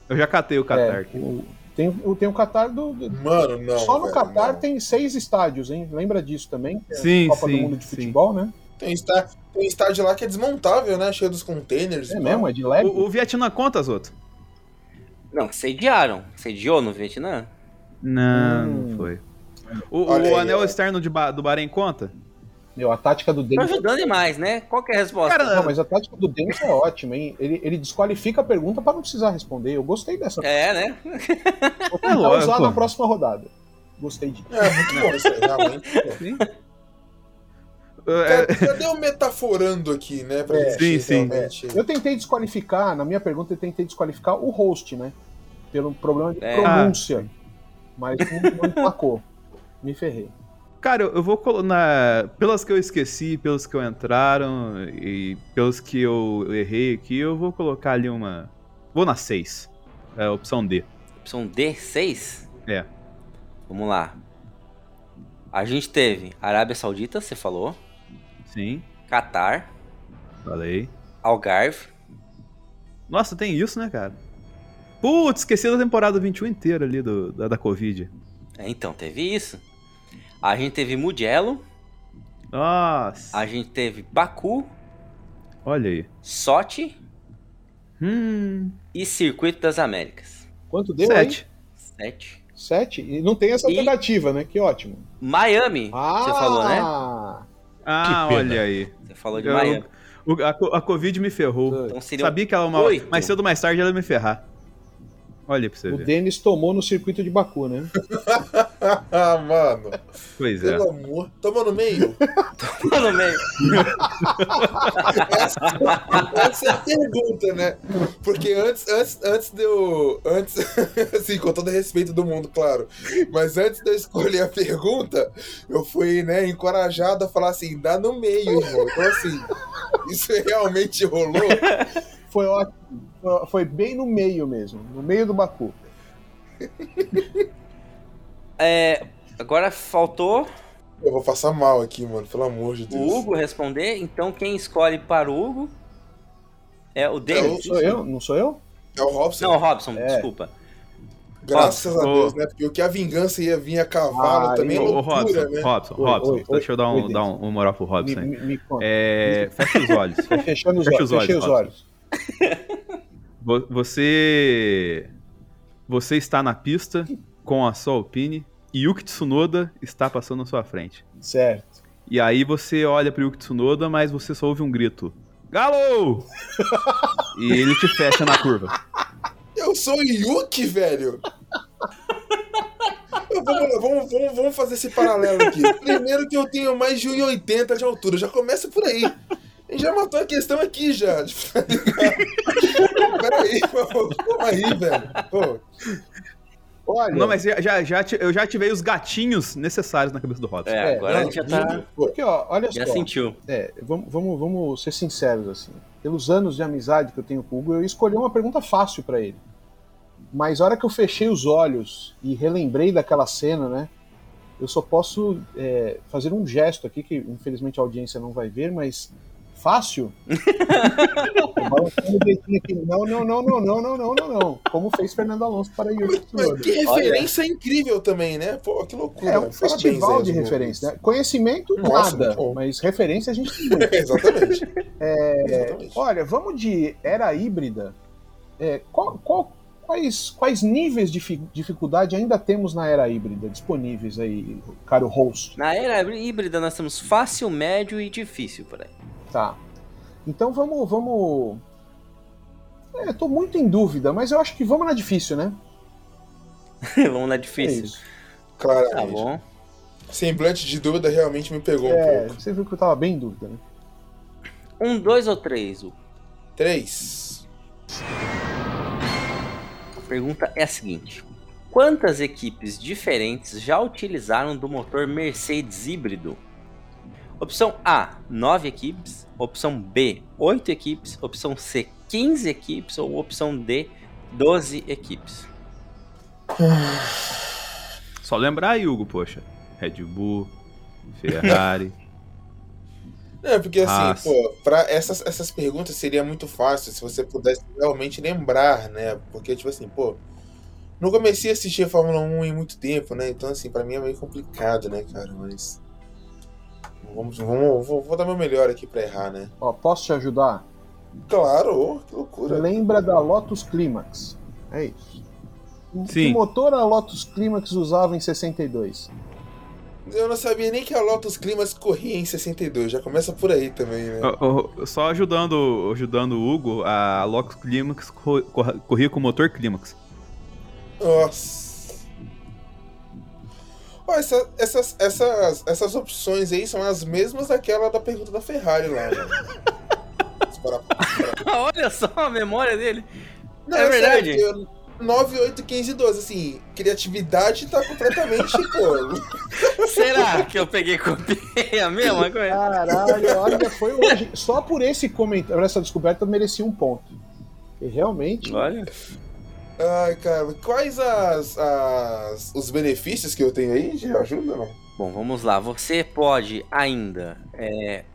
S5: Eu já catei o Qatar
S2: É,
S5: aqui.
S2: o- tem, o- tem o Qatar do. do-
S4: Mano, não.
S2: só no
S4: velho,
S2: Qatar
S4: não.
S2: tem seis estádios, hein? Lembra disso também? é
S5: Sim,
S2: Copa
S5: sim,
S2: do Mundo de
S5: sim.
S2: Futebol, né?
S4: Tem, está, tem estádio lá que é desmontável, né? Cheio dos containers.
S2: É mesmo, é de leve.
S5: O, o Vietnã conta, Zoto?
S1: Não, sediaram. Sediou no Vietnã?
S5: Não,
S2: Hum.
S5: não foi. O,
S4: Olha
S5: o
S4: aí,
S5: anel
S4: ó.
S5: externo de Ba- do Bahrein conta?
S2: Meu, a tática do
S1: Tá
S2: Denis.
S1: ajudando demais, né? Qual que é a resposta?
S5: Cara,
S2: Não, mas a tática do Denis é ótima, hein? Ele, ele desqualifica a pergunta para não precisar responder. Eu gostei dessa.
S1: É, né?
S2: Vou tentar
S5: é lógico,
S2: usar
S5: pô.
S2: na próxima rodada. Gostei disso.
S4: É, muito bom isso aí, realmente.
S5: Sim. é,
S4: Cadê- Cadê o metaforando aqui, né? Pra
S2: É,
S4: gente
S5: sim,
S4: realmente-
S2: Eu tentei desqualificar, na minha pergunta, eu tentei desqualificar o host, né? Pelo problema de
S1: É.
S2: pronúncia. Mas não, não emplacou. Me ferrei.
S5: Cara, eu eu vou colocar. Pelas que eu esqueci, pelos que eu entraram e pelos que eu errei aqui, eu vou colocar ali uma. Vou na 6. É, opção D.
S1: Opção D6?
S5: É.
S1: Vamos lá. A gente teve Arábia Saudita, você falou.
S5: Sim,
S1: Catar,
S5: falei.
S1: Algarve.
S5: Nossa, tem isso, né, cara? Putz, esqueci da temporada 21 inteira ali do, da, da Covid.
S1: É, então, teve isso. A gente teve Mugello.
S5: Nossa,
S1: A gente teve Baku,
S5: olha aí.
S1: Sochi
S5: Hum,
S1: e Circuito das Américas.
S2: Quanto deu? aí?
S5: 7.
S1: Sete.
S2: Sete? E não tem essa
S1: E-
S2: alternativa, né? Que ótimo.
S1: Miami, você falou, né?
S5: Ah,
S3: Que pena.
S5: olha aí.
S1: Você falou de
S5: Eu-
S1: Miami.
S5: O- a, co- a Covid me ferrou.
S1: Então seria
S5: Sabia que ela uma hora,
S1: oito.
S5: mais cedo ou mais tarde ela ia me ferrar. Olha aí pra você
S2: O
S5: ver.
S2: Denis tomou no circuito de Baku, né?
S4: ah, mano.
S5: Pois é.
S4: Pelo amor. Toma no meio.
S1: no meio.
S4: Essa é a pergunta, né? Porque antes, antes, antes de eu. Antes, assim, com todo o respeito do mundo, claro. Mas antes de eu escolher a pergunta, eu fui, né, encorajado a falar assim, dá no meio, irmão. Então, assim, isso realmente rolou?
S2: Foi ótimo. Foi- Foi bem no meio mesmo, no meio do Baku.
S1: É, agora faltou
S4: Eu vou passar mal aqui, mano, pelo amor de
S1: o
S4: Deus.
S1: Hugo responder. Então quem escolhe para o Hugo é o
S4: É o-
S2: Não
S1: Denis.
S2: sou eu? Não sou eu?
S4: É o Robson.
S1: Não, o Robson,
S2: É.
S1: desculpa.
S4: Graças a
S5: Robson.
S4: Deus, né? Porque o que a vingança ia vir a cavalo
S2: Ah,
S4: também é
S5: Ô, ô,
S4: loucura,
S5: Robson,
S4: né?
S5: Robson,
S2: Oi,
S5: Robson,
S2: oi, oi,
S5: deixa eu dar, um,
S2: oi,
S5: dar um, um moral pro
S2: Me,
S5: Robson aí.
S2: me, me conta.
S5: É, fecha os olhos. fecha-
S2: Fechando os
S5: fecha
S2: olhos.
S5: os olhos,
S2: Fechei os
S5: Robson.
S2: olhos.
S5: vo- Você. Você está na pista com a sua Alpine e Yuki Tsunoda está passando na sua frente.
S2: Certo.
S5: E aí você olha pro Yuki Tsunoda, mas você só ouve um grito. Galo! e ele te fecha na curva.
S4: Eu sou Yuki, velho! Eu- Vamos, lá, vamos, vamos, vamos fazer esse paralelo aqui. Primeiro que eu tenho mais de 1,80 de altura, já começa por aí. E já matou a questão aqui, já. Peraí, pô, calma aí, velho. Pô,
S2: Olha,
S5: Não, mas já, já, já ti- eu já ativei os gatinhos necessários na cabeça do Robson.
S1: É,
S2: É,
S1: agora
S4: não,
S1: ele já tá.
S4: pô,
S2: aqui, ó, olha
S1: Já
S2: só.
S1: sentiu.
S2: É, vamos, vamos, vamos ser sinceros assim. Pelos anos de amizade que eu tenho com o Hugo, eu escolhi uma pergunta fácil para ele. Mas a hora que eu fechei os olhos e relembrei daquela cena, né? Eu só posso é, fazer um gesto aqui que infelizmente a audiência não vai ver, mas fácil. Eu balançando o dedinho aqui, não, não, não, não, não, não, não, não, não. Como fez Fernando Alonso para Yuri
S4: mas
S2: Tsunoda.
S4: que referência incrível também, né? Pô, que loucura.
S2: É um
S4: Parabéns
S2: festival
S4: aí,
S2: de
S4: Edmundo.
S2: referência, né? Conhecimento
S4: Nossa,
S2: nada,
S4: muito bom.
S2: mas referência a gente tem.
S4: Exatamente.
S2: É,
S4: Exatamente.
S2: Olha, vamos de era híbrida. É, qual- qual- quais, quais níveis de fi- dificuldade ainda temos na era híbrida disponíveis aí, caro host?
S1: Na era híbrida nós temos fácil, médio e difícil por aí.
S2: Tá. Então vamos. vamos... É, eu tô muito em dúvida, mas eu acho que vamos na difícil, né?
S1: Vamos na
S2: É
S1: difícil.
S2: isso.
S4: Claramente.
S1: tá bom.
S4: Semblante de dúvida realmente me pegou um
S2: É,
S4: pouco.
S2: você viu que eu tava bem em dúvida, né?
S1: Um, dois ou três, Hugo?
S4: Três.
S1: A pergunta é a seguinte: Quantas equipes diferentes já utilizaram do motor Mercedes híbrido? Opção A, 9 equipes. Opção B, 8 equipes. Opção C, 15 equipes. Ou opção D, 12 equipes.
S5: Só lembrar aí, Hugo, poxa. Red Bull, Ferrari.
S4: É, porque assim,
S5: Ah,
S4: pô, pra essas, essas perguntas seria muito fácil se você pudesse realmente lembrar, né? Porque, tipo assim, pô, não comecei a assistir a Fórmula 1 em muito tempo, né? Então, assim, pra mim é meio complicado, né, cara? Mas. Vamos, vamos, vou, vou dar meu melhor aqui pra errar, né?
S2: Ó, posso te ajudar?
S4: Claro, ô, que loucura.
S2: Lembra da Lotus Climax. É isso. O-
S5: Sim.
S2: Que motor a Lotus Climax usava em 62?
S4: Eu não sabia nem que a Lotus Climas corria em 62, já começa por aí também, né?
S5: Ó, ó, Só ajudando, ajudando o Hugo, a Lox Climax co- corra- corria com o motor Climax.
S4: Nossa. Ó, essa- essas, essas, essas opções aí são as mesmas daquela da pergunta da Ferrari lá. né? Se parar pra-
S1: Olha só a memória dele.
S4: Não,
S1: É
S4: sério,
S1: verdade.
S4: porque eu- 9, 8, 15 e 12. Assim, criatividade tá completamente. pô,
S1: Será que eu peguei e copiei a mesma coisa?
S2: Caralho, olha, foi hoje. Só por esse comentário, por essa descoberta, eu mereci um ponto. E realmente.
S1: Olha.
S4: Ai, cara, quais as, as- os benefícios que eu tenho aí de ajuda? Não?
S1: Bom, vamos lá. Você pode ainda é,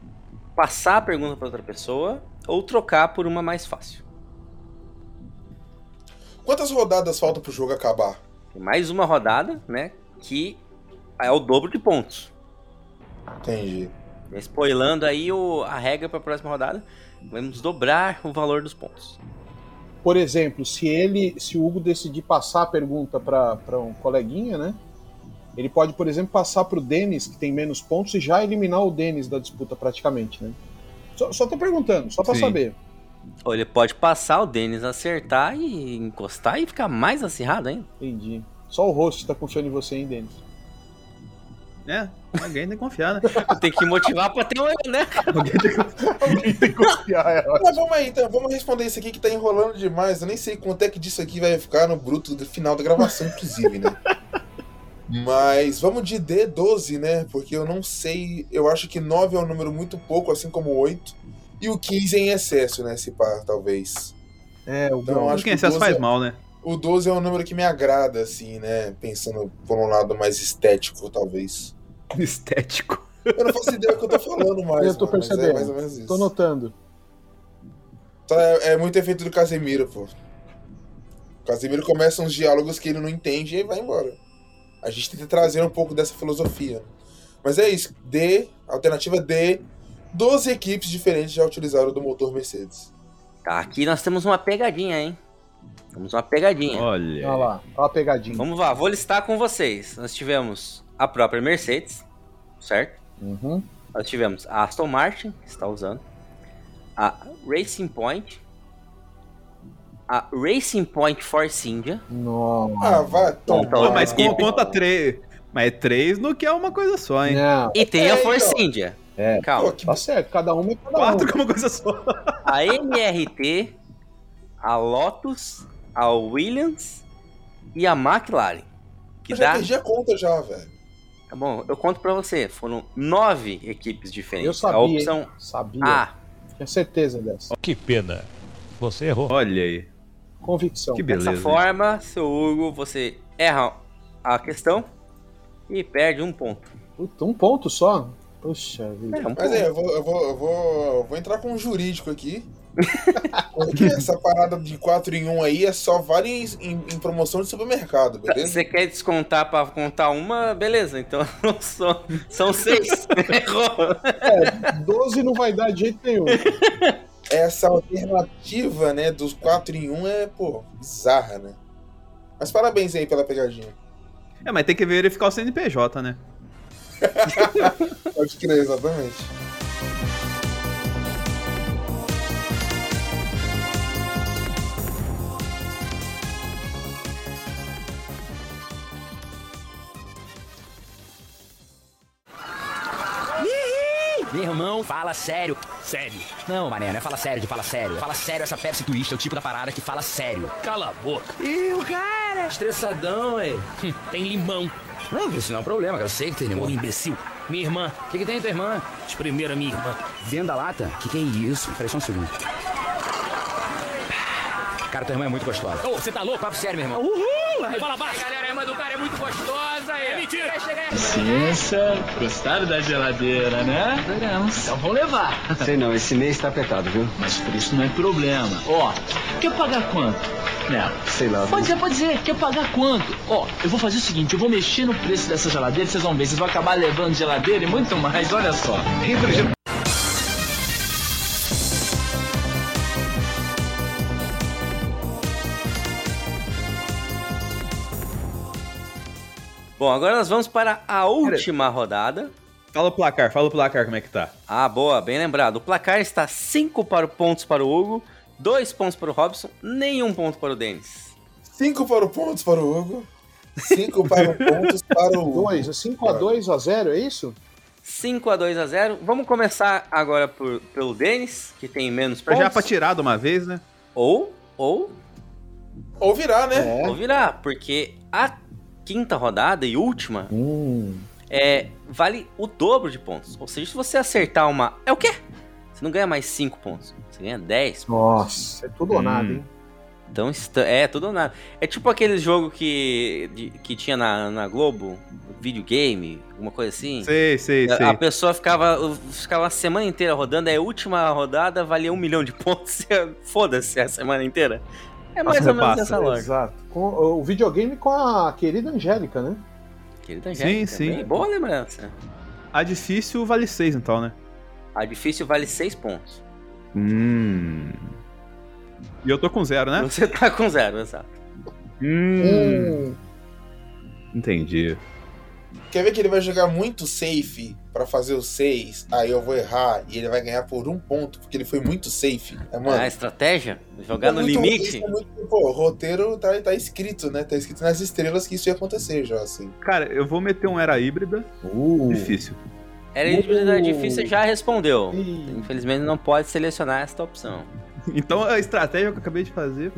S1: passar a pergunta para outra pessoa ou trocar por uma mais fácil.
S4: Quantas rodadas faltam pro jogo acabar?
S1: Tem mais uma rodada, né? Que é o dobro de pontos.
S4: Entendi.
S1: Spoilando aí o- a regra para a próxima rodada, vamos dobrar o valor dos pontos.
S2: Por exemplo, se ele, se o Hugo decidir passar a pergunta para um coleguinha, né? Ele pode, por exemplo, passar para o Denis, que tem menos pontos, e já eliminar o Denis da disputa praticamente, né? Só, só tô perguntando, só pra
S5: Sim.
S2: saber.
S1: Ou ele pode passar o Denis acertar e encostar e ficar mais acirrado ainda.
S2: Entendi. Só o host tá confiando em você, hein, Denis?
S5: É, alguém tem que confiar, né?
S1: Tem que motivar pra ter um, né?
S4: Mas vamos aí, então, vamos responder isso aqui que tá enrolando demais. Eu nem sei quanto é que disso aqui vai ficar no bruto do final da gravação, inclusive, né? Mas vamos de D12, né? Porque eu não sei. Eu acho que 9 é um número muito pouco, assim como 8. E o 15 é em excesso, né? Se pá, talvez.
S2: É, o
S4: Então,
S2: Gon.
S4: acho
S5: Acho que
S4: que
S5: em excesso faz
S4: doze-
S5: mal, né?
S4: O 12 é um número que me agrada, assim, né? Pensando por um lado mais estético, talvez.
S5: Estético.
S4: Eu não faço ideia do que eu tô falando mais.
S2: Eu tô
S4: mano, mas
S2: percebendo.
S4: É mais ou menos isso.
S2: Tô notando.
S4: Tá, é, é muito efeito do Casemiro, pô. O Casemiro começa uns diálogos que ele não entende e aí vai embora. A gente tenta trazer um pouco dessa filosofia. Mas é isso. D, alternativa D, 12 equipes diferentes já utilizaram do motor Mercedes.
S1: Tá, aqui nós temos uma pegadinha, hein? Temos uma pegadinha.
S5: Olha.
S2: Olha lá, olha a pegadinha.
S1: Vamos lá, vou listar com vocês. Nós tivemos a própria Mercedes, certo?
S2: Uhum.
S1: Nós tivemos a Aston Martin, que está usando, a Racing Point, a Racing Point Force India.
S2: Não.
S4: Ah, vai, toma.
S1: Então,
S5: Pô, mas
S1: equipe.
S5: com, conta três. Mas três não que é uma coisa só, hein?
S2: Não,
S1: E tem
S4: É,
S1: a Force
S4: então.
S1: India.
S2: É.
S1: Calma.
S4: Pô, que
S2: tá certo, cada uma é cada uma.
S5: Quatro que é uma coisa só.
S1: A MRT, a Lotus, a Williams e a McLaren. Que
S4: eu já
S1: dá.
S4: perdi a conta já, velho.
S1: Tá bom, eu conto pra você. Foram nove equipes diferentes.
S2: Eu sabia,
S1: A opção
S2: Sabia,
S5: Ah,
S1: A.
S2: tinha certeza dessa.
S3: Que pena. Você errou.
S5: Olha aí.
S2: Convicção.
S5: Que
S1: Dessa
S5: beleza. hein?
S1: forma, seu Hugo, você erra a questão e perde um ponto.
S2: Puta, um ponto só? Puxa
S1: É,
S2: vida.
S1: um
S4: Mas
S1: ponto.
S4: é, eu vou, eu vou, eu vou, eu vou entrar com um jurídico aqui. Porque essa parada de 4 em 1 aí é só vale em, em- em promoção de supermercado,
S1: Tá,
S4: beleza?
S1: Você quer descontar pra contar uma? Beleza, então são, são seis. Errou.
S2: 12 não vai dar de jeito nenhum. Um
S4: essa alternativa, né, dos 4 em 1 é, pô, bizarra, né? Mas parabéns aí pela pegadinha.
S5: É, mas tem que verificar o CNPJ, né?
S4: Pode crer, exatamente.
S8: Meu irmão, fala sério. Sério? Não, mané, não é fala sério, de fala sério. Fala sério essa Pepsi Twist, é o tipo da parada que fala sério. Cala a boca. Ih, o cara! Estressadão, hein? tem limão. Não, isso não é um problema, cara. Eu sei que tem limão. Ô, imbecil. Minha irmã. O que, que tem tua irmã? Espremer a minha irmã. Venda lata? Que que é isso? Peraí, só um segundo. Cara, tua irmã é muito gostosa. Ô, você tá louco? Papo sério, meu irmão. Uhul! Fala baixo. Galera, a irmã do cara é muito gostosa. É mentira.
S9: Ciência, gostaram da geladeira, né? Adoramos. Então vão levar. Sei não, esse mês está apertado, viu? Mas por isso não é problema. Ó, quer pagar quanto? Né? Sei lá. Pode ser, pode ser. Quer pagar quanto? Ó, eu vou fazer o seguinte, eu vou mexer no preço dessa geladeira, vocês vão ver, vocês vão acabar levando geladeira e muito mais, olha só.
S1: Bom, agora nós vamos para a última rodada.
S5: Fala o placar, fala o placar como é que tá.
S1: Ah, boa, bem lembrado. O placar está 5 para o pontos para o Hugo, 2 pontos para o Robson, nenhum ponto para o Denis.
S4: 5 para o pontos para o Hugo. 5 para o pontos para o Hugo.
S2: 2, 5 assim, a 2 a 0, é isso?
S1: 5 a 2 a 0. Vamos começar agora por- pelo Denis, que tem menos
S5: Pra
S1: pontos.
S5: Tá já pra tirar de uma vez, né?
S1: Ou, ou,
S4: Ou virar, né?
S2: É.
S1: ou virar, porque a quinta rodada e última
S2: Hum.
S1: é, vale o dobro de pontos. Ou seja, se você acertar uma. É o quê? Você não ganha mais 5 pontos, você ganha 10
S2: Nossa, é tudo ou nada, hein?
S1: Então, esta- é, tudo ou nada. É tipo aquele jogo que, de- que tinha na, na Globo, videogame, alguma coisa assim.
S5: Sei, sei,
S1: A-
S5: sei.
S1: A pessoa ficava, ficava a semana inteira rodando, aí a última rodada valia um milhão de pontos. Foda-se a semana inteira. É mais
S5: Passa,
S1: ou menos
S5: passa.
S1: essa lógica.
S2: Exato. Com, o videogame com a querida Angélica, né?
S1: Querida
S5: Sim,
S1: Jéssica,
S5: sim.
S1: é bem Boa lembrança.
S5: A difícil vale seis, então, né?
S1: A difícil vale seis pontos.
S5: Hum. E eu tô com zero, né?
S1: Você tá com zero, exato.
S5: Hum. Entendi.
S4: Quer ver que ele vai jogar muito safe pra pra fazer o 6, aí eu vou errar e ele vai ganhar por um ponto, porque ele foi muito safe. É, mano,
S1: Ah, estratégia? Jogar
S4: é
S1: no
S4: muito-
S1: limite?
S4: isso é muito- pô, o roteiro tá, tá escrito, né? Tá escrito nas estrelas que isso ia acontecer já, assim.
S5: Cara, eu vou meter um era híbrida.
S2: Uh.
S5: Difícil.
S1: Era híbrida difícil, já respondeu.
S2: Ih.
S1: Infelizmente não pode selecionar esta opção.
S5: Então a estratégia que eu acabei de fazer.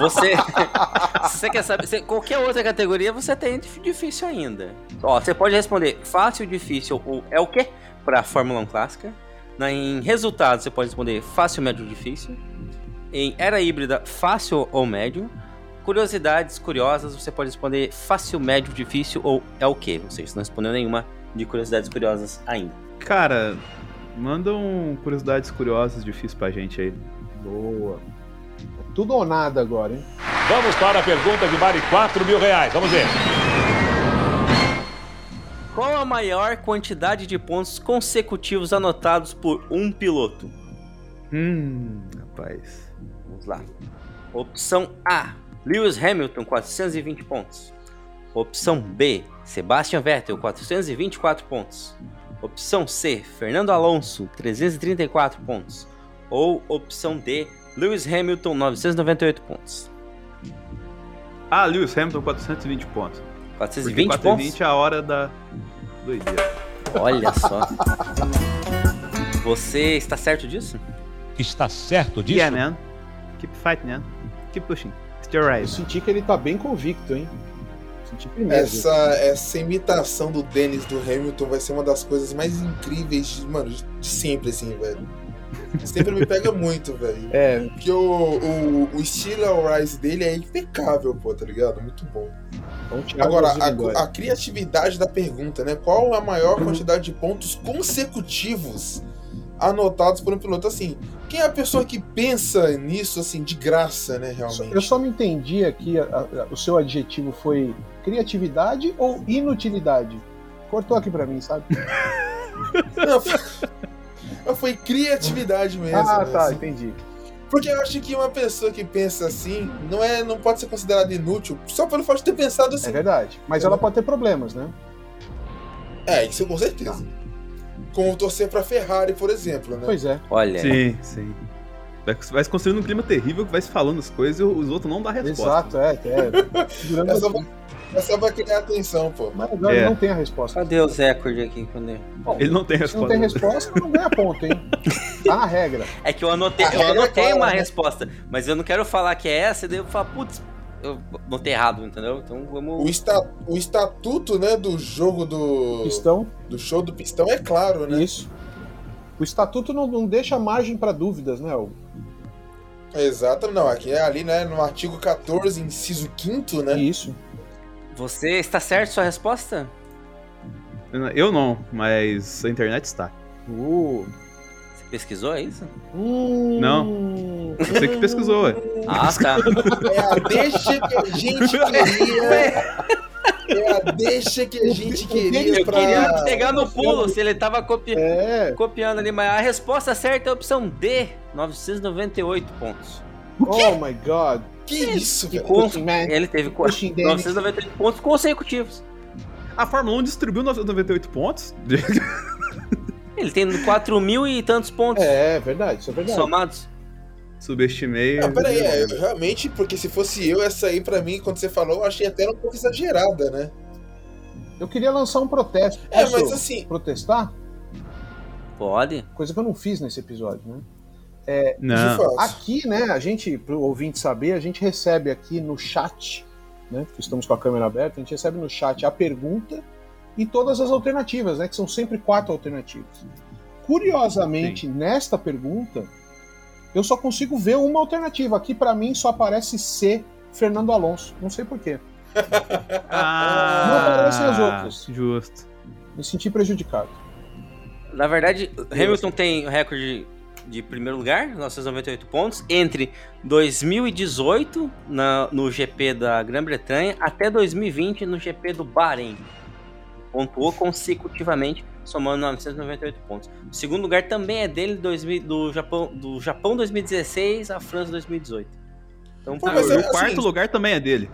S1: Você, se você quer saber, se- qualquer outra categoria você tem dif- difícil ainda. Ó, você pode responder fácil, difícil ou é o quê para Fórmula 1 clássica. Na, em resultado você pode responder fácil, médio, difícil. Em era híbrida, fácil ou médio. Curiosidades curiosas, você pode responder fácil, médio, difícil ou é o quê? Vocês não respondeu nenhuma de curiosidades curiosas ainda.
S5: Cara, mandam curiosidades curiosas difíceis pra gente aí.
S2: Boa. Tudo ou nada agora, hein?
S3: Vamos para a pergunta que vale 4 mil reais. Vamos ver.
S1: Qual a maior quantidade de pontos consecutivos anotados por um piloto?
S5: Hum, rapaz.
S1: Vamos lá. Opção A: Lewis Hamilton, 420 pontos. Opção B: Sebastian Vettel, 424 pontos. Opção C: Fernando Alonso, 334 pontos. Ou opção D: Lewis Hamilton, 998 pontos.
S5: Ah, Lewis Hamilton, 420 pontos. Porque
S1: 420 pontos?
S5: 420 é a hora da. Doideira.
S1: Olha só. Você está certo disso?
S3: Está certo disso?
S5: Yeah, man. né? Keep fighting, man. Keep pushing. Stay
S2: Eu
S5: right.
S2: senti que ele tá bem convicto, hein? Senti é primeiro.
S4: Essa, essa imitação do Dennis do Hamilton vai ser uma das coisas mais incríveis, de, mano, de de sempre, assim, velho. Sempre me pega muito, velho.
S2: É,
S4: Porque o, o, o estilo ao Rise dele é impecável, pô, tá ligado? Muito bom.
S2: vamos tirar
S4: Agora,
S2: os bigode.
S4: a, a criatividade da pergunta, né? Qual a maior quantidade de pontos consecutivos anotados por um piloto? Assim, quem é a pessoa que pensa nisso, assim, de graça, né,
S2: Só- Eu
S4: realmente?
S2: só não entendi aqui, a- a- o seu adjetivo foi criatividade ou inutilidade? Cortou aqui pra mim, sabe?
S4: Não, foi- Não, foi criatividade mesmo.
S2: ah,
S4: né,
S2: tá,
S4: assim.
S2: entendi.
S4: Porque eu acho que uma pessoa que pensa assim não, é, não pode ser considerada inútil só pelo fato de ter pensado
S2: É
S4: assim.
S2: verdade. Mas ela pode ter problemas, né?
S4: É, isso com certeza. Como torcer pra Ferrari, por exemplo, né?
S2: Pois é.
S1: Olha.
S5: Sim, sim. Vai, vai se construindo um clima terrível que vai se falando as coisas e os outros não dão resposta.
S2: Exato, é. é. Segurando
S4: Essa
S2: assim,
S4: vai, essa vai criar atenção, pô.
S2: Mas agora
S5: É.
S2: não tem a resposta.
S1: Cadê os recordes aqui? Cadê?
S5: Ele não tem
S2: Se
S5: resposta.
S2: não tem resposta, não ganha ponto, hein? Tá na regra.
S1: É que eu anotei,
S4: A
S1: eu
S4: regra
S1: anotei
S4: é clara,
S1: uma
S4: né?
S1: resposta, mas eu não quero falar que é essa, e daí eu falo, putz, eu anotei errado, entendeu? Então
S4: O,
S1: vamos.
S4: esta, o estatuto, né, do jogo do,
S2: Pistão,
S4: do show do pistão é claro, né?
S2: isso. O estatuto não, não deixa margem pra dúvidas, né? O-
S4: Exato, não, aqui é ali, né, no artigo 14, inciso 5 né?
S2: Isso.
S1: Você está certo sua resposta?
S5: Eu não, mas a internet está.
S2: Uh.
S1: Você pesquisou é isso?
S2: Hum.
S5: Não. Você que pesquisou, ué.
S1: Ah, tá.
S4: É a deixa que a gente queria. É a deixa que a gente queria
S1: Eu
S4: pra.
S1: queria pegar no pulo se ele tava copi-
S2: É.
S1: copiando ali, mas a resposta certa é a opção D, 998 pontos.
S2: Oh my god.
S4: Que isso,
S2: Que
S4: velho?
S2: co-
S1: Com-
S2: Pushing man.
S1: Ele teve co-
S2: Pushing damage.
S1: 998 pontos consecutivos.
S5: A Fórmula 1 distribuiu 998 pontos.
S1: Ele tem 4 mil e tantos pontos
S2: É, é verdade, isso é verdade.
S1: somados.
S5: Subestimei.
S4: Não, peraí, é, eu realmente, porque se fosse eu, essa aí pra mim, quando você falou, eu achei até um pouco exagerada, né?
S2: Eu queria lançar um protesto.
S4: É,
S2: Posso
S4: mas assim-
S2: protestar?
S1: Pode?
S2: Coisa que eu não fiz nesse episódio, né?
S4: De
S5: Não. Ah,
S4: fato.
S2: Aqui, né, a gente, pro ouvinte saber, a gente recebe aqui no chat, né, porque estamos com a câmera aberta, a gente recebe no chat a pergunta e todas as alternativas, né, que são sempre quatro alternativas. Curiosamente, nesta pergunta, eu só consigo ver uma alternativa. Aqui, pra mim, só aparece C, Fernando Alonso. Não sei porquê.
S5: Ah,
S2: Não aparecem as outras.
S5: Justo.
S2: Me senti prejudicado.
S1: Na verdade, Hamilton tem o recorde de primeiro lugar, 998 pontos, entre 2018 na- no GP da Grã-Bretanha até 2020 no GP do Bahrein. Pontuou consecutivamente, somando 998 pontos. O segundo lugar também é dele 2000 do Japão, do Japão 2016 à França 2018. Então,
S4: Pô,
S5: Ah,
S4: mas
S5: e
S4: é
S5: o
S4: assim-
S5: quarto lugar também é dele.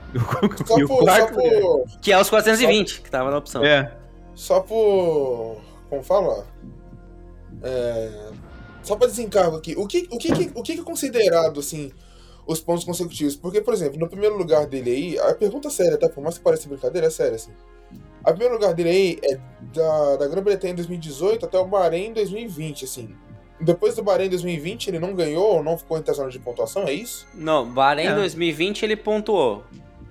S4: Só
S5: E o
S4: por, só
S1: é
S4: é
S5: quarto lugar.
S4: por,
S1: que é os 420 que tava na opção.
S5: É.
S4: só por Vamos falar. É, Só pra desencargo aqui, o que, o, que, que- o que que é considerado, assim, os pontos consecutivos? Porque, por exemplo, no primeiro lugar dele aí, a pergunta é séria, tá? Por mais que pareça brincadeira, é séria, assim. O primeiro lugar dele aí é da, da Grã-Bretanha em 2018 até o Bahrein em 2020, assim. Depois do Bahrein em 2020, ele não ganhou, não ficou entre a zona de pontuação, é isso?
S1: Não, Bahrein
S5: É.
S1: 2020 ele pontuou.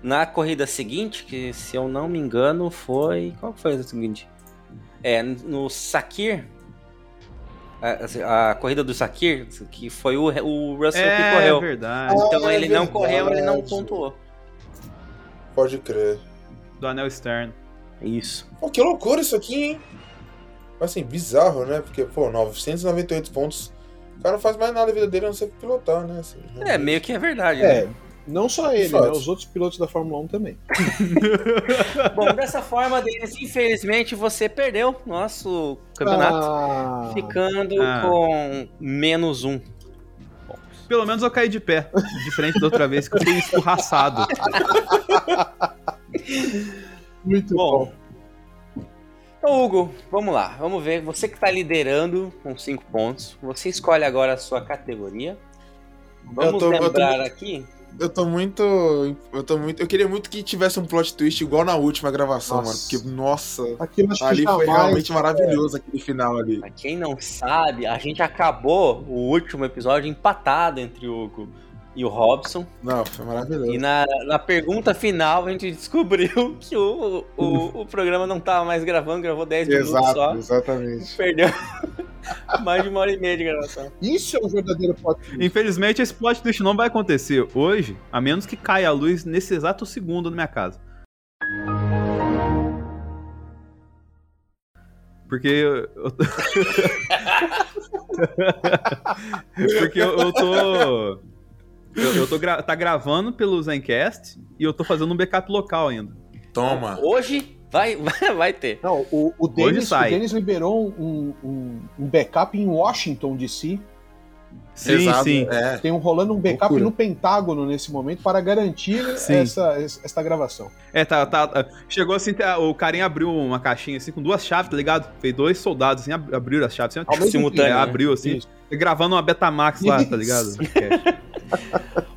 S1: Na corrida seguinte, que se eu não me engano foi. Qual que foi a seguinte? É, no Sakir. A, a corrida do Sakir, que foi o, o Russell que
S5: É,
S1: correu.
S5: verdade.
S1: Então
S4: Ah, é
S1: ele não correu, ele não
S4: verdade.
S1: pontuou.
S4: Pode crer.
S5: Do anel externo.
S1: Isso.
S4: Pô, que loucura isso aqui, hein? Mas assim, bizarro, né? Porque, pô, 998 pontos. O cara não faz mais nada da vida dele a não ser pilotar, né? Assim,
S1: É, meio que é verdade, né?
S2: É, não só ele,
S4: Fato.
S2: né? Os outros pilotos da Fórmula 1 também.
S1: Bom, dessa forma, Denis, infelizmente você perdeu nosso campeonato,
S2: Ah,
S1: ficando
S5: Ah.
S1: com menos um.
S5: Pelo menos eu caí de pé, diferente da outra vez que eu fui escorraçado.
S2: muito bom.
S1: Então, Hugo, vamos lá, vamos ver. Você que está liderando com cinco pontos, você escolhe agora a sua categoria.
S4: Eu
S1: Vamos
S4: tô- eu tô
S1: lembrar né?
S4: muito-
S1: aqui.
S4: Eu tô muito. Eu tô muito. Eu queria muito que tivesse um plot twist igual na última gravação,
S2: Nossa.
S4: mano. Porque, nossa,
S2: Aqui eu acho que
S4: ali foi
S2: jamais-
S4: realmente maravilhoso aquele final ali.
S1: Pra quem não sabe, a gente acabou o último episódio empatado entre o Hugo e o Robson.
S4: Não, foi maravilhoso.
S1: E na, na pergunta final a gente descobriu que o, o, o programa não tava mais gravando, gravou 10 minutos só.
S4: Exato, exatamente.
S1: Perdeu mais de uma hora e meia de gravação.
S2: Isso é um verdadeiro plot twist.
S5: Infelizmente, esse plot twist não vai acontecer hoje, a menos que caia a luz nesse exato segundo na minha casa. Porque eu. eu tô- Porque eu, eu tô. Eu, eu tô gra- tá gravando pelo Zencast e eu tô fazendo um backup local ainda.
S4: Toma.
S1: Hoje vai, vai, vai ter.
S2: Não, o, o, Dennis, o
S5: sai.
S2: Dennis liberou um, um, um backup em Washington, DC.
S5: Sim,
S4: Exato,
S5: sim.
S4: É.
S2: Tem um rolando um backup
S4: Loucura.
S2: no Pentágono nesse momento para garantir
S5: Sim.
S2: essa, es- esta gravação.
S5: É, tá, tá, tá. Chegou assim, tá, o carinha abriu uma caixinha assim com duas chaves, tá ligado? Fez dois soldados assim, ab- abriram as chaves assim,
S2: Ao mesmo
S1: Simultâneo,
S5: É,
S1: né?
S5: abriu assim,
S2: Isso.
S5: gravando uma Betamax lá, tá ligado?
S2: Isso.
S5: É.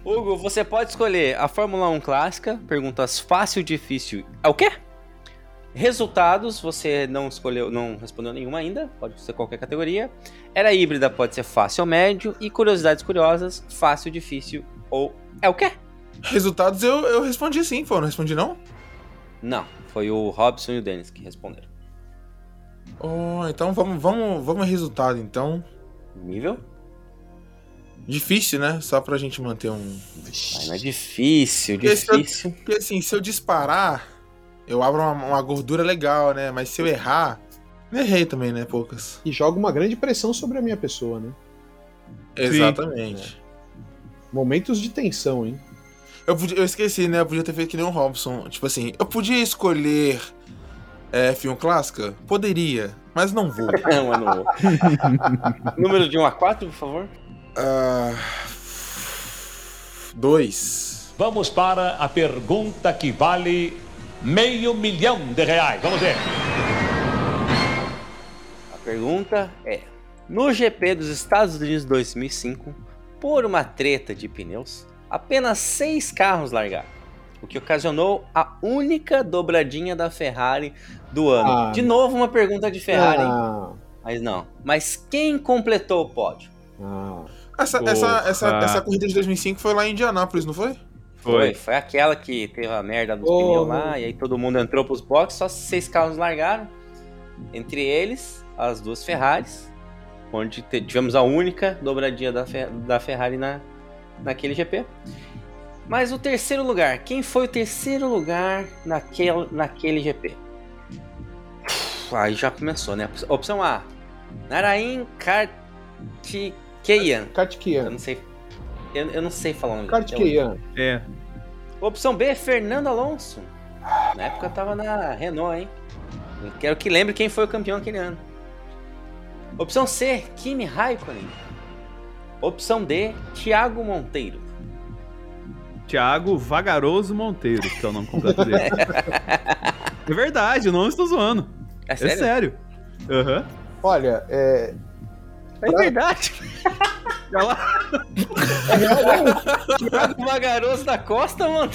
S1: Hugo, você pode escolher a Fórmula 1 clássica, perguntas fácil, difícil. É o quê? Resultados, você não escolheu, não respondeu nenhuma ainda, pode ser qualquer categoria. Era híbrida, pode ser fácil ou médio. E curiosidades curiosas, fácil, difícil ou. É o quê?
S4: Resultados eu, eu respondi sim, pô. Não respondi não?
S1: Não, foi o Robson e o Dennis que responderam.
S4: Oh, então vamos, vamos, vamos a resultado, então.
S1: Nível?
S4: Difícil, né? Só pra gente manter um.
S1: Ai, não é difícil,
S4: Esse é o-
S1: difícil.
S4: Porque assim, se eu disparar, eu abro uma, uma gordura legal, né? Mas se eu errar. eu Errei também, né? Poucas.
S2: E joga uma grande pressão sobre a minha pessoa, né?
S4: Exatamente.
S2: Momentos de tensão, hein?
S4: Eu, podia- eu esqueci, né? Eu podia ter feito que nem o Robson. Tipo assim, eu podia escolher é, F1 clássica? Poderia, mas não vou.
S1: Não, mas não vou. um Número de 1 a 4, por favor.
S4: Ah, dois.
S3: Vamos para a pergunta que vale meio milhão de reais. Vamos ver.
S1: A pergunta é: No GP dos Estados Unidos 2005, por uma treta de pneus, apenas seis carros largaram, o que ocasionou a única dobradinha da Ferrari do ano.
S2: Ah.
S1: de novo, uma pergunta de Ferrari, hein?
S2: Ah,
S1: mas não. Mas quem completou o pódio?
S2: ah.
S4: Essa,
S5: Porra.
S4: essa, essa, essa corrida de 2005 foi lá em Indianápolis, não foi?
S5: Foi.
S1: Foi aquela que teve a merda dos
S2: Oh.
S1: pneus lá, e aí todo mundo entrou pros boxes, só seis carros largaram. Entre eles, as duas Ferraris, onde te- tivemos a única dobradinha da, Fer- da Ferrari na, naquele GP. Mas o terceiro lugar, quem foi o terceiro lugar naquele, naquele GP? Aí já começou, né? Opção A, Narain Kartikeyan. Eu
S2: Kartikeyan.
S1: não sei, eu, eu não sei falar o nome dele.
S2: Kartikeyan.
S5: É.
S1: Opção B, é Fernando Alonso. Na época eu tava na Renault, hein? Eu quero que lembre quem foi o campeão aquele ano. Opção C, Kimi Raikkonen. Opção D, Thiago Monteiro.
S5: Thiago Vagaroso Monteiro, que é o nome completo dele. é verdade, eu não estou zoando.
S1: É
S5: É sério.
S1: sério?
S5: Aham.
S2: Olha, é.
S10: É verdade.
S5: Olha lá.
S10: Thiago Magaroso da Costa, mano.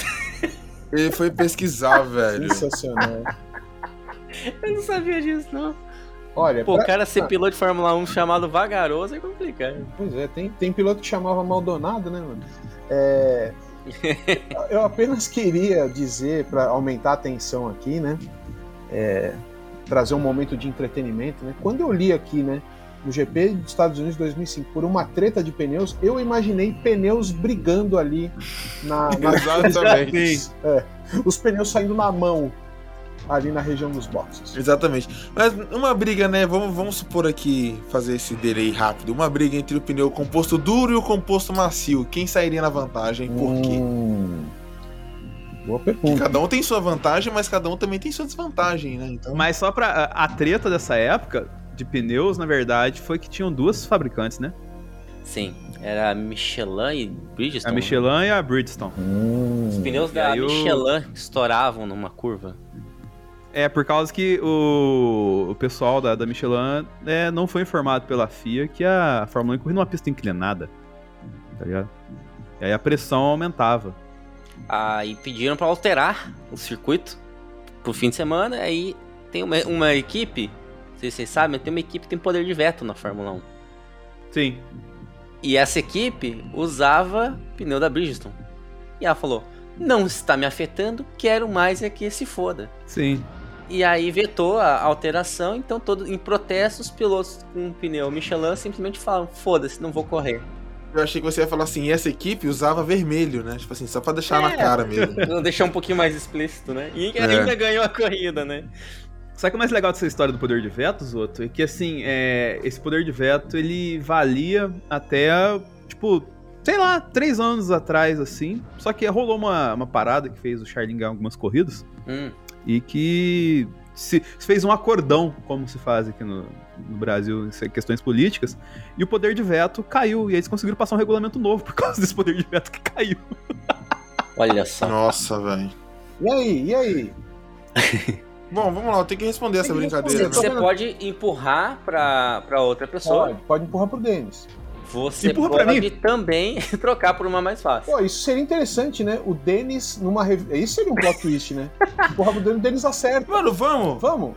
S4: Ele foi pesquisar, velho.
S2: Sensacional.
S10: Eu não sabia disso, não.
S2: Olha,
S1: Pô,
S2: pra-
S1: o cara ser piloto de Fórmula 1 chamado Vagaroso é complicado.
S2: Pois é, tem, tem piloto que chamava Maldonado, né, mano? É, eu apenas queria dizer, para aumentar a tensão aqui, né? é, trazer um momento de entretenimento, né? Quando eu li aqui, né? No GP dos Estados Unidos de 2005, por uma treta de pneus, eu imaginei pneus brigando ali na, na
S4: Exatamente.
S2: É, os pneus saindo na mão ali na região dos boxes.
S4: Exatamente. Mas uma briga, né? Vamos, vamos supor aqui, fazer esse delay rápido. Uma briga entre o pneu composto duro e o composto macio. Quem sairia na vantagem? Por quê?
S2: Hum, boa
S4: Porque
S2: pergunta.
S4: Cada um tem sua vantagem, mas cada um também tem sua desvantagem, né? Então.
S5: Mas só pra. A, a treta dessa época de pneus, na verdade, foi que tinham duas fabricantes, né?
S1: Sim, era a Michelin e
S10: É
S1: Bridgestone. né?
S5: A Michelin e a Bridgestone.
S2: Hum.
S1: Os pneus
S5: E
S1: da
S5: aí o-
S1: Michelin estouravam numa curva.
S5: É, por causa que o, o pessoal da, da Michelin né, não foi informado pela FIA que a Fórmula 1 corria numa pista inclinada. Tá ligado? E aí a pressão aumentava.
S1: Aí pediram pra alterar o circuito pro fim de semana. Aí tem uma, uma equipe, não sei se vocês sabem, tem uma equipe que tem poder de veto na Fórmula 1.
S5: Sim.
S1: E essa equipe usava pneu da Bridgestone. E ela falou: Não está me afetando, quero mais é que se foda.
S5: Sim.
S1: E aí vetou a alteração, então todo, em protesto, os pilotos com pneu Michelin simplesmente falam: Foda-se, não vou correr.
S4: Eu achei que você ia falar assim, e essa equipe usava vermelho, né? Tipo assim, só pra deixar
S2: É.
S4: na cara mesmo.
S1: Vou deixar um pouquinho mais explícito, né? E
S4: É.
S1: ainda ganhou a corrida, né?
S5: Sabe o que é mais legal dessa história do poder de veto, Zoto? É que, assim, é, esse poder de veto, ele valia até, tipo, sei lá, três anos atrás, assim. Só que rolou uma, uma parada que fez o Charlin ganhar algumas corridas
S1: Hum.
S5: e que se, se fez um acordão, como se faz aqui no, no Brasil, em questões políticas, e o poder de veto caiu. E eles conseguiram passar um regulamento novo por causa desse poder de veto que caiu.
S1: Olha só.
S4: Nossa, velho.
S2: E aí, e aí?
S4: Bom, vamos lá, eu tenho que responder essa
S2: Tem que
S4: brincadeira, né?
S2: responder.
S1: Você pode empurrar pra, pra outra pessoa.
S2: Pode, pode empurrar pro Denis.
S1: Você
S5: Empurra pra
S1: pode também trocar por uma mais fácil.
S2: Pô, isso seria interessante, né? O Denis numa rev... Isso seria um plot twist, né? Porra, o Denis- o Denis acerta.
S4: Mano, vamos,
S2: Vamos,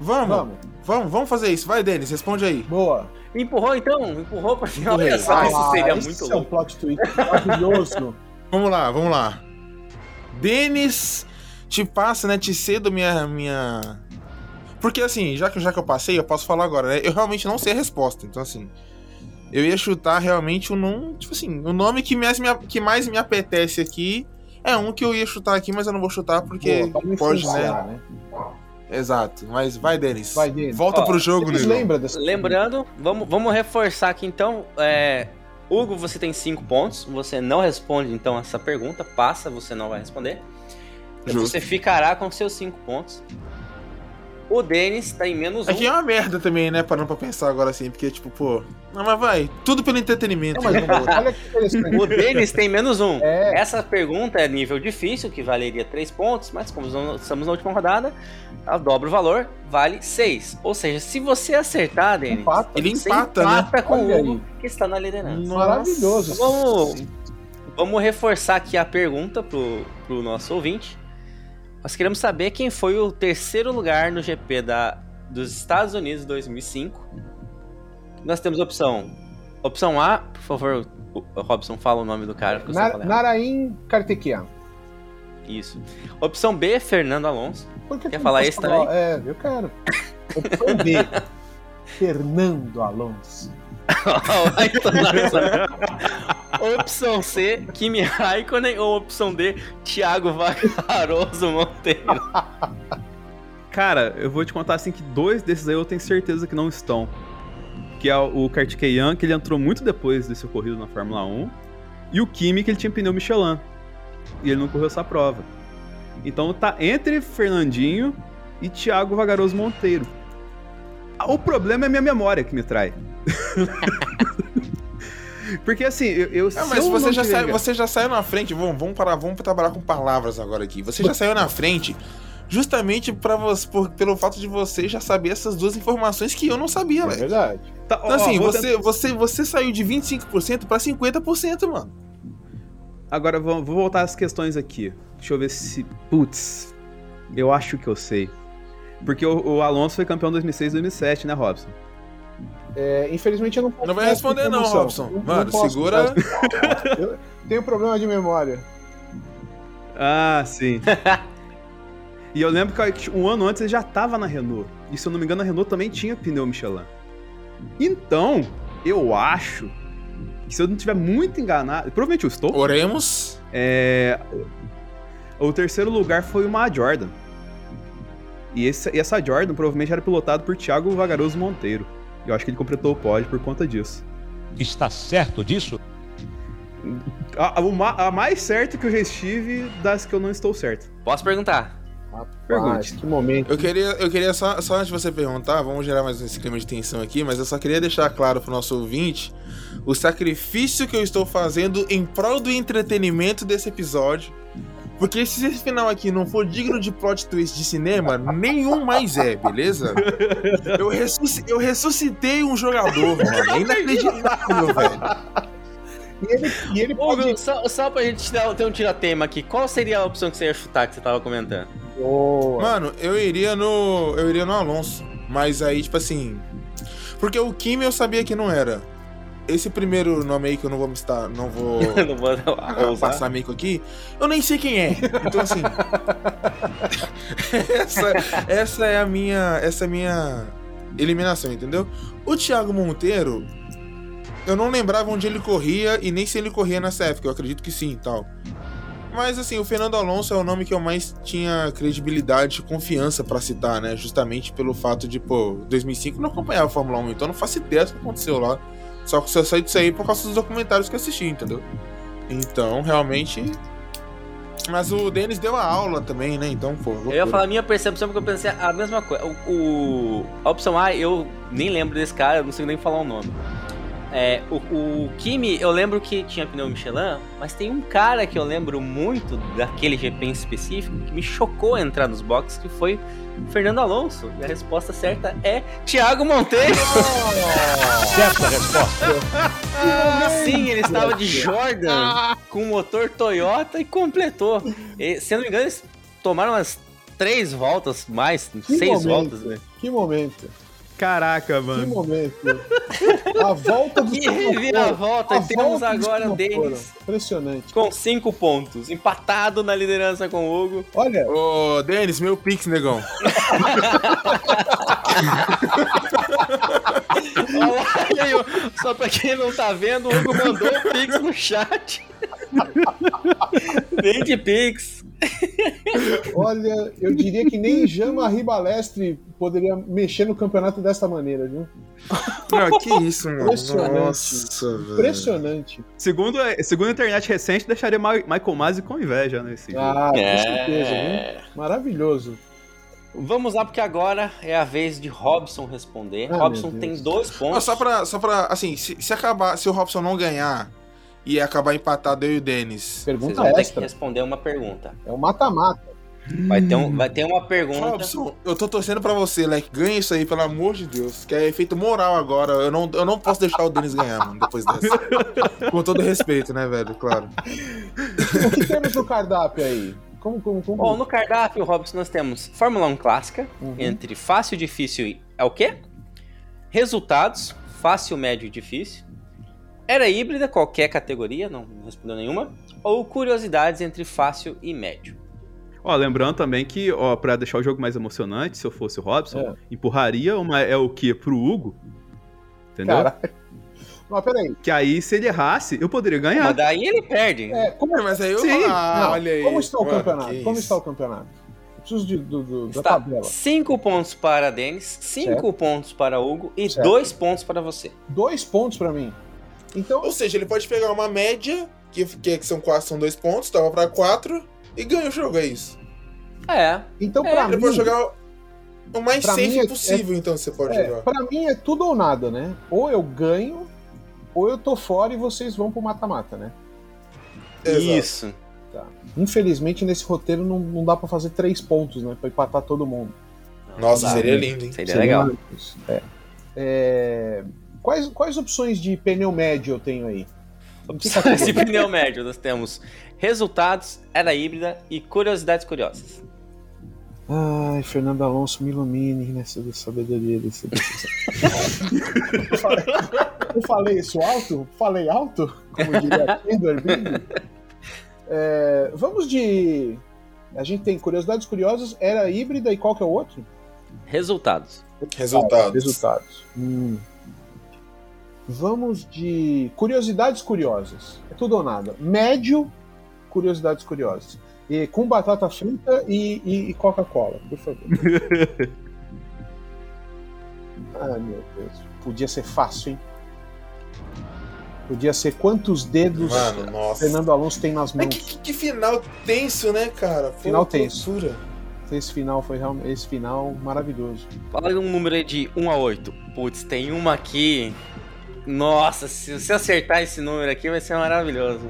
S4: vamos, vamos,
S2: vamos.
S4: vamos, fazer isso. Vai, Denis, responde aí.
S2: Boa.
S1: Empurrou então? Empurrou pra final.
S4: Empurrei.
S1: Olha só, isso seria
S2: esse
S1: muito
S2: é um
S1: louco.
S2: plot twist maravilhoso.
S4: Vamos lá, vamos lá. Denis te passa, né? Te cedo minha. minha... Porque assim, já que, já que eu passei, eu posso falar agora, né? Eu realmente não sei a resposta. Então, assim. Eu ia chutar realmente o nome. Tipo assim, o nome que mais me, a- que mais me apetece aqui é um que eu ia chutar aqui, mas eu não vou chutar porque
S2: Boa, tá pra não
S4: pode, né?
S2: influenciar, né?
S4: Exato. Mas vai, Denis.
S2: Vai, Denis.
S4: Volta
S1: Ó,
S4: pro jogo,
S2: Vocês
S4: Negão.
S2: lembram dessa
S1: Lembrando, vamos, vamos reforçar aqui então. é, Hugo, você tem 5 pontos. Você não responde então essa pergunta. Passa, você não vai responder.
S4: Justo.
S1: Você ficará com seus 5 pontos. O Denis tá em menos um.
S4: Aqui é uma merda também, né? Parando pra pensar agora assim, porque, tipo, pô. Não, mas vai, tudo pelo entretenimento. né?
S2: Não, mas vamos lá. olha que interessante.
S1: O Denis tem menos um.
S2: É.
S1: Essa pergunta é nível difícil, que valeria 3 pontos, mas como não- estamos na última rodada, ela dobra o valor, vale 6. Ou seja, se você acertar, Denis,
S2: Empata.
S4: Ele
S1: você
S4: empata, né?
S1: empata com
S2: Olha
S1: o Hugo, que está na liderança.
S2: Maravilhoso.
S1: Vamos, vamos reforçar aqui a pergunta pro, pro nosso ouvinte. Nós queremos saber quem foi o terceiro lugar no GP da, dos Estados Unidos 2005. Nós temos a opção. Opção A, por favor, o Robson, fala o nome do cara. porque eu sempre
S2: Na,
S1: falo errado.
S2: Narain Kartekian.
S1: Isso. Opção B, Fernando Alonso.
S2: Por que
S1: Quer
S2: tu não
S1: falar
S2: pode
S1: esse também?
S2: É, eu quero. Opção B. Fernando Alonso.
S1: Vai tomar essa- opção C, Kimi Raikkonen. Ou opção D, Thiago Vagaroso Monteiro.
S5: Cara, eu vou te contar assim que dois desses aí eu tenho certeza que não estão. Que é o Kartikeyan, que ele entrou muito depois desse ocorrido na Fórmula 1. E o Kimi, que ele tinha pneu Michelin. E ele não correu essa prova. Então tá entre Fernandinho e Thiago Vagaroso Monteiro. Ah, O problema é minha memória que me trai. Porque assim, eu, eu
S4: Ah,
S5: se
S4: mas
S5: eu
S4: você
S5: não
S4: já,
S5: tiver-
S4: saiu, você já saiu na frente. Vamos, vamos, parar, vamos trabalhar com palavras agora aqui. Você já saiu na frente justamente para você, por- pelo fato de você já saber essas duas informações que eu não sabia, velho.
S2: verdade.
S5: Tá,
S4: Então,
S5: ó,
S4: assim,
S5: vou
S4: você, você, você saiu de 25% pra 50%, mano.
S5: Agora vou, vou voltar às questões aqui. Deixa eu ver se. Putz, eu acho que eu sei. Porque o, o Alonso foi campeão em 2006 e 2007, né, Robson?
S2: É, infelizmente eu não posso.
S4: Não vai
S2: dar
S4: responder não,
S2: informação.
S4: Robson.
S2: Não- não
S4: Mano,
S2: posso-
S4: segura.
S2: Eu tenho problema de memória.
S5: Ah, sim. e eu lembro que um ano antes ele já tava na Renault. E se eu não me engano, a Renault também tinha pneu Michelin. Então, eu acho que se eu não tiver muito enganado, provavelmente eu estou.
S4: Oremos.
S5: É, o terceiro lugar foi uma Jordan. E, esse- e essa Jordan provavelmente era pilotada por Thiago Vagaroso Monteiro. Eu acho que ele completou o pódio por conta disso.
S3: Está certo disso?
S5: A, a- o ma- a mais certa que eu já estive das que eu não estou certo.
S1: Posso perguntar?
S5: Pergunte.
S2: Mas que momento.
S4: Eu queria, eu queria só, só antes de você perguntar, vamos gerar mais esse clima de tensão aqui, mas eu só queria deixar claro pro nosso ouvinte o sacrifício que eu estou fazendo em prol do entretenimento desse episódio. Porque se esse final aqui não for digno de plot twist de cinema, nenhum mais é, beleza? Eu, ressusci- eu ressuscitei um jogador, mano. É inacreditável, velho.
S2: E ele, e ele
S1: Ô,
S2: pode.
S1: Will, só, só pra gente dar- ter um tiratema aqui, qual seria a opção que você ia chutar que você tava comentando?
S2: Boa.
S4: Mano, eu iria no. Eu iria no Alonso. Mas aí, tipo assim. Porque o Kimi eu sabia que não era. Esse primeiro nome aí que eu não vou me estar. Não vou.
S1: Eu não vou não,
S4: ah,
S1: usar.
S4: passar meio aqui, eu nem sei quem é. Então assim. essa, essa é a minha. Essa é a minha eliminação, entendeu? O Thiago Monteiro, eu não lembrava onde ele corria e nem se ele corria nessa época, eu acredito que sim e tal. Mas assim, o Fernando Alonso é o nome que eu mais tinha credibilidade e confiança pra citar, né? Justamente pelo fato de, pô, 2005 eu não acompanhava a Fórmula 1, então eu não faço ideia do que aconteceu lá. Só que eu saí disso aí por causa dos documentários que eu assisti, entendeu? Então, realmente. Mas o Denis deu a aula também, né? Então, pô.
S1: Eu ia
S4: loucura.
S1: falar a minha percepção porque eu pensei a mesma coisa. O, o- a opção A, eu nem lembro desse cara, eu não sei nem falar o nome. É, o, o Kimi, eu lembro que tinha pneu Michelin, mas tem um cara que eu lembro muito daquele GP em específico que me chocou entrar nos boxes, que foi o Fernando Alonso. E a resposta certa é Thiago Monteiro.
S3: Certa resposta.
S1: Sim, assim? ele estava de Jordan com motor Toyota e completou. E, se eu não me engano, eles tomaram umas três voltas mais, seis
S2: momento.
S1: voltas, né?
S2: Que momento.
S5: Caraca,
S2: Que
S5: mano.
S2: momento. A volta do
S1: Que reviravolta,
S2: A
S1: e temos
S2: volta dos
S1: agora o
S2: Singapura.
S1: Denis
S2: Impressionante.
S1: com cinco pontos, empatado na liderança com o Hugo.
S2: Olha,
S4: Ô, Denis, meu pix, negão.
S1: Olha aí, ó, só pra quem não tá vendo, o Hugo mandou o Pix no chat. Nem de Pix.
S2: olha, eu diria que nem Jama Ribalestre poderia mexer no campeonato desta maneira, viu?
S1: Hum,
S4: Não, que isso, mano.
S2: Impressionante.
S4: Nossa, velho.
S2: Impressionante.
S5: Segundo, a- segundo a internet recente, deixaria Ma- Michael Masi com inveja nesse jogo.
S2: Ah,
S1: É.
S2: com certeza, viu? Maravilhoso.
S1: Vamos lá, porque agora é a vez de Robson responder.
S2: Ah,
S1: Robson
S2: meu
S1: tem
S2: Deus.
S1: dois pontos.
S4: Não, só pra, só pra. Assim, se, se acabar. Se o Robson não ganhar e acabar empatado eu e o Denis.
S1: Vocês
S2: Pergunta
S1: vão ter que
S2: extra.
S1: responder uma pergunta.
S2: É o mata-mata.
S1: Vai ter,
S2: Hum.
S1: um- vai ter uma pergunta.
S4: Robson, eu tô torcendo pra você, Leque. Ganha isso aí, pelo amor de Deus. Que é efeito moral agora. Eu não, eu não posso deixar o Denis ganhar, mano, depois dessa. Com todo respeito, né, velho? Claro.
S2: O que temos no cardápio aí? Como, como, como?
S1: Bom, né? no cardápio, Robson, nós temos Fórmula 1 clássica,
S2: Uhum.
S1: entre fácil, difícil e. É o quê? Resultados, fácil, médio e difícil. Era híbrida, qualquer categoria, não respondeu nenhuma. Ou curiosidades entre fácil e médio.
S5: Ó, lembrando também que, ó, pra deixar o jogo mais emocionante, se eu fosse o
S2: É.
S5: Robson, empurraria uma é o que pro Hugo. Entendeu?
S2: Cara. Mas peraí.
S5: Que aí, se ele errasse, eu poderia ganhar.
S1: Mas daí ele perde.
S2: É, como
S4: É, Mas aí eu.
S5: Sim.
S4: Ah,
S2: Não,
S4: olha aí.
S2: Como está o
S4: mano,
S2: campeonato?
S4: que
S2: Como
S4: isso.
S2: está o campeonato? Preciso de- do- do- da
S1: Está
S2: tabela.
S1: 5 pontos para Denis, 5
S2: Certo.
S1: pontos para Hugo e
S2: Certo.
S1: 2 pontos para você.
S2: Dois pontos pra mim. Então,
S4: Ou seja, ele pode pegar uma média, que, que é que são quatro, são dois pontos, tava pra quatro, e ganha o jogo, é isso.
S1: É,
S2: então
S1: É,
S2: pra
S4: Ele
S2: mim,
S4: pode jogar o- o mais
S2: pra
S4: safe
S2: mim é-
S4: possível, então, você
S1: um
S4: pode
S2: é,
S4: jogar.
S2: pra mim é tudo ou nada, né? Ou eu ganho, ou eu tô fora e vocês vão pro mata-mata, né?
S4: Exato.
S1: isso.
S2: Infelizmente, nesse roteiro não, não dá pra fazer três pontos, né? Pra empatar todo mundo.
S4: Nossa,
S2: Não dá,
S4: seria
S2: né?
S4: lindo, hein?
S1: Seria legal.
S2: maravilhoso. É. É, Quais, quais opções de pneu médio eu tenho aí? Em que
S1: Opções de
S2: categoria?
S1: pneu é médio, nós temos resultados, era híbrida e curiosidades curiosas.
S2: Ai, Fernando Alonso, me ilumine nessa sabedoria desse. eu falei isso alto? Falei alto? Como diria aqui do Airbnb? É, vamos de. A gente tem curiosidades curiosas, era híbrida e qual que é o outro?
S1: Resultados.
S4: Resultados.
S2: Resultados. Hum. Vamos de curiosidades curiosas. É tudo ou nada. Médio, curiosidades curiosas. E com batata frita e, e- e Coca-Cola, por favor. Ai, meu Deus. Podia ser fácil, hein? Podia ser quantos dedos
S4: Mano, nossa.
S2: Fernando Alonso tem nas
S4: Mas
S2: mãos.
S4: que, que- que final tenso, né, cara? Pô,
S2: Final
S4: que
S2: tenso.
S4: loucura.
S2: Esse final foi realmente. Esse final maravilhoso.
S1: Fala um número aí de 1 a 8. Putz, tem uma aqui. Nossa, se você acertar esse número aqui vai ser maravilhoso.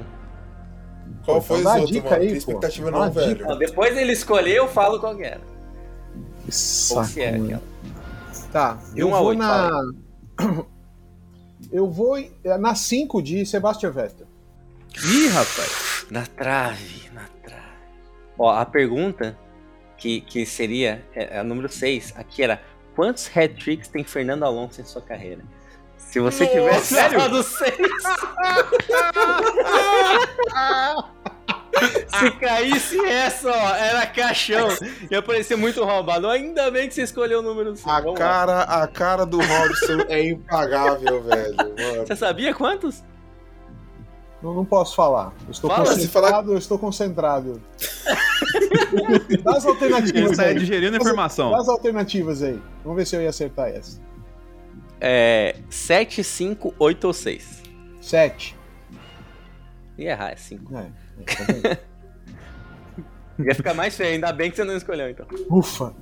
S4: Qual
S2: Pô,
S4: foi
S2: então dá a
S4: os outros,
S2: dica
S4: mano?
S2: aí,
S4: Tem
S2: pô.
S4: expectativa
S2: Dá
S4: não,
S2: uma
S4: velho.
S2: dica.
S1: Não, depois ele escolher, eu falo qual que era.
S2: Que
S1: Ou
S2: saco,
S1: se é
S2: mano.
S1: aquela.
S2: Tá,
S1: De
S2: eu
S1: um a
S2: vou
S1: oito,
S2: na. Eu vou em- na 5 de Sebastian Vettel.
S5: Ih, rapaz.
S1: Na trave, na trave. Ó, a pergunta que, que seria é, é a número 6 aqui era: quantos hat-tricks tem Fernando Alonso em sua carreira? Se você tivesse falado 6. Se caísse essa, ó, era caixão. Ia parecer muito roubado. Ainda bem que você escolheu o número 6.
S4: A cara, a cara do Robson é impagável, velho. Mano.
S1: Você sabia quantos?
S2: Não, não posso falar. Eu estou
S1: Fala,
S4: se
S2: concentrado, eu estou concentrado. Dá as
S5: Ele
S2: alternativas
S5: tá
S2: aí.
S5: digerindo a
S2: Dá
S5: informação.
S2: as alternativas aí. Vamos ver se eu ia acertar essa.
S1: É. 7, 5, 8 ou 6.
S2: 7.
S1: Ia errar, é 5.
S2: É, é, tá bem.
S1: Ia ficar mais feio, ainda bem que você não escolheu, então.
S2: Ufa.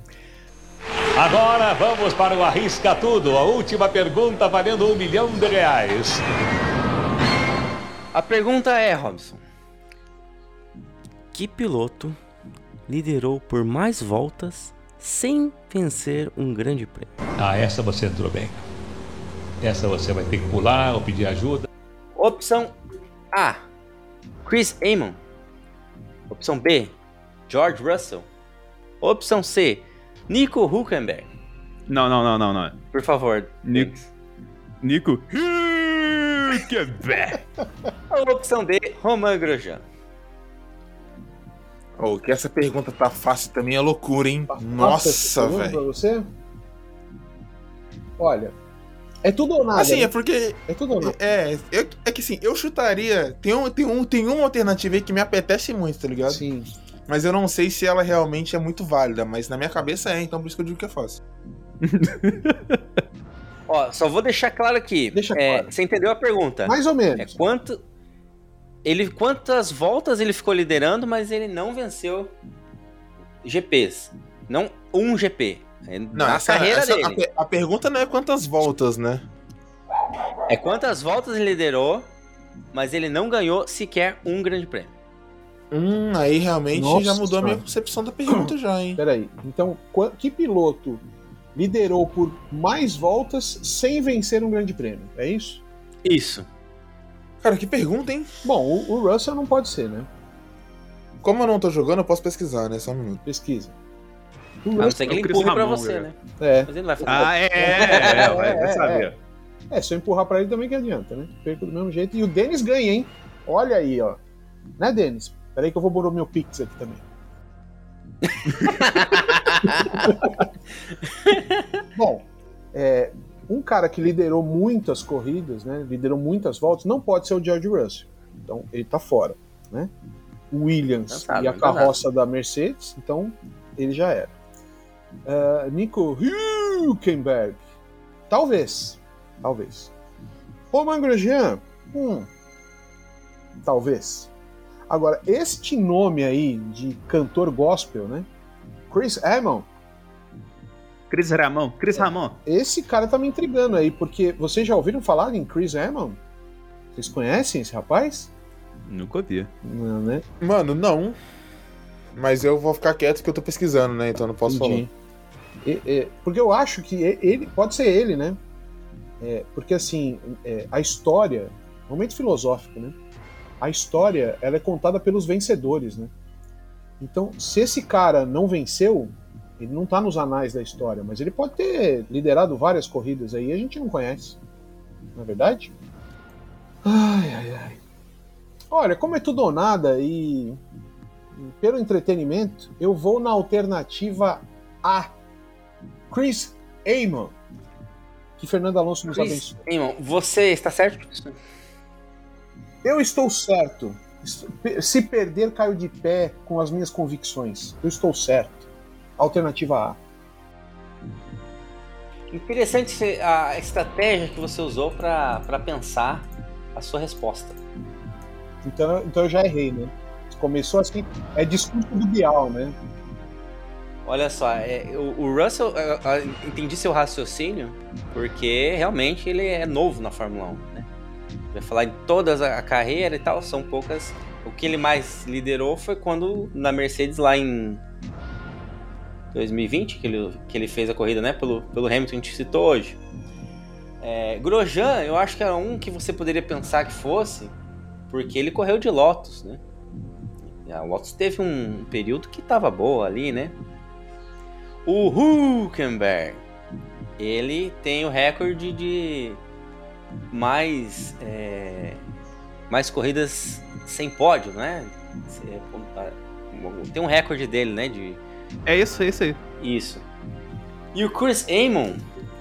S3: Agora vamos para o Arrisca Tudo, a última pergunta valendo um milhão de reais.
S1: A pergunta é, Robson: Que piloto liderou por mais voltas sem vencer um grande prêmio?
S3: Ah, essa você entrou bem. Essa você vai ter que pular ou pedir ajuda.
S1: Opção A: Chris Amon. Opção B: George Russell. Opção C: Nico Huckenberg.
S5: Não, não, não, não, não.
S1: Por favor.
S5: Nico.
S1: Denis.
S5: Nico. Huckenberg.
S1: Ou opção D: Romain Grosjean.
S4: Ô, que essa pergunta tá fácil também é loucura, hein?
S2: essa
S4: Nossa,
S2: pergunta Pra
S4: velho.
S2: você? Olha. É tudo ou nada.
S4: Assim,
S2: né?
S4: é porque.
S2: é... tudo ou nada.
S4: É, eu- é que assim, eu chutaria. Tem, um, tem, um, tem uma alternativa aí que me apetece muito, tá ligado?
S2: Sim.
S4: Mas eu não sei se ela realmente é muito válida, mas na minha cabeça é, então por isso que eu digo que é fácil.
S1: Ó, só vou deixar claro aqui.
S2: Deixa
S1: é,
S2: claro.
S1: Você entendeu a pergunta?
S2: Mais ou
S1: É
S2: menos.
S1: quanto. Ele, quantas voltas ele ficou liderando, mas ele não venceu GPs. Não um GP. É
S4: Não,
S1: na
S4: essa-
S1: carreira
S4: essa- a
S1: dele.
S4: pe- A, pergunta não é quantas voltas, né?
S1: É quantas voltas ele liderou, mas ele não ganhou sequer um grande prêmio.
S4: Hum, aí realmente
S2: Nossa
S4: já mudou a minha
S2: senhora.
S4: concepção da pergunta já, hein?
S2: Peraí, então qua- que piloto liderou por mais voltas sem vencer um grande prêmio? É isso?
S1: Isso.
S4: Cara, que pergunta, hein?
S2: Bom, o, o Russell não pode ser, né?
S4: Como eu não tô jogando, eu posso pesquisar, né? Só um minuto.
S2: Pesquisa. O
S1: A não
S2: Russell,
S1: ser que
S5: É o
S1: ele
S5: Chris
S1: empurre pra
S5: Ramon,
S1: você,
S5: cara.
S1: né?
S2: é,
S1: Mas ele não vai fazer.
S5: Ah, é, é, é, vai, vai saber.
S2: é, se eu empurrar pra ele também que adianta, né? Perco do mesmo jeito. E o Denis ganha, hein? Olha aí, ó. Né, Denis? Peraí que eu vou borrar meu Pix aqui também. Bom, é, um cara que liderou muitas corridas, né? Liderou muitas voltas, não pode ser o George Russell. Então ele tá fora, né? O Williams
S1: Não sabe,
S2: e a
S1: não dá
S2: carroça da Mercedes, então ele já era. Ah, Nico Hülkenberg, talvez, talvez. Romain Grosjean, hum, talvez. Agora, este nome aí de cantor gospel, né? Chris Amon,
S5: Cris Ramon. Cris Ramon.
S2: esse cara tá me intrigando aí, porque vocês já ouviram falar em Chris Amon? Vocês conhecem esse rapaz?
S5: Nunca vi.
S2: Não, né?
S4: Mano, não. Mas eu vou ficar quieto porque eu tô pesquisando, né? Então eu não posso
S2: Entendi. E- é, porque eu acho que e- ele pode ser ele, né? É, porque assim, é, a história, momento filosófico, né? A história, ela é contada pelos vencedores, né? Então, se esse cara não venceu, ele não tá nos anais da história, mas ele pode ter liderado várias corridas aí, e a gente não conhece. Não é verdade? Ai, ai, ai. Olha, como é tudo ou nada e e pelo entretenimento, eu vou na alternativa a Chris Amon. Que Fernando Alonso nos
S1: Chris,
S2: abençoe.
S1: irmão, você está certo?
S2: Eu estou certo. Se perder, caio de pé com as minhas convicções. Eu estou certo. Alternativa A.
S1: Interessante se- a estratégia que você usou pra pra pensar a sua resposta.
S2: Então, então eu já errei, né? Começou assim. É discurso do Bial, né?
S1: Olha só, é, o, o Russell, é, é, entendi seu raciocínio, porque realmente ele é novo na Fórmula 1, né? Vai falar em toda a a carreira e tal, são poucas. O que ele mais liderou foi quando na Mercedes lá em 2020, que ele, que ele fez a corrida, né? Pelo, pelo Hamilton que a gente citou hoje. É, Grosjean, eu acho que era um que você poderia pensar que fosse, porque ele correu de Lotus, né? E A Lotus teve um período que tava boa ali, né? O Huckenberg, ele tem o recorde de mais, é, mais corridas sem pódio, né? Tem um recorde dele, né? De,
S5: É isso, é isso aí.
S1: isso. E o Chris Amon,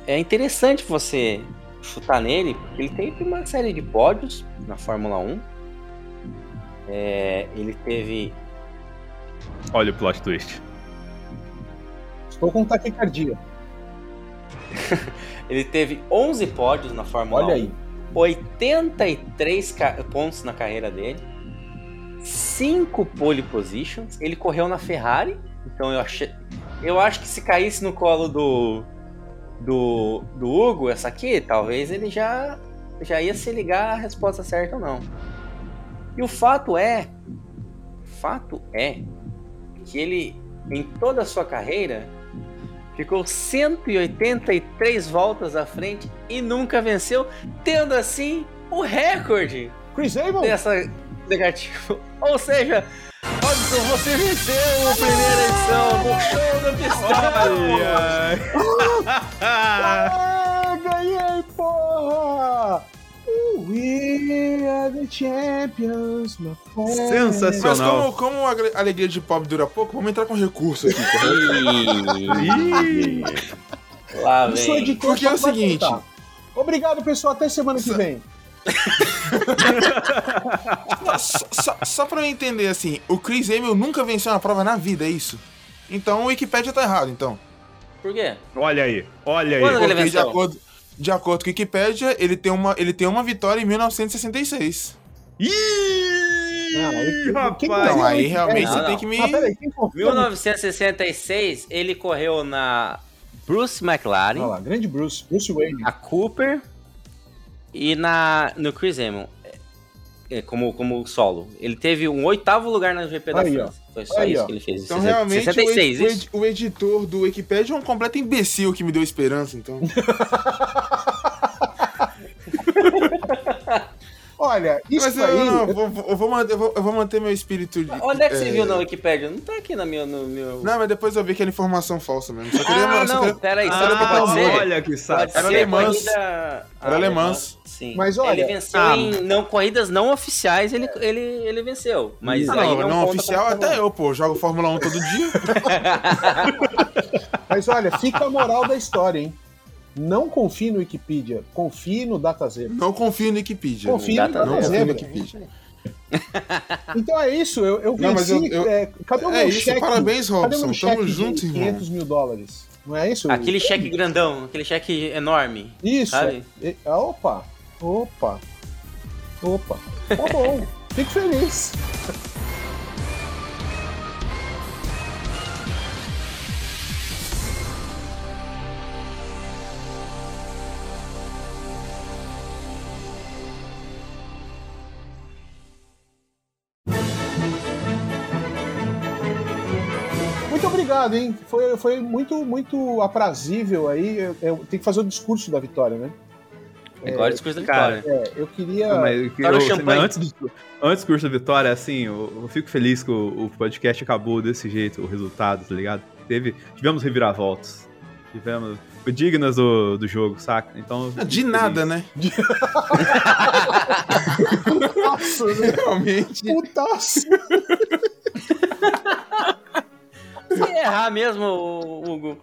S1: é interessante você chutar nele, porque ele teve uma série de pódios na Fórmula 1. É, ele teve.
S5: Olha o plot twist.
S2: Estou com taquicardia.
S1: Ele teve 11 pódios na Fórmula
S2: Olha
S1: 1.
S2: aí.
S1: 83 ca- pontos na carreira dele. 5 pole positions. Ele correu na Ferrari. Então eu achei. Eu acho que se caísse no colo do. do, do Hugo, essa aqui, talvez ele já, já ia se ligar a resposta certa ou não. E o fato é. Fato é que ele, em toda a sua carreira, ficou 183 voltas à frente e nunca venceu, tendo assim o recorde
S2: Chris Amon!
S1: dessa negativa. Ou seja, Robson, você venceu a primeira edição do show da pistola.
S2: Ah, ganhei, porra! Uh, We are the champions, my friend.
S4: falar. Mas
S5: Sensacional.
S4: como, como a agre- alegria de pobre dura pouco, vamos entrar com recurso aqui, correto?
S5: Ih,
S1: Lá
S2: Eu sou
S1: vem.
S2: editor,
S4: Porque é o
S2: vai
S4: seguinte-
S2: contar. Obrigado, pessoal. Até semana que vem.
S4: só, só, só pra eu entender, assim, o Chris Emil nunca venceu uma prova na vida, é isso? Então o Wikipedia tá errado, então.
S1: Por quê?
S5: olha aí, olha aí.
S1: Quando ele
S4: Porque de
S1: venceu?
S4: acordo, de acordo com o Wikipedia, ele tem, uma, ele tem uma vitória em 1966.
S2: Não, ele-
S5: Ih,
S2: ele- quem
S5: rapaz.
S4: Então
S2: ganhou
S4: aí
S2: esse
S4: realmente
S1: não,
S4: você
S1: não.
S4: tem que me...
S2: Ah, peraí, quem confirma?
S1: 1966, ele correu na Bruce McLaren,
S2: Olha lá, grande Bruce, Bruce Wayne.
S1: na Cooper e na no Chris Amon. É, Como, como solo. Ele teve um oitavo lugar na GP da
S2: Aí,
S1: França. Foi só
S2: Aí,
S1: isso
S2: ó.
S1: que ele fez.
S4: Então,
S1: 60-
S4: realmente,
S1: 66,
S4: o,
S1: isso.
S4: ed- o ed- o editor do Wikipedia é um completo imbecil que me deu esperança, então.
S2: Olha, isso
S4: Mas eu,
S2: aí.
S4: não, eu vou, vou- eu vou manter, eu vou- eu vou manter meu espírito de.
S1: Onde é que você
S4: é,
S1: viu na Wikipédia? Não tá aqui na minha, no meu.
S4: Não, mas depois eu vi que era informação falsa mesmo. Só queria, é
S1: ah,
S4: só
S1: não,
S4: queria-
S1: peraí,
S4: só
S1: sabe o que
S4: queria
S5: Ah,
S1: pode ser?
S5: olha que
S1: Pode
S5: saco.
S1: ser
S4: alemãs.
S1: corrida- Ah,
S4: Era alemãs.
S1: Sim.
S2: Mas olha-
S1: ele venceu
S5: Ah.
S1: em não, corridas não oficiais, ele, ele, ele venceu. Mas
S4: Ah,
S1: aí
S4: não,
S1: não,
S4: não
S1: conta
S4: oficial
S1: pra-
S4: até eu, pô. Jogo Fórmula 1 todo dia.
S2: Mas olha, fica a moral da história, hein? Não confie no Wikipedia, confie no DataZero.
S4: Não confio no Wikipedia.
S2: Confie no
S1: Data
S4: Não confio no
S2: DataZero.
S4: Wikipedia.
S2: Então é isso, eu, eu
S4: Não, mas
S2: venci.
S4: eu- eu-
S2: é, cadê o meu
S4: É isso,
S2: cheque?
S4: parabéns,
S2: Cadê o
S4: Robson.
S2: meu
S4: Tamo
S2: cheque
S4: junto,
S2: de
S4: irmão.
S2: 500 mil dólares? Não é isso?
S1: Aquele cheque grandão, aquele cheque enorme.
S2: Isso.
S1: Sabe?
S2: é- é- opa, opa, opa. Tá bom, fico feliz. obrigado, hein? Foi, foi muito, muito aprazível aí. Eu, eu tenho que fazer o discurso da vitória, né?
S1: Agora o discurso da vitória.
S2: É, eu queria.
S5: Não, mas eu-
S1: Tá no
S5: eu-
S1: champanhe.
S5: mas antes, do, antes do curso da vitória, assim, eu, eu fico feliz que o, o podcast acabou desse jeito, o resultado, tá ligado? Teve, tivemos reviravoltas. Tivemos. Foi dignas do, do jogo, saca? Então. eu fico
S4: De
S5: feliz.
S4: nada, né?
S2: Nossa, né?
S4: Realmente.
S2: Putaço.
S10: Se errar mesmo, ô, Hugo.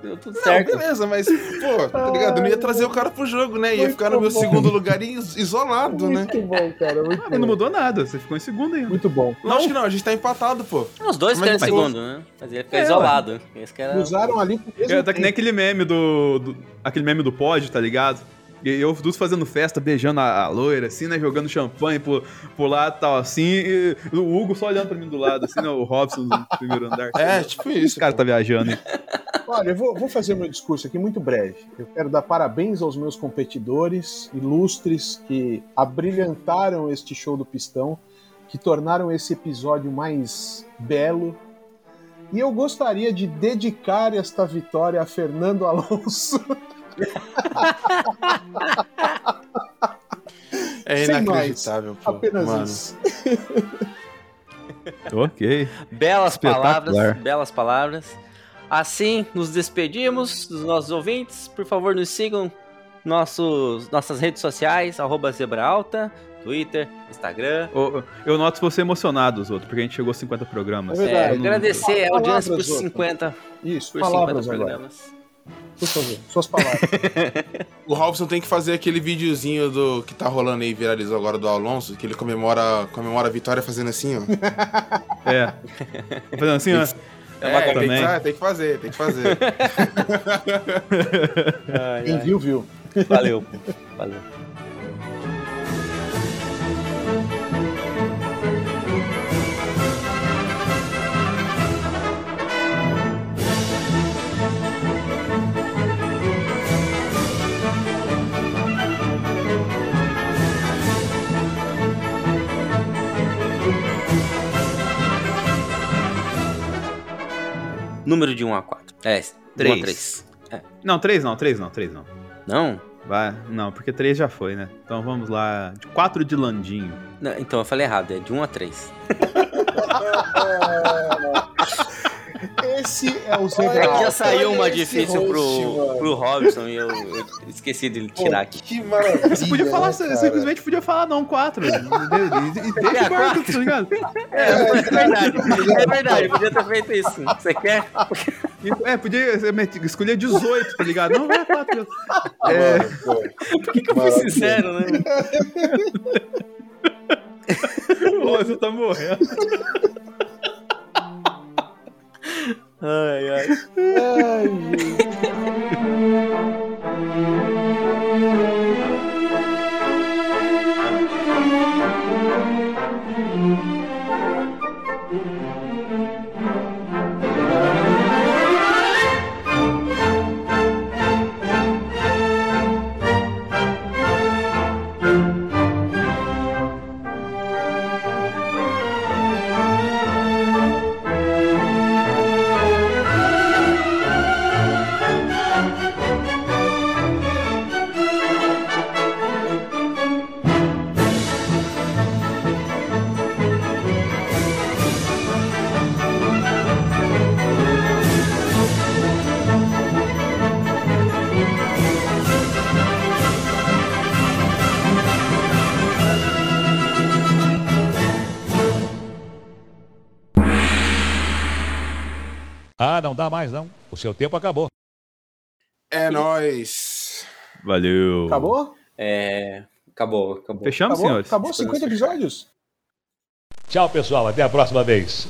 S10: Deu tudo
S4: Não,
S10: certo.
S4: Então, beleza, mas, pô, tá ligado? Eu não ia trazer o cara pro jogo, né? Ia
S2: Muito
S4: ficar no meu
S2: bom.
S4: segundo lugar e is- isolado, né?
S2: Muito bom, cara. Muito
S5: Ah, mas não
S2: bom.
S5: mudou nada, você ficou em segundo ainda.
S2: Muito bom.
S4: Lógico que não, a gente tá empatado, pô.
S1: Os dois
S4: Mas
S1: ficaram em
S4: depois-
S1: segundo, né? Mas ele fica
S5: É,
S1: isolado. Esse cara...
S2: Usaram ali pro mesmo
S5: É, tá que nem
S2: tempo.
S5: aquele meme do, do- Aquele meme do pod, tá ligado? E eu Dudu fazendo festa, beijando a, a loira, assim, né? Jogando champanhe por, por lá tal, assim. E o Hugo só olhando pra mim do lado, assim, né? O Robson no primeiro andar.
S4: É, tipo isso.
S5: Esse cara
S4: pô.
S5: tá viajando, hein?
S2: Olha, eu vou, vou fazer meu discurso aqui muito breve. Eu quero dar parabéns aos meus competidores ilustres que abrilhantaram este show do Pistão, que tornaram esse episódio mais belo. E eu gostaria de dedicar esta vitória a Fernando Alonso.
S4: É
S2: Sem
S4: É inacreditável, pô.
S2: Apenas
S4: Mano.
S2: isso.
S5: ok.
S1: Belas
S5: Espetacular.
S1: palavras, belas palavras. Assim, nos despedimos dos nossos ouvintes. Por favor, nos sigam nossos, nossas redes sociais, arroba Zebra Alta, Twitter, Instagram.
S5: Eu, eu noto você emocionado, os outros, porque a gente chegou a 50 programas.
S2: É verdade.
S1: É, agradecer a audiência por
S2: Palavras, outras.
S1: 50,
S2: Isso,
S1: por 50
S2: palavras agora.
S1: programas.
S2: Por favor, suas palavras.
S4: O Robson tem que fazer aquele videozinho do que tá rolando aí, viralizou agora do Alonso, que ele comemora, comemora a vitória fazendo assim, ó.
S5: É. Fazendo assim, ó.
S4: É, tem, que,
S5: também.
S4: ah, tem que fazer, tem que fazer.
S2: Quem viu, viu.
S1: Valeu. Valeu. Número de 1 a 4. É, 3 a 3.
S5: Não, três não, três não, três não.
S1: Não?
S5: Vai, não, porque três já foi, né? Então vamos lá. De quatro de Landinho.
S1: Não, Então eu falei errado, é de 1 a 3.
S2: Esse é o
S1: É
S2: Zebra.
S1: que já
S2: Alta.
S1: saiu uma
S4: olha esse
S1: difícil
S4: host,
S1: pro,
S4: mano.
S1: pro Robson e eu, eu esqueci de tirar aqui.
S4: Que maravilha.
S5: Você podia falar,
S4: né,
S5: você
S4: cara?
S5: simplesmente podia falar, não, quatro. E, e- e deixa o barco, tá ligado?
S1: É, é verdade. É verdade, podia ter feito isso. Você quer?
S5: E- É, podia você met- escolher 18, tá ligado? Não, vai quatro. É,
S4: Mano, pô.
S1: Por que, que eu fui sincero, né?
S5: pô, você tá morrendo.
S1: Ai, ai.
S2: Ai, gente.
S3: Ah, não dá mais não. O seu tempo acabou.
S4: É nóis.
S5: Valeu.
S2: Acabou?
S1: É. Acabou, acabou.
S5: Fechamos,
S2: Acabou?
S5: senhores?
S2: Acabou 50 episódios?
S3: Tchau, pessoal. Até a próxima vez.